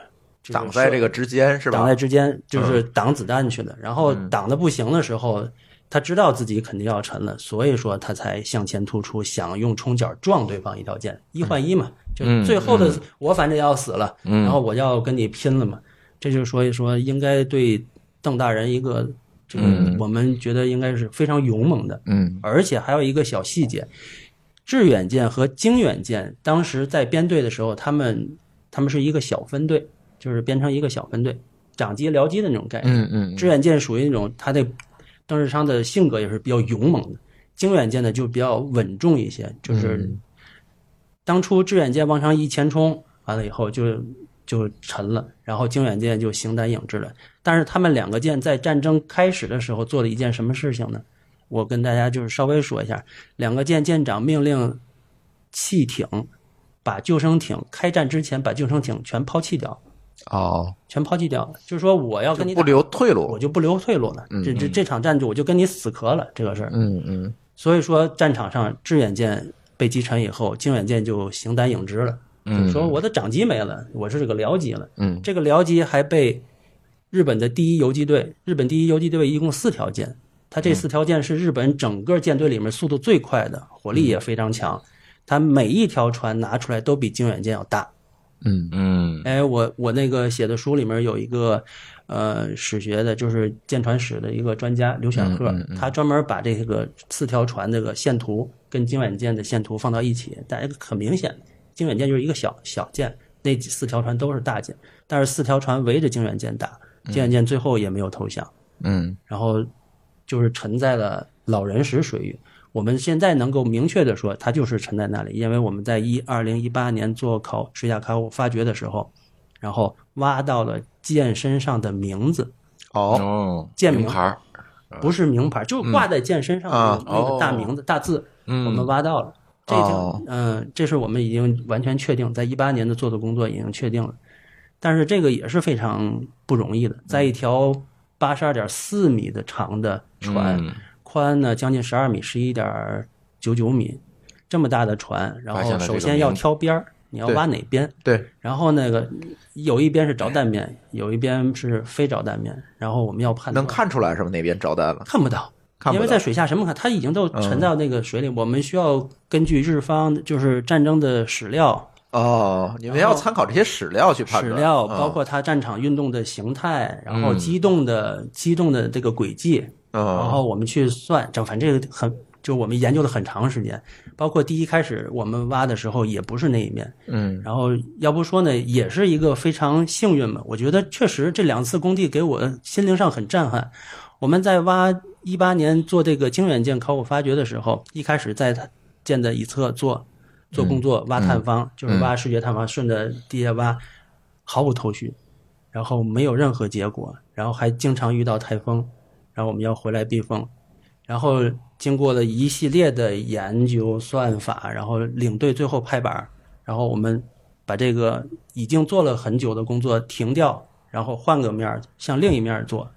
Speaker 4: 这个
Speaker 1: 挡在
Speaker 4: 射
Speaker 1: 这个之间是
Speaker 4: 挡
Speaker 1: 吧嗯
Speaker 4: 在？之间，就是挡子弹去的。然后挡的不行的时候，他知道自己肯定要沉了，所以说他才向前突出，想用冲脚撞对方一条箭，一换一嘛，
Speaker 1: 嗯
Speaker 4: 就是最后的我反正要死了，然后我要跟你拼了嘛。这就是所以说应该对邓大人一个这个我们觉得应该是非常勇猛的，
Speaker 1: 嗯，
Speaker 4: 而且还有一个小细节，致远舰和经远舰当时在编队的时候，他们他们是一个小分队，就是编成一个小分队，长机僚机的那种概念。
Speaker 1: 嗯嗯
Speaker 4: 致远舰属于那种他的邓世昌的性格也是比较勇猛的，经远舰呢就比较稳重一些，就是
Speaker 1: 嗯
Speaker 4: 当初致远舰往上一前冲，完了以后就就沉了，然后经远舰就形单影只了。但是他们两个舰在战争开始的时候做了一件什么事情呢？我跟大家就是稍微说一下，两个舰舰长命令汽艇把救生艇开战之前把救生艇全抛弃掉，
Speaker 1: 哦，
Speaker 4: 全抛弃掉，就是说我要跟你
Speaker 1: 不
Speaker 4: 打
Speaker 1: 留退
Speaker 4: 我
Speaker 1: 路，
Speaker 4: 就不留退路了。这这这场战就我就跟你死磕了这个事儿。
Speaker 1: 嗯嗯
Speaker 4: 所以说战场上致远舰被击沉以后，靖远舰就形单影只了。就是说我的长机没了，我是这个僚机了。
Speaker 1: 嗯，
Speaker 4: 这个僚机还被日本的第一游击队，日本第一游击队一共四条舰，
Speaker 1: 嗯
Speaker 4: 它这四条舰是日本整个舰队里面速度最快的，火力
Speaker 1: 嗯
Speaker 4: 也非常强。它每一条船拿出来都比靖远舰要大。
Speaker 1: 嗯
Speaker 3: 嗯
Speaker 4: 哎，我我那个写的书里面有一个，呃，史学的，就是舰船史的一个专家刘选鹤，他专门把这个四条船这个线图跟经远舰的线图放到一起，大家很明显，经远舰就是一个小小舰，那几四条船都是大舰，但是四条船围着经远舰打，经远舰最后也没有投降，
Speaker 1: 嗯
Speaker 4: 然后就是沉在了老人石水域。我们现在能够明确的说，它就是沉在那里，因为我们在一二零一八年做考水下考古发掘的时候，然后挖到了舰身上的名字，
Speaker 1: 哦
Speaker 3: 哦，
Speaker 4: 建明
Speaker 3: 名牌儿，
Speaker 4: 不是名牌，就挂在舰身上
Speaker 3: 嗯
Speaker 4: 的那
Speaker 3: 啊哦
Speaker 4: 个大名字、大字，我们挖到了。这已经
Speaker 1: 哦
Speaker 4: 嗯、这是我们已经完全确定，在一八年的做的工作已经确定了。但是这个也是非常不容
Speaker 3: 嗯
Speaker 4: 易的，在一条八十二点四米的长的船，
Speaker 3: 嗯
Speaker 4: 宽呢将近十二米，十一点九九米，这么大的船，然
Speaker 3: 发现
Speaker 4: 后
Speaker 3: 了这个
Speaker 4: 首先要
Speaker 3: 名字
Speaker 4: 挑边儿，你要挖哪边？
Speaker 1: 对，
Speaker 4: 然后那个有一边是着弹面，有一边是非着弹面，然后我们要判断
Speaker 1: 能看出来是吧？哪边着弹了？
Speaker 4: 看不到，
Speaker 1: 看不
Speaker 4: 因为
Speaker 1: 到嗯
Speaker 4: 在水下什么看，它已经都沉到那个水里。我们需要根据日方就是战争的史料、
Speaker 1: 哦，你们要参考这些史料去判
Speaker 4: 史
Speaker 1: 断，
Speaker 4: 料，
Speaker 1: 嗯
Speaker 4: 包括它战场运动的形态，然后机动的机动的这个轨迹，然
Speaker 1: 嗯
Speaker 4: 后我们去算，整反正这个很。就我们研究了很长时间，包括第一开始我们挖的时候也不是那一面，
Speaker 1: 嗯
Speaker 4: 然后要不说呢，也是一个非常幸运吧。我觉得确实这两次工地给我心灵上很震撼。我们在挖一八年做这个经远舰考古发掘的时候，一开始在它舰的一侧做做工作，挖探方，就是挖视觉探方，顺着地下挖，毫无头绪，然后没有任何结果，然后还经常遇到台风，然后我们要回来避风，然后经过了一系列的研究算法，然后领队最后拍板儿，然后我们把这个已经做了很久的工作停掉，然后换个面儿向另一面儿做。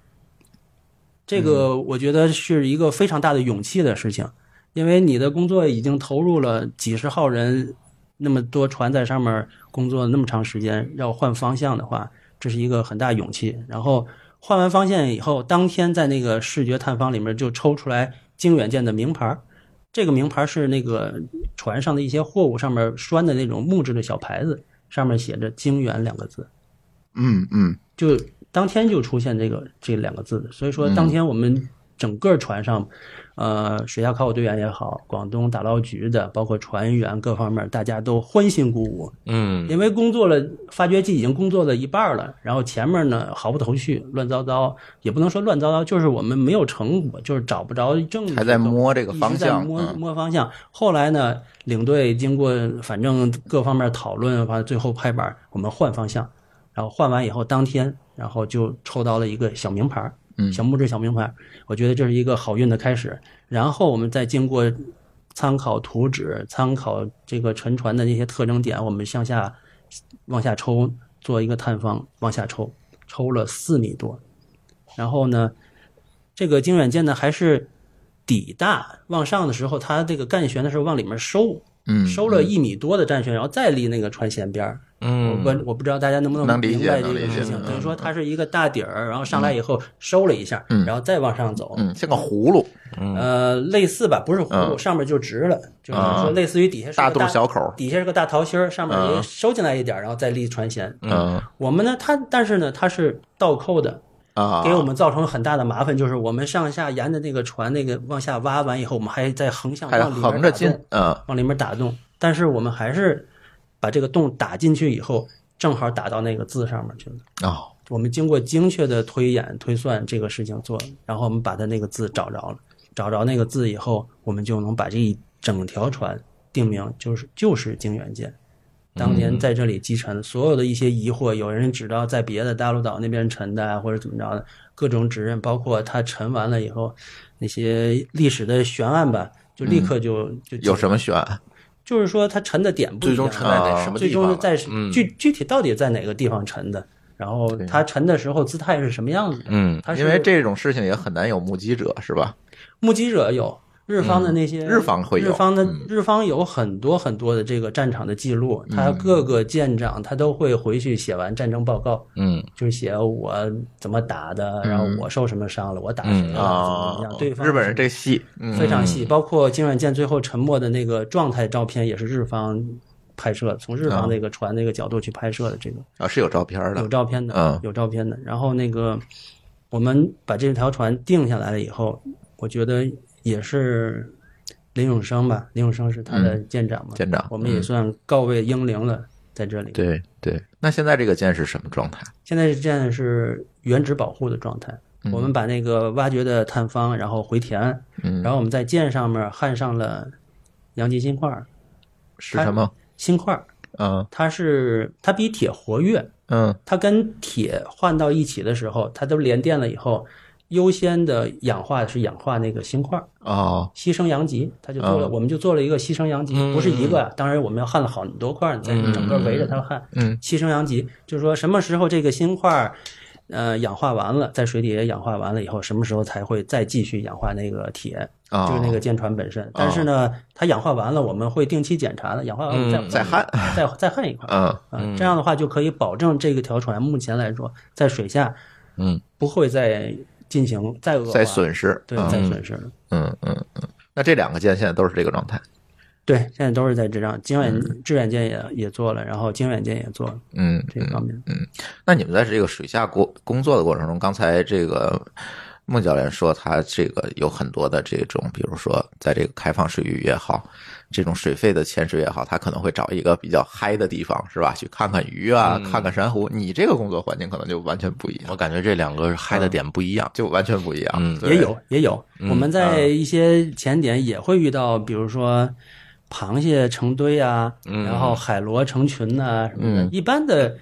Speaker 4: 这个我觉得是一个非常大的勇气的事情，因为你的工作已经投入了几十号人，那么多船在上面工作那么长时间，要换方向的话，这是一个很大勇气。然后换完方向以后，当天在那个视觉探方里面就抽出来经远舰的名牌儿，这个名牌儿是那个船上的一些货物上面拴的那种木质的小牌子，上面写着“经远”两个字。
Speaker 1: 嗯嗯，
Speaker 4: 就当天就出现这个这两个字，所以说当天我们整个船上，呃，水下考古队员也好，广东打捞局的，包括船员各方面，大家都欢欣鼓舞，
Speaker 3: 嗯
Speaker 4: 因为工作了，发掘机已经工作了一半了，然后前面呢毫不头绪，乱糟糟，也不能说乱糟糟，就是我们没有成果，就是找不着证据，
Speaker 1: 还在摸这个
Speaker 4: 一
Speaker 1: 方
Speaker 4: 直在
Speaker 1: 向
Speaker 4: 摸
Speaker 1: 嗯
Speaker 4: 摸方向。后来呢，领队经过反正各方面讨论，完了最后拍板儿，我们换方向，然后换完以后当天，然后就抽到了一个小名牌儿，
Speaker 1: 嗯
Speaker 4: 小木质小名牌儿，我觉得这是一个好运的开始。然后我们再经过参考图纸、参考这个沉船的那些特征点，我们向下往下抽，做一个探方往下抽，抽了四米多。然后呢，这个经远舰呢还是底大往上的时候，它这个干旋的时候往里面收，
Speaker 1: 嗯，
Speaker 4: 收了一米多的战旋，然后再立那个船舷边儿。我
Speaker 3: 嗯，
Speaker 4: 不我不知道大家能不
Speaker 1: 能理解
Speaker 4: 明白这
Speaker 1: 能
Speaker 4: 个
Speaker 1: 理解
Speaker 4: 事情，
Speaker 1: 嗯
Speaker 4: 等于说它是一个大底儿，然后上来以后收了一下，
Speaker 1: 嗯
Speaker 4: 然后再往上走，
Speaker 1: 嗯，像个葫芦，
Speaker 4: 呃，类似吧，不是葫芦，
Speaker 1: 嗯
Speaker 4: 上面就直了，就是
Speaker 1: 啊
Speaker 4: 说类似于底下是个
Speaker 1: 大肚小口，
Speaker 4: 底下是个大桃心儿，上面
Speaker 1: 嗯
Speaker 4: 也收进来一点儿，然后再立船舷。
Speaker 1: 嗯
Speaker 4: 我们呢，它但是呢，它是倒扣的，
Speaker 1: 啊，
Speaker 4: 嗯给我们造成很大的麻烦，就是我们上下沿着那个船那个往下挖完以后，我们还在横向
Speaker 1: 还
Speaker 4: 往里面
Speaker 1: 横着
Speaker 4: 打
Speaker 1: 进
Speaker 4: 洞，
Speaker 1: 嗯
Speaker 4: 往里面打洞，但是我们还是把这个洞打进去以后，正好打到那个字上面去了。
Speaker 1: 哦，
Speaker 4: 我们经过精确的推演推算这个事情做，然后我们把它那个字找着了，找着那个字以后，我们就能把这一整条船定名就是就是靖远舰。当年在这里击沉的所有的一些疑惑，有人知道在别的大陆岛那边沉的啊，或者怎么着的，各种指认，包括它沉完了以后那些历史的悬案吧，就立刻就、就
Speaker 1: 嗯有什
Speaker 4: 么，
Speaker 1: 么选？
Speaker 4: 就是说它沉的点不
Speaker 3: 最
Speaker 4: 一样，啊
Speaker 3: 终沉在
Speaker 1: 啊
Speaker 3: 哪啊什么
Speaker 4: 最
Speaker 3: 地
Speaker 4: 终
Speaker 3: 方
Speaker 4: 是
Speaker 3: 了？
Speaker 4: 在
Speaker 3: 嗯
Speaker 4: 具具体到底在哪个地方沉的，然后它沉的时候姿态是什么样子的？
Speaker 3: 嗯
Speaker 4: 它是
Speaker 1: 因为这种事情也很难有目击者，是吧？
Speaker 4: 目击者有日方的那些
Speaker 1: 嗯日方会有
Speaker 4: 日方的
Speaker 1: 嗯
Speaker 4: 日方有很多很多的这个战场的记录，他各个舰长他都会回去写完战争报告，
Speaker 3: 嗯
Speaker 4: 就是写我怎么打的，然后我受什么伤了，我打谁了，
Speaker 3: 嗯
Speaker 4: 怎么
Speaker 1: 啊
Speaker 4: 怎么样，对，
Speaker 1: 嗯
Speaker 4: 方
Speaker 1: 日本人这戏，嗯
Speaker 4: 非常细，包括金软舰最后沉没的那个状态照片也是日方拍摄，从日
Speaker 1: 啊
Speaker 4: 方那个船那个角度去拍摄的这个。
Speaker 1: 啊是有照片
Speaker 4: 有
Speaker 1: 的，
Speaker 4: 照片的，
Speaker 1: 嗯
Speaker 4: 有照片的。然后那个，我们把这条船定下来了以后，我觉得也是林永生吧，林永生是他的舰长嘛，
Speaker 1: 嗯舰长嗯
Speaker 4: 我们也算告慰英灵了，在这里。，
Speaker 1: 对对。那现在这个舰是什么状态？
Speaker 4: 现在是这样是原址保护的状态。我们把那个挖掘的探方，然后回填，
Speaker 1: 嗯
Speaker 4: 然后我们在舰上面焊上了阳极锌块儿，
Speaker 1: 是什么？
Speaker 4: 锌块儿
Speaker 1: 嗯
Speaker 4: 它是它比铁活跃，
Speaker 1: 嗯
Speaker 4: 它跟铁换到一起的时候，它都连电了以后，优先的氧化是氧化那个锌块，
Speaker 1: 哦
Speaker 4: 牺牲阳极，它就做了，
Speaker 1: 嗯
Speaker 4: 我们就做了一个牺牲阳极，
Speaker 3: 嗯
Speaker 4: 不是一个，当然我们要焊了很多块，在整个围着它焊，
Speaker 1: 嗯
Speaker 4: 牺牲阳极就是说什么时候这个锌块。呃，氧化完了，在水底下氧化完了以后，什么时候才会再继续氧化那个铁？
Speaker 1: 哦，
Speaker 4: 就是那个舰船本身。但是呢，它氧化完了，我们会定期检查的，氧化完了再
Speaker 3: 嗯
Speaker 1: 再焊，
Speaker 4: 再再焊一块。
Speaker 1: 嗯
Speaker 4: 啊，这样的话就可以保证这个条船目前来说在水下
Speaker 3: 嗯
Speaker 4: 不会再进行再恶化、
Speaker 1: 在损失，
Speaker 4: 对
Speaker 1: 嗯
Speaker 4: 再损失了。
Speaker 1: 嗯嗯嗯。那这两个舰现在都是这个状态，
Speaker 4: 对，现在都是在这样，经远致远舰也也做了，然后经远舰也做了
Speaker 1: 嗯
Speaker 4: 这方面。
Speaker 1: 那你们在这个水下过工作的过程中，刚才这个孟教练说，他这个有很多的这种，比如说在这个开放水域也好，这种水肺的潜水也好，他可能会找一个比较嗨的地方，是吧？去看看鱼啊，
Speaker 3: 嗯
Speaker 1: 看看珊瑚。你这个工作环境可能就完全不一
Speaker 3: 我
Speaker 1: 样，
Speaker 3: 感觉这两个嗨的
Speaker 4: 嗯
Speaker 3: 点不一样。
Speaker 1: 就完全不一样。
Speaker 3: 嗯
Speaker 1: 对嗯啊
Speaker 4: 也有也有，我们在一些潜点也会遇到，比如说螃蟹成堆啊，
Speaker 1: 嗯
Speaker 4: 然后海螺成群呐、什么的。一般的，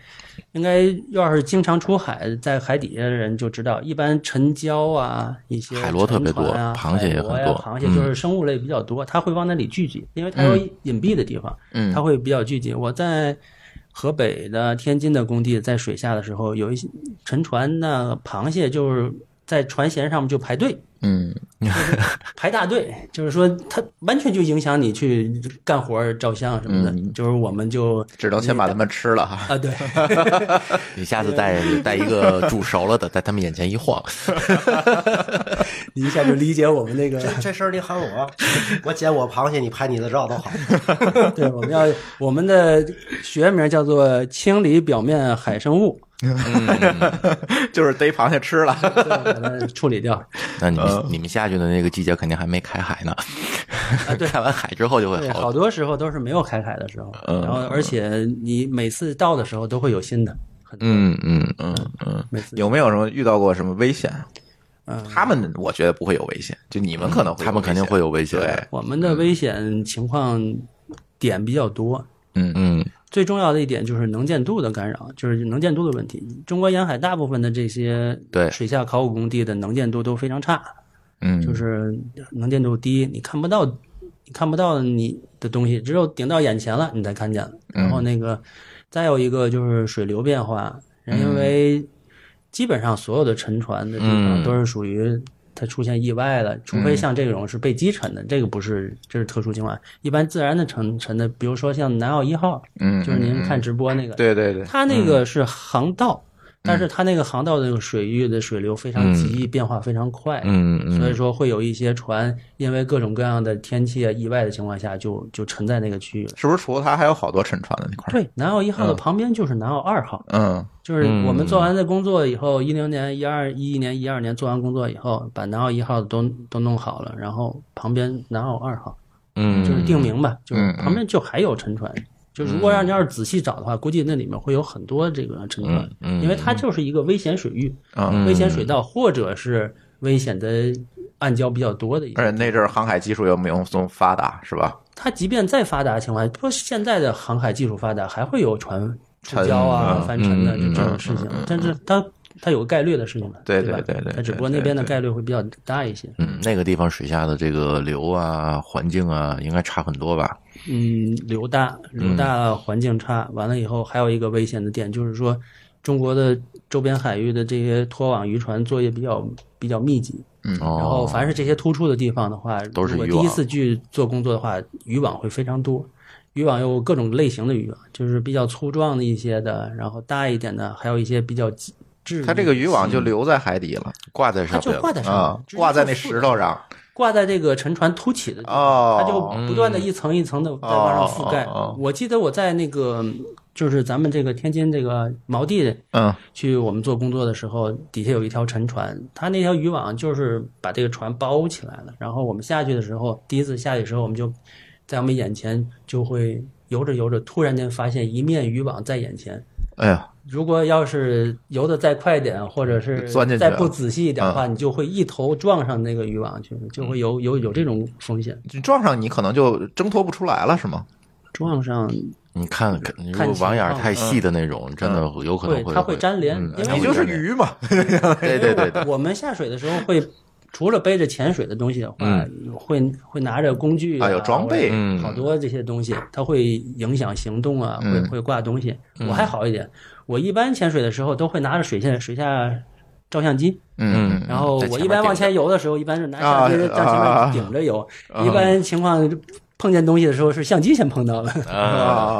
Speaker 4: 应该要是经常出海，在海底下的人就知道，一般沉礁啊，一些
Speaker 3: 海螺特别
Speaker 4: 沉船啊
Speaker 3: 多螃蟹也
Speaker 4: 海螺
Speaker 3: 很
Speaker 4: 呀
Speaker 3: 多嗯
Speaker 4: 螃蟹就是生物类比较多，它会往那里聚集，因为它有隐蔽的地方，
Speaker 1: 嗯
Speaker 4: 它会比较聚集。我在河北的天津的工地，在水下的时候，有一些沉船那螃蟹就是在船舷上面就排队。
Speaker 1: 嗯
Speaker 4: 排大队，就是说它完全就影响你去干活儿、照相什么的。
Speaker 3: 嗯
Speaker 4: 就是我们就
Speaker 1: 只能先把它们吃了哈。
Speaker 4: 啊，对，
Speaker 3: 你下次带带一个煮熟了的，在他们眼前一晃，
Speaker 4: 你一下就理解我们那个，
Speaker 2: 这事儿你喊我，我捡我螃蟹，你拍你的照都好。
Speaker 4: 对，我们要我们的学名叫做清理表面海生物，
Speaker 1: 就是逮螃蟹吃了。
Speaker 4: 对把它处理掉。
Speaker 3: 那你
Speaker 4: 嗯
Speaker 3: 们你们下去的那个季节肯定还没开海呢， 开完海之后就会
Speaker 4: 啊对，
Speaker 3: 好
Speaker 4: 好。多时候都是没有开海的时候，然后而且你每次到的时候都会有新的，很 多
Speaker 3: 嗯嗯嗯，
Speaker 4: 每次
Speaker 1: 有没有什么遇到过什么危险？
Speaker 4: 嗯
Speaker 1: 他们我觉得不会有危险，就你们可能会有
Speaker 3: 他们肯定会有危险。
Speaker 1: 对
Speaker 4: 我们的危险情况点比较多，
Speaker 3: 嗯
Speaker 4: 最重要的一点就是能见度的干扰，就是能见度的问题。中国沿海大部分的这些
Speaker 3: 对
Speaker 4: 水下考古工地的能见度都非常差，
Speaker 3: 嗯，
Speaker 4: 就是能见度低，你看不到，你看不到你的东西，只有顶到眼前了你才看见了。
Speaker 3: 嗯
Speaker 4: 然后那个，再有一个就是水流变化，因为基本上所有的沉船的地
Speaker 3: 嗯
Speaker 4: 方都是属于。它出现意外了，除非像这种是被击沉的，这个不是，这是特殊情况。一般自然的沉沉的，比如说像南澳一号，
Speaker 1: 嗯，
Speaker 4: 就是您看直播那个，
Speaker 1: 对嗯对对，
Speaker 4: 它那个是航道，但是它那个航道那个水域的水流非
Speaker 1: 嗯
Speaker 4: 常急，变化非常快，
Speaker 3: 嗯嗯
Speaker 4: 所以说会有一些船因为各种各样的天气啊、意外的情况下就就沉在那个区域了。
Speaker 1: 是不是除了它还有好嗯多沉船的那块儿？
Speaker 4: 对，南澳一号的旁边就是南澳二号，
Speaker 1: 嗯
Speaker 4: 就是我们做完的工作以后，一零年、一二、一一年、一二年做完工作以后，把南澳一号都都弄好了，然后旁边南澳二号
Speaker 3: 嗯，
Speaker 4: 就是定名吧，就是
Speaker 1: 嗯
Speaker 4: 旁边就还有沉船。就如果让你要是仔细找的话，估计那里面会有很多这个沉船，
Speaker 3: 嗯嗯
Speaker 4: 因为它就是一个危险水域、
Speaker 1: 嗯，
Speaker 4: 危险水道，或者是危险的暗礁比较多的一些。
Speaker 1: 而且那阵儿航海技术又没有这么发达，是吧？
Speaker 4: 它即便再发达的情况下，不过现在的航海技术发达，还会有船出礁啊、
Speaker 1: 沉
Speaker 4: 翻沉的
Speaker 3: 嗯嗯
Speaker 4: 这种事情，但是它它有个概率的事情嘛，
Speaker 1: 对
Speaker 4: 吧
Speaker 1: 对对对
Speaker 4: 它只不过
Speaker 1: 对
Speaker 4: 那边的
Speaker 1: 对
Speaker 4: 概率会比较大一些。
Speaker 3: 嗯，那个地方水下的这个流啊、环境啊，应该差很多吧？
Speaker 4: 嗯，流大，流大环境差，完了以后还有一个危险的点就是说，中国的周边海域的这些拖网渔船作业比较比较密集，嗯然后
Speaker 3: 哦，
Speaker 4: 凡是这些突出的地方的话，
Speaker 3: 都是
Speaker 4: 如果
Speaker 3: 渔网
Speaker 4: 第一次去做工作的话，渔网会非常多。渔网有各种类型的渔网，就是比较粗壮的一些的，然后大一点的，还有一些比较细致。
Speaker 1: 它这个渔网就留在海底了
Speaker 3: 挂在
Speaker 4: 它
Speaker 3: 上
Speaker 4: 就
Speaker 3: 面
Speaker 4: 挂在上面，
Speaker 1: 啊
Speaker 4: 直，接
Speaker 1: 挂在
Speaker 4: 就
Speaker 1: 那
Speaker 4: 附
Speaker 1: 石头上
Speaker 4: 挂在这个沉船凸起的地方，
Speaker 1: 哦
Speaker 4: 它就不断的一层一层的在往上覆盖。
Speaker 1: 哦哦哦
Speaker 4: 我记得我在那个就是咱们这个天津这个锚地
Speaker 1: 嗯
Speaker 4: 去我们做工作的时候，底下有一条沉船，它那条渔网就是把这个船包起来了。然后我们下去的时候，第一次下去的时候，我们就在我们眼前就会游着游着，突然间发现一面渔网在眼前。
Speaker 1: 哎呀，
Speaker 4: 如果要是游的再快点，或者是
Speaker 1: 钻进去啊嗯
Speaker 4: 再
Speaker 1: 了
Speaker 4: 不仔细一点的话，你就会一头撞上那个渔网去，就会有有有这种风险。
Speaker 1: 你撞上你可能就挣脱不出来了，是吗？
Speaker 4: 撞上
Speaker 3: 你看，看如
Speaker 4: 看
Speaker 3: 果
Speaker 4: 情
Speaker 3: 网眼儿
Speaker 4: 况嗯
Speaker 3: 太细的那种，真的有可能
Speaker 4: 会它
Speaker 3: 会
Speaker 4: 会粘连，
Speaker 3: 嗯
Speaker 4: 因
Speaker 3: 它
Speaker 4: 为
Speaker 1: 你
Speaker 3: 会
Speaker 1: 就是
Speaker 3: 粘连
Speaker 1: 鱼嘛，
Speaker 3: 对对对对，
Speaker 4: 我们下水的时候会，除了背着潜水的东西的话，会会拿着工具
Speaker 1: 啊有装备
Speaker 4: 或者
Speaker 3: 嗯
Speaker 4: 好多这些东西，它会影响行动啊，会
Speaker 3: 嗯
Speaker 4: 会挂东西。我还好一点，我一般潜水的时候都会拿着水下水下照相机，
Speaker 1: 嗯
Speaker 4: 然后
Speaker 3: 在
Speaker 4: 我
Speaker 3: 前
Speaker 4: 一
Speaker 3: 面
Speaker 4: 般往
Speaker 3: 顶着嗯
Speaker 4: 前游的时候，一般是拿相机
Speaker 1: 啊
Speaker 4: 在前
Speaker 1: 啊
Speaker 4: 面顶着游，一般情况。碰见东西的时候是相机先碰到了，
Speaker 3: 啊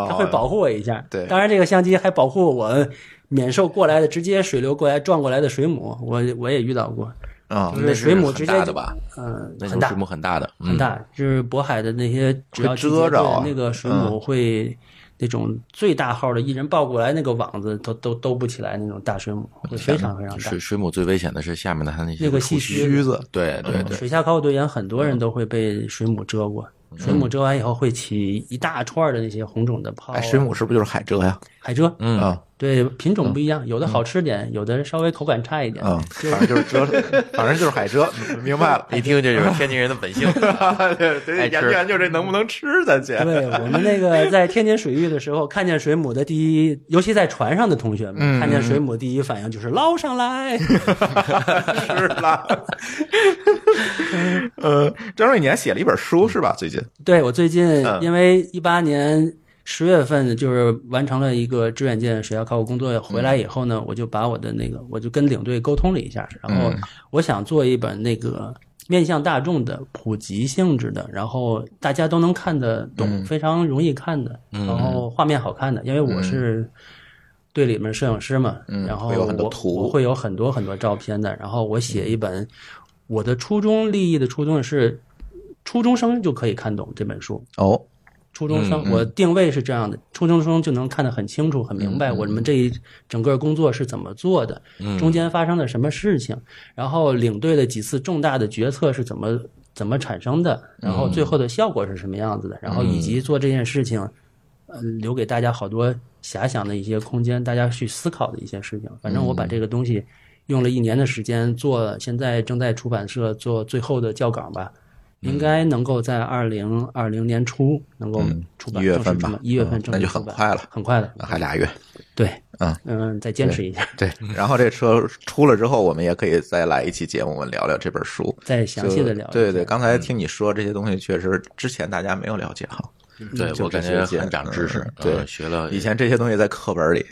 Speaker 4: 它会保护我一下。
Speaker 1: 对
Speaker 4: 当然这个相机还保护我免受过来的直接水流过来撞过来的水母，我我也遇到过。
Speaker 1: 啊
Speaker 4: 就是水母直接
Speaker 3: 哦那是很大的吧？
Speaker 4: 嗯，
Speaker 3: 那
Speaker 4: 很
Speaker 3: 种
Speaker 4: 大
Speaker 3: 水母很大的，嗯
Speaker 4: 很大，就是渤海的那些只要季节
Speaker 1: 遮着啊
Speaker 4: 对那个水
Speaker 3: 嗯
Speaker 4: 母会那种最大号的，一人抱过来那个网子都都兜不起来那种大水母，会非常非常大
Speaker 3: 水。水母最危险的是下面的它那些
Speaker 4: 那个
Speaker 3: 触
Speaker 4: 细嗯
Speaker 3: 须，
Speaker 4: 须
Speaker 1: 须子，
Speaker 3: 对对对，
Speaker 4: 水下考古队员很多人都会被水母蛰过，
Speaker 3: 嗯
Speaker 4: 水母蛰完以后会起一大串的那些红肿的泡啊，
Speaker 3: 哎
Speaker 1: 哎，水母是不是就是海蜇呀？
Speaker 4: 海蜇，
Speaker 3: 嗯
Speaker 1: 啊，嗯
Speaker 4: 对，品种不一样，有的好吃点，有的稍微口感差一点。
Speaker 1: 啊，
Speaker 4: 就是
Speaker 1: 反正就是折腾， 反正就是海蜇，明白了。 哎
Speaker 3: 一听这就是天津人的本性。
Speaker 1: 对
Speaker 3: 爱
Speaker 1: 对，
Speaker 3: 吃
Speaker 1: 研究研究这能不能吃，咱先。
Speaker 4: 对我们那个在天津水域的时候，看见水母的第一，尤其在船上的同学们，
Speaker 1: 嗯
Speaker 4: 看见水母第一反应就是捞上来。
Speaker 1: 是啦。 呃，张瑞，你还写了一本书是吧？最近
Speaker 4: 对我最近
Speaker 1: 嗯
Speaker 4: 因为一八年十月份就是完成了一个志愿舰水下考古工作，回来
Speaker 1: 嗯
Speaker 4: 以后呢，我就把我的那个我就跟领队沟通了一下，然后
Speaker 1: 嗯
Speaker 4: 我想做一本那个。面向大众的普及性质的，然后大家都能看得懂，
Speaker 1: 嗯
Speaker 4: 非常容易看的，然后画面好看的，因为我是队里面摄影师嘛，然后
Speaker 1: 嗯会有很多
Speaker 4: 我
Speaker 1: 图嗯
Speaker 4: 我会有很多很多照片的，然后我写一本，我的初衷立意的初衷是初中生就可以看懂这本书。
Speaker 1: 哦，
Speaker 4: 初中生，我定位是这样的，初中生就能看得很清楚、很明白我们这一整个工作是怎么做的，
Speaker 1: 嗯
Speaker 4: 中间发生了什么事情，然后领队的几次重大的决策是怎么怎么产生的，然后最后的效果是什么样子的，然后以及做这件事情，呃，留给大家好多遐想的一些空间，大家去思考的一些事情。反正我把这个东西用了一年的时间做，现在正在出版社做最后的校稿
Speaker 1: 嗯
Speaker 4: 吧，应该能够在二零二零年初能够出
Speaker 1: 嗯
Speaker 4: 版，
Speaker 1: 一月
Speaker 4: 正
Speaker 1: 份
Speaker 4: 式出
Speaker 1: 吧
Speaker 4: 版，，一月份
Speaker 1: 嗯
Speaker 4: 正
Speaker 1: 那
Speaker 4: 式
Speaker 1: 就
Speaker 4: 出
Speaker 1: 很
Speaker 4: 版，
Speaker 1: 快了，
Speaker 4: 很快的，
Speaker 1: 还俩月。
Speaker 4: 对，
Speaker 1: 嗯
Speaker 4: 嗯，再坚持一下，
Speaker 1: 对，然后这车出了之后，我们也可以再来一期节目，我们聊聊这本书，
Speaker 4: 再详细的
Speaker 1: 就
Speaker 4: 聊一下。
Speaker 1: 对对，刚才听你说这些东西，确实之前大家没有了解好，
Speaker 3: 对
Speaker 1: 就
Speaker 3: 我
Speaker 1: 这
Speaker 3: 感
Speaker 1: 些
Speaker 3: 觉
Speaker 1: 见
Speaker 3: 很长知识
Speaker 1: 嗯，
Speaker 3: 呃
Speaker 1: 对，
Speaker 3: 学了
Speaker 1: 以前这些东西在课本里，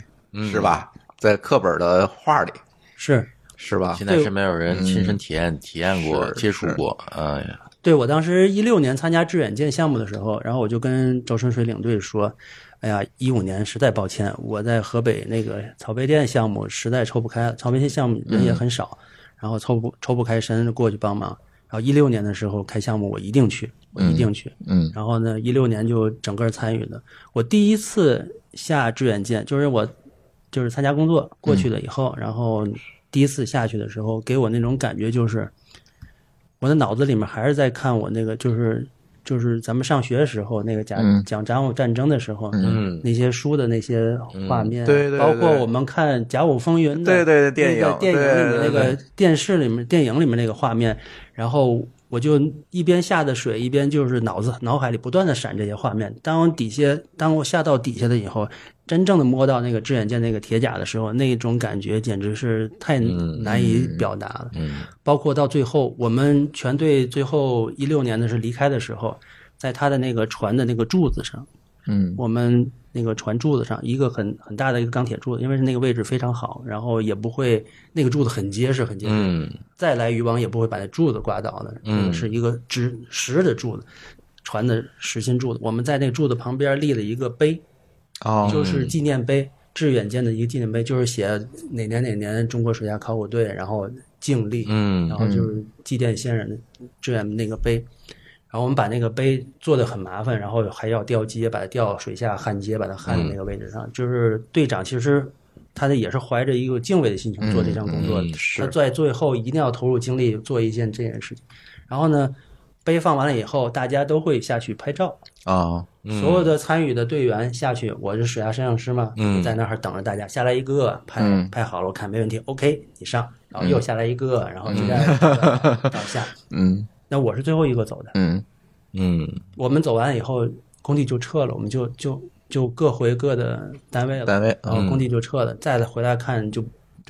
Speaker 1: 是吧？在课本的画里，
Speaker 4: 是
Speaker 1: 是吧？
Speaker 3: 现在是没有人亲身体验、体验过、
Speaker 1: 是
Speaker 3: 接触
Speaker 1: 是
Speaker 3: 过，哎呀，
Speaker 4: 对我当时一六年参加致远舰项目的时候，然后我就跟周春水领队说：“哎呀，一五年实在抱歉，我在河北那个草莓店项目实在抽不开，草莓店项目人也很少，然后抽不抽不开身过去帮忙。然后一六年的时候开项目，我一定去，我一定去。
Speaker 1: 嗯
Speaker 4: 然后呢，一六年就整个参与的。我第一次下志愿舰，就是我就是参加工作过去了以后，然后第一次下去的时候，给我那种感觉就是，我的脑子里面还是在看我那个就是就是咱们上学时候那个讲、
Speaker 1: 嗯
Speaker 4: 讲甲午战争的时候，
Speaker 3: 嗯
Speaker 4: 那些书的那些画面，
Speaker 1: 嗯对对
Speaker 4: 包括
Speaker 1: 对
Speaker 4: 我们看《甲午风云》
Speaker 1: 对
Speaker 4: 的
Speaker 1: 对对
Speaker 4: 那个
Speaker 1: 电
Speaker 4: 电
Speaker 1: 影
Speaker 4: 影里面
Speaker 1: 对对
Speaker 4: 那
Speaker 1: 对
Speaker 4: 个电视里面电影里面那个画面，然后我就一边下的水，一边就是脑子脑海里不断的闪这些画面。当底下当我下到底下的以后，真正的摸到那个致远舰那个铁甲的时候，那种感觉简直是太
Speaker 1: 嗯
Speaker 4: 难以表达了。
Speaker 3: 嗯
Speaker 4: 包括到最后，我们全队最后一六年的是离开的时候，在他的那个船的那个柱子上，
Speaker 1: 嗯
Speaker 4: 我们那个船柱子上一个很很大的一个钢铁柱子，因为是那个位置非常好，然后也不会那个柱子很结实很结实，
Speaker 3: 嗯
Speaker 4: 再来渔网也不会把那柱子刮倒的，
Speaker 3: 嗯
Speaker 4: 那个是一个直实的柱子，船的实心柱子。我们在那个柱子旁边立了一个碑，
Speaker 1: 哦，
Speaker 4: 就是
Speaker 3: 嗯
Speaker 4: 纪念碑，致远舰的一个纪念碑，就是写哪年哪年中国水下考古队，然后敬礼，
Speaker 3: 嗯
Speaker 4: 然后就是祭奠先人的志愿那个碑。然后我们把那个碑做的很麻烦，然后还要吊接，把它吊到水下焊接，把它
Speaker 3: 嗯
Speaker 4: 焊在那个位置上。就是队长其实他也是怀着一个敬畏的心情做这项工作的，
Speaker 3: 嗯嗯
Speaker 4: 他在最后一定要投入精力做一件这件事情。然后呢，碑放完了以后，大家都会下去拍照，
Speaker 1: 哦，
Speaker 4: 所有的参与的队员下去，我是水下摄影师嘛，
Speaker 3: 嗯
Speaker 4: 我在那儿等着大家下来一个拍、
Speaker 1: 嗯
Speaker 4: 拍好了，我看没问题，OK，你上，然后又下来一个，然后就这样到、到下。
Speaker 1: 嗯
Speaker 4: 那我是最后一个走的，
Speaker 1: 嗯
Speaker 3: 嗯
Speaker 4: 我们走完以后，工地就撤了，我们就就就各回各的单位了，
Speaker 1: 单位嗯
Speaker 4: 然后工地就撤了，再回来看就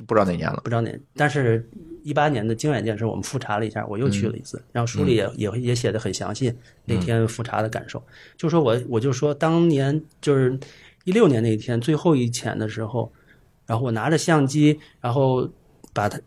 Speaker 1: 不知道哪年了。
Speaker 4: 不知道哪，但是一八年的经远件事，我们复查了一下，我又去了一次，然后书里也、也也写的很详细，那天复查的感受，就说我我就说当年就是一六年那一天最后一潜的时候，然后我拿着相机，然后把它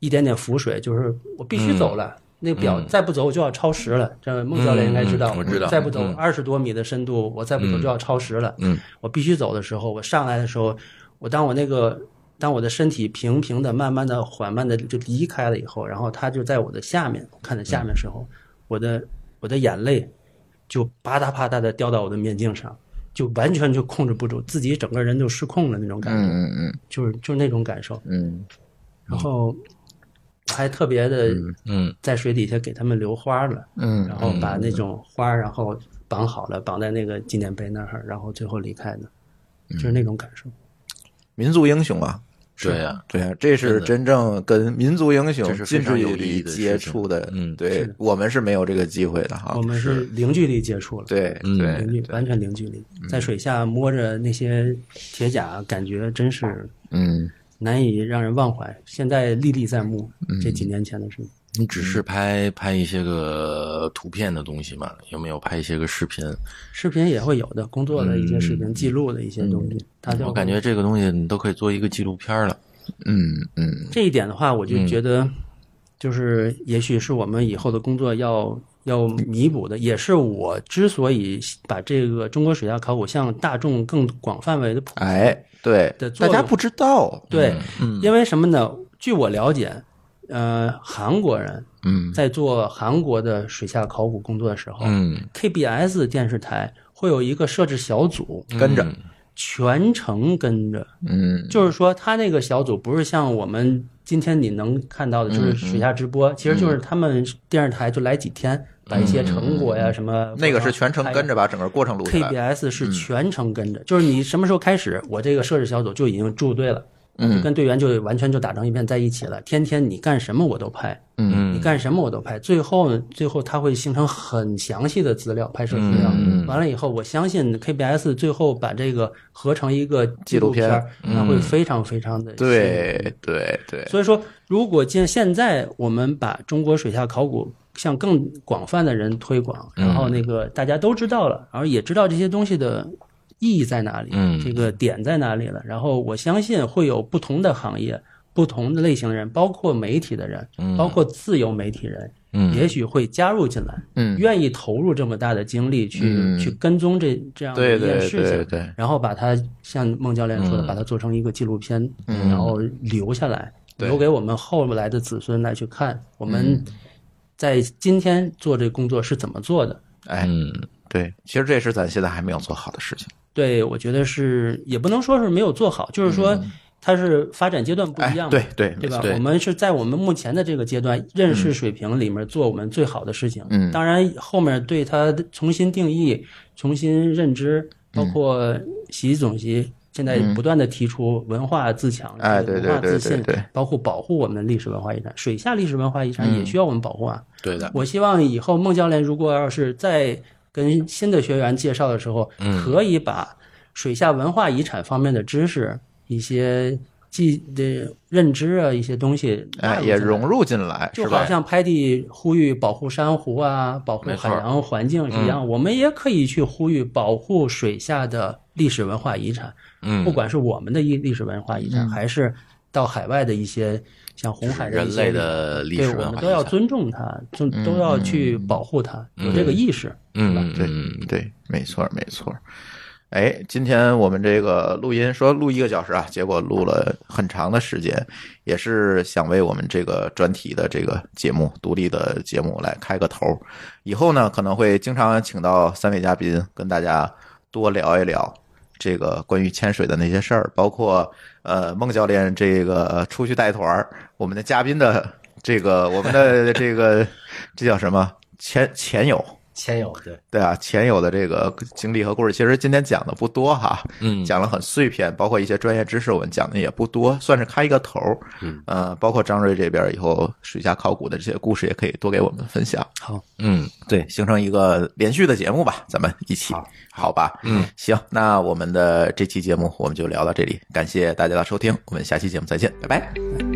Speaker 4: 一点点浮水，就是我必须走了。那个表再不走我就要超时了，这孟教练应该知道。
Speaker 3: 嗯嗯我知道
Speaker 4: 再不走
Speaker 3: 嗯
Speaker 4: 二十多米的深度，我再不走就要超时了。
Speaker 3: 嗯，
Speaker 4: 我必须走的时候，我上来的时候，我当我那个当我的身体平平的、慢慢的、缓慢的就离开了以后，然后他就在我的下面，我看着下面的时候，
Speaker 3: 嗯
Speaker 4: 我的我的眼泪就啪嗒啪嗒的掉到我的面镜上，就完全就控制不住，自己整个人就失控了那种感觉，
Speaker 1: 嗯嗯
Speaker 4: 就是就是那种感受。
Speaker 1: 嗯
Speaker 4: 然后我还特别的
Speaker 3: 嗯
Speaker 4: 在水底下给他们留花了。
Speaker 1: 嗯
Speaker 4: 然后把那种花儿，然后
Speaker 1: 嗯
Speaker 4: 绑好了，绑在那个纪念碑那儿，然后最后离开的，就是那种感受。
Speaker 1: 民族英雄啊，
Speaker 3: 对呀，
Speaker 1: 对啊，这是真正跟民族英雄
Speaker 3: 这是
Speaker 1: 近
Speaker 3: 非
Speaker 1: 距
Speaker 3: 常有意
Speaker 1: 离
Speaker 3: 义的事情
Speaker 1: 接触的，
Speaker 3: 嗯哦
Speaker 1: 对
Speaker 4: 是
Speaker 1: 我们是没有这个机会的哈
Speaker 4: 我，们是零距离接触了，
Speaker 1: 啊对
Speaker 3: 嗯
Speaker 1: 对嗯
Speaker 4: 零距完全零距离，在水下摸着那些铁甲，感觉真是
Speaker 1: 嗯，
Speaker 4: 难以让人忘怀，现在历历在目。
Speaker 1: 嗯
Speaker 4: 这几年前的事情，
Speaker 3: 你只是拍拍一些个图片的东西嘛？有没有拍一些个视频？
Speaker 4: 视频也会有的，工作的一些视
Speaker 1: 嗯
Speaker 4: 频，记录的一些东西，它就
Speaker 3: 我感觉这个东西你都可以做一个纪录片了。
Speaker 1: 嗯嗯
Speaker 4: 这一点的话，我就觉得，就是也许是我们以后的工作要要弥补的，也是我之所以把这个中国水下考古向大众更广泛为的普及。
Speaker 1: 哎，对
Speaker 4: 的，
Speaker 1: 大
Speaker 4: 作用
Speaker 1: 家不知道，
Speaker 4: 对，
Speaker 1: 嗯
Speaker 4: 因为什么呢？据我了解，呃，韩国人
Speaker 1: 嗯
Speaker 4: 在做韩国的水下考古工作的时候、
Speaker 3: 嗯，
Speaker 4: k b s 电视台会有一个设置小组，
Speaker 1: 跟着，
Speaker 3: 嗯
Speaker 4: 全程跟着。
Speaker 1: 嗯
Speaker 4: 就是说，他那个小组不是像我们今天你能看到的，
Speaker 1: 嗯
Speaker 4: 就是水下直播，其实就是他们电视台就来几天，把一些成果呀、什么，
Speaker 1: 嗯那个是全程跟着把整个过程录下来，嗯
Speaker 4: KBS 是全程跟着，就是你什么时候开始，我这个摄制小组就已经驻队了。
Speaker 1: 嗯
Speaker 4: 就跟队员就完全就打成一片在一起了，天天你干什么我都拍，
Speaker 1: 嗯
Speaker 4: 你干什么我都拍。最后最后它会形成很详细的资料，拍摄资料。
Speaker 1: 嗯
Speaker 4: 完了以后，我相信 KBS 最后把这个合成一个纪录
Speaker 1: 纪录嗯
Speaker 4: 儿，那会非常非常的
Speaker 1: 对对对，
Speaker 4: 所以说，如果现现在我们把中国水下考古向更广泛的人推广，
Speaker 1: 嗯
Speaker 4: 然后那个大家都知道了，然后也知道这些东西的意义在哪里，
Speaker 3: 嗯
Speaker 4: 这个点在哪里了，然后我相信会有不同的行业、不同的类型的人，包括媒体的人，
Speaker 1: 嗯
Speaker 4: 包括自由媒体人，
Speaker 3: 嗯
Speaker 4: 也许会加入进来，
Speaker 1: 嗯
Speaker 4: 愿意投入这么大的精力去、
Speaker 1: 嗯
Speaker 4: 去跟踪这这样的
Speaker 1: 对
Speaker 4: 一件
Speaker 1: 对
Speaker 4: 事情，
Speaker 1: 对对，
Speaker 4: 然后把它像孟教练说
Speaker 1: 嗯
Speaker 4: 的，把它做成一个纪录片，然后留下来，
Speaker 1: 对嗯
Speaker 4: 留给我们后来的子孙来去看。我们在今天做这工作是怎么做的？
Speaker 1: 哎，
Speaker 3: 嗯
Speaker 1: 对，其实这是咱现在还没有做好的事情，
Speaker 4: 对，我觉得是也不能说是没有做好，就是说它是发展阶段不
Speaker 1: 嗯哎
Speaker 4: 一样，嘛。
Speaker 1: 对对，
Speaker 4: 对吧？
Speaker 3: 对
Speaker 4: 我们是在我们目前的这个阶段认识水平里面做我们最好的事情。
Speaker 1: 嗯
Speaker 4: 当然后面对它重新定义、重新认知，
Speaker 1: 嗯
Speaker 4: 包括习总席现在不断的提出文化自强、
Speaker 1: 哎
Speaker 4: 这
Speaker 1: 对
Speaker 4: 个文化
Speaker 1: 对对
Speaker 4: 自信，
Speaker 1: 对嗯对
Speaker 4: 包括保护我们的历史文化遗产，水下历史文化遗产也需要我们保护啊。
Speaker 3: 对的，
Speaker 4: 我希望以后孟教练如果要是再跟新的学员介绍的时候，可以把水下文化遗产方面的知识、一些记的认知啊，一些东西纳
Speaker 1: 哎，
Speaker 4: 入
Speaker 1: 也
Speaker 4: 进来
Speaker 1: 融入进来，
Speaker 4: 就是好
Speaker 1: 吧？
Speaker 4: 像拍地呼吁保护珊瑚啊，保护
Speaker 3: 没错
Speaker 4: 海洋环境是一样，我们也可以去呼吁保护水下的历史文化遗产。
Speaker 3: 嗯
Speaker 4: 不管是我们的历历史文化遗产，还是到海外的一些像红海的一
Speaker 3: 人
Speaker 4: 些
Speaker 3: 类的历
Speaker 4: 对，
Speaker 3: 史啊
Speaker 4: 我
Speaker 3: 文
Speaker 4: 们
Speaker 3: 化嗯
Speaker 4: 都要
Speaker 3: 遗产。
Speaker 4: 尊重它，尊都要去保护它，有这个意识。
Speaker 3: 嗯
Speaker 1: 对
Speaker 3: 嗯
Speaker 1: 对，没错没错。哎，今天我们这个录音说录一个小时啊，结果录了很长的时间，也是想为我们这个专题的这个节目、独立的节目来开个头。以后呢，可能会经常请到三位嘉宾跟大家多聊一聊这个关于潜水的那些事儿，包括呃孟教练这个出去带团儿，我们的嘉宾的这个我们的这个这叫什么前前友。
Speaker 2: 前有对，
Speaker 1: 对啊，前有的这个经历和故事，其实今天讲的不多哈，
Speaker 3: 嗯
Speaker 1: 讲了很碎片，包括一些专业知识，我们讲的也不多，算是开一个头儿。嗯，呃，包括张瑞这边以后水下考古的这些故事，也可以多给我们分享，
Speaker 4: 好，
Speaker 3: 嗯，
Speaker 1: 对，形成一个连续的节目吧，咱们一起，好吧？嗯，行，那我们的这期节目我们就聊到这里，感谢大家的收听，我们下期节目再见，拜拜。
Speaker 4: 拜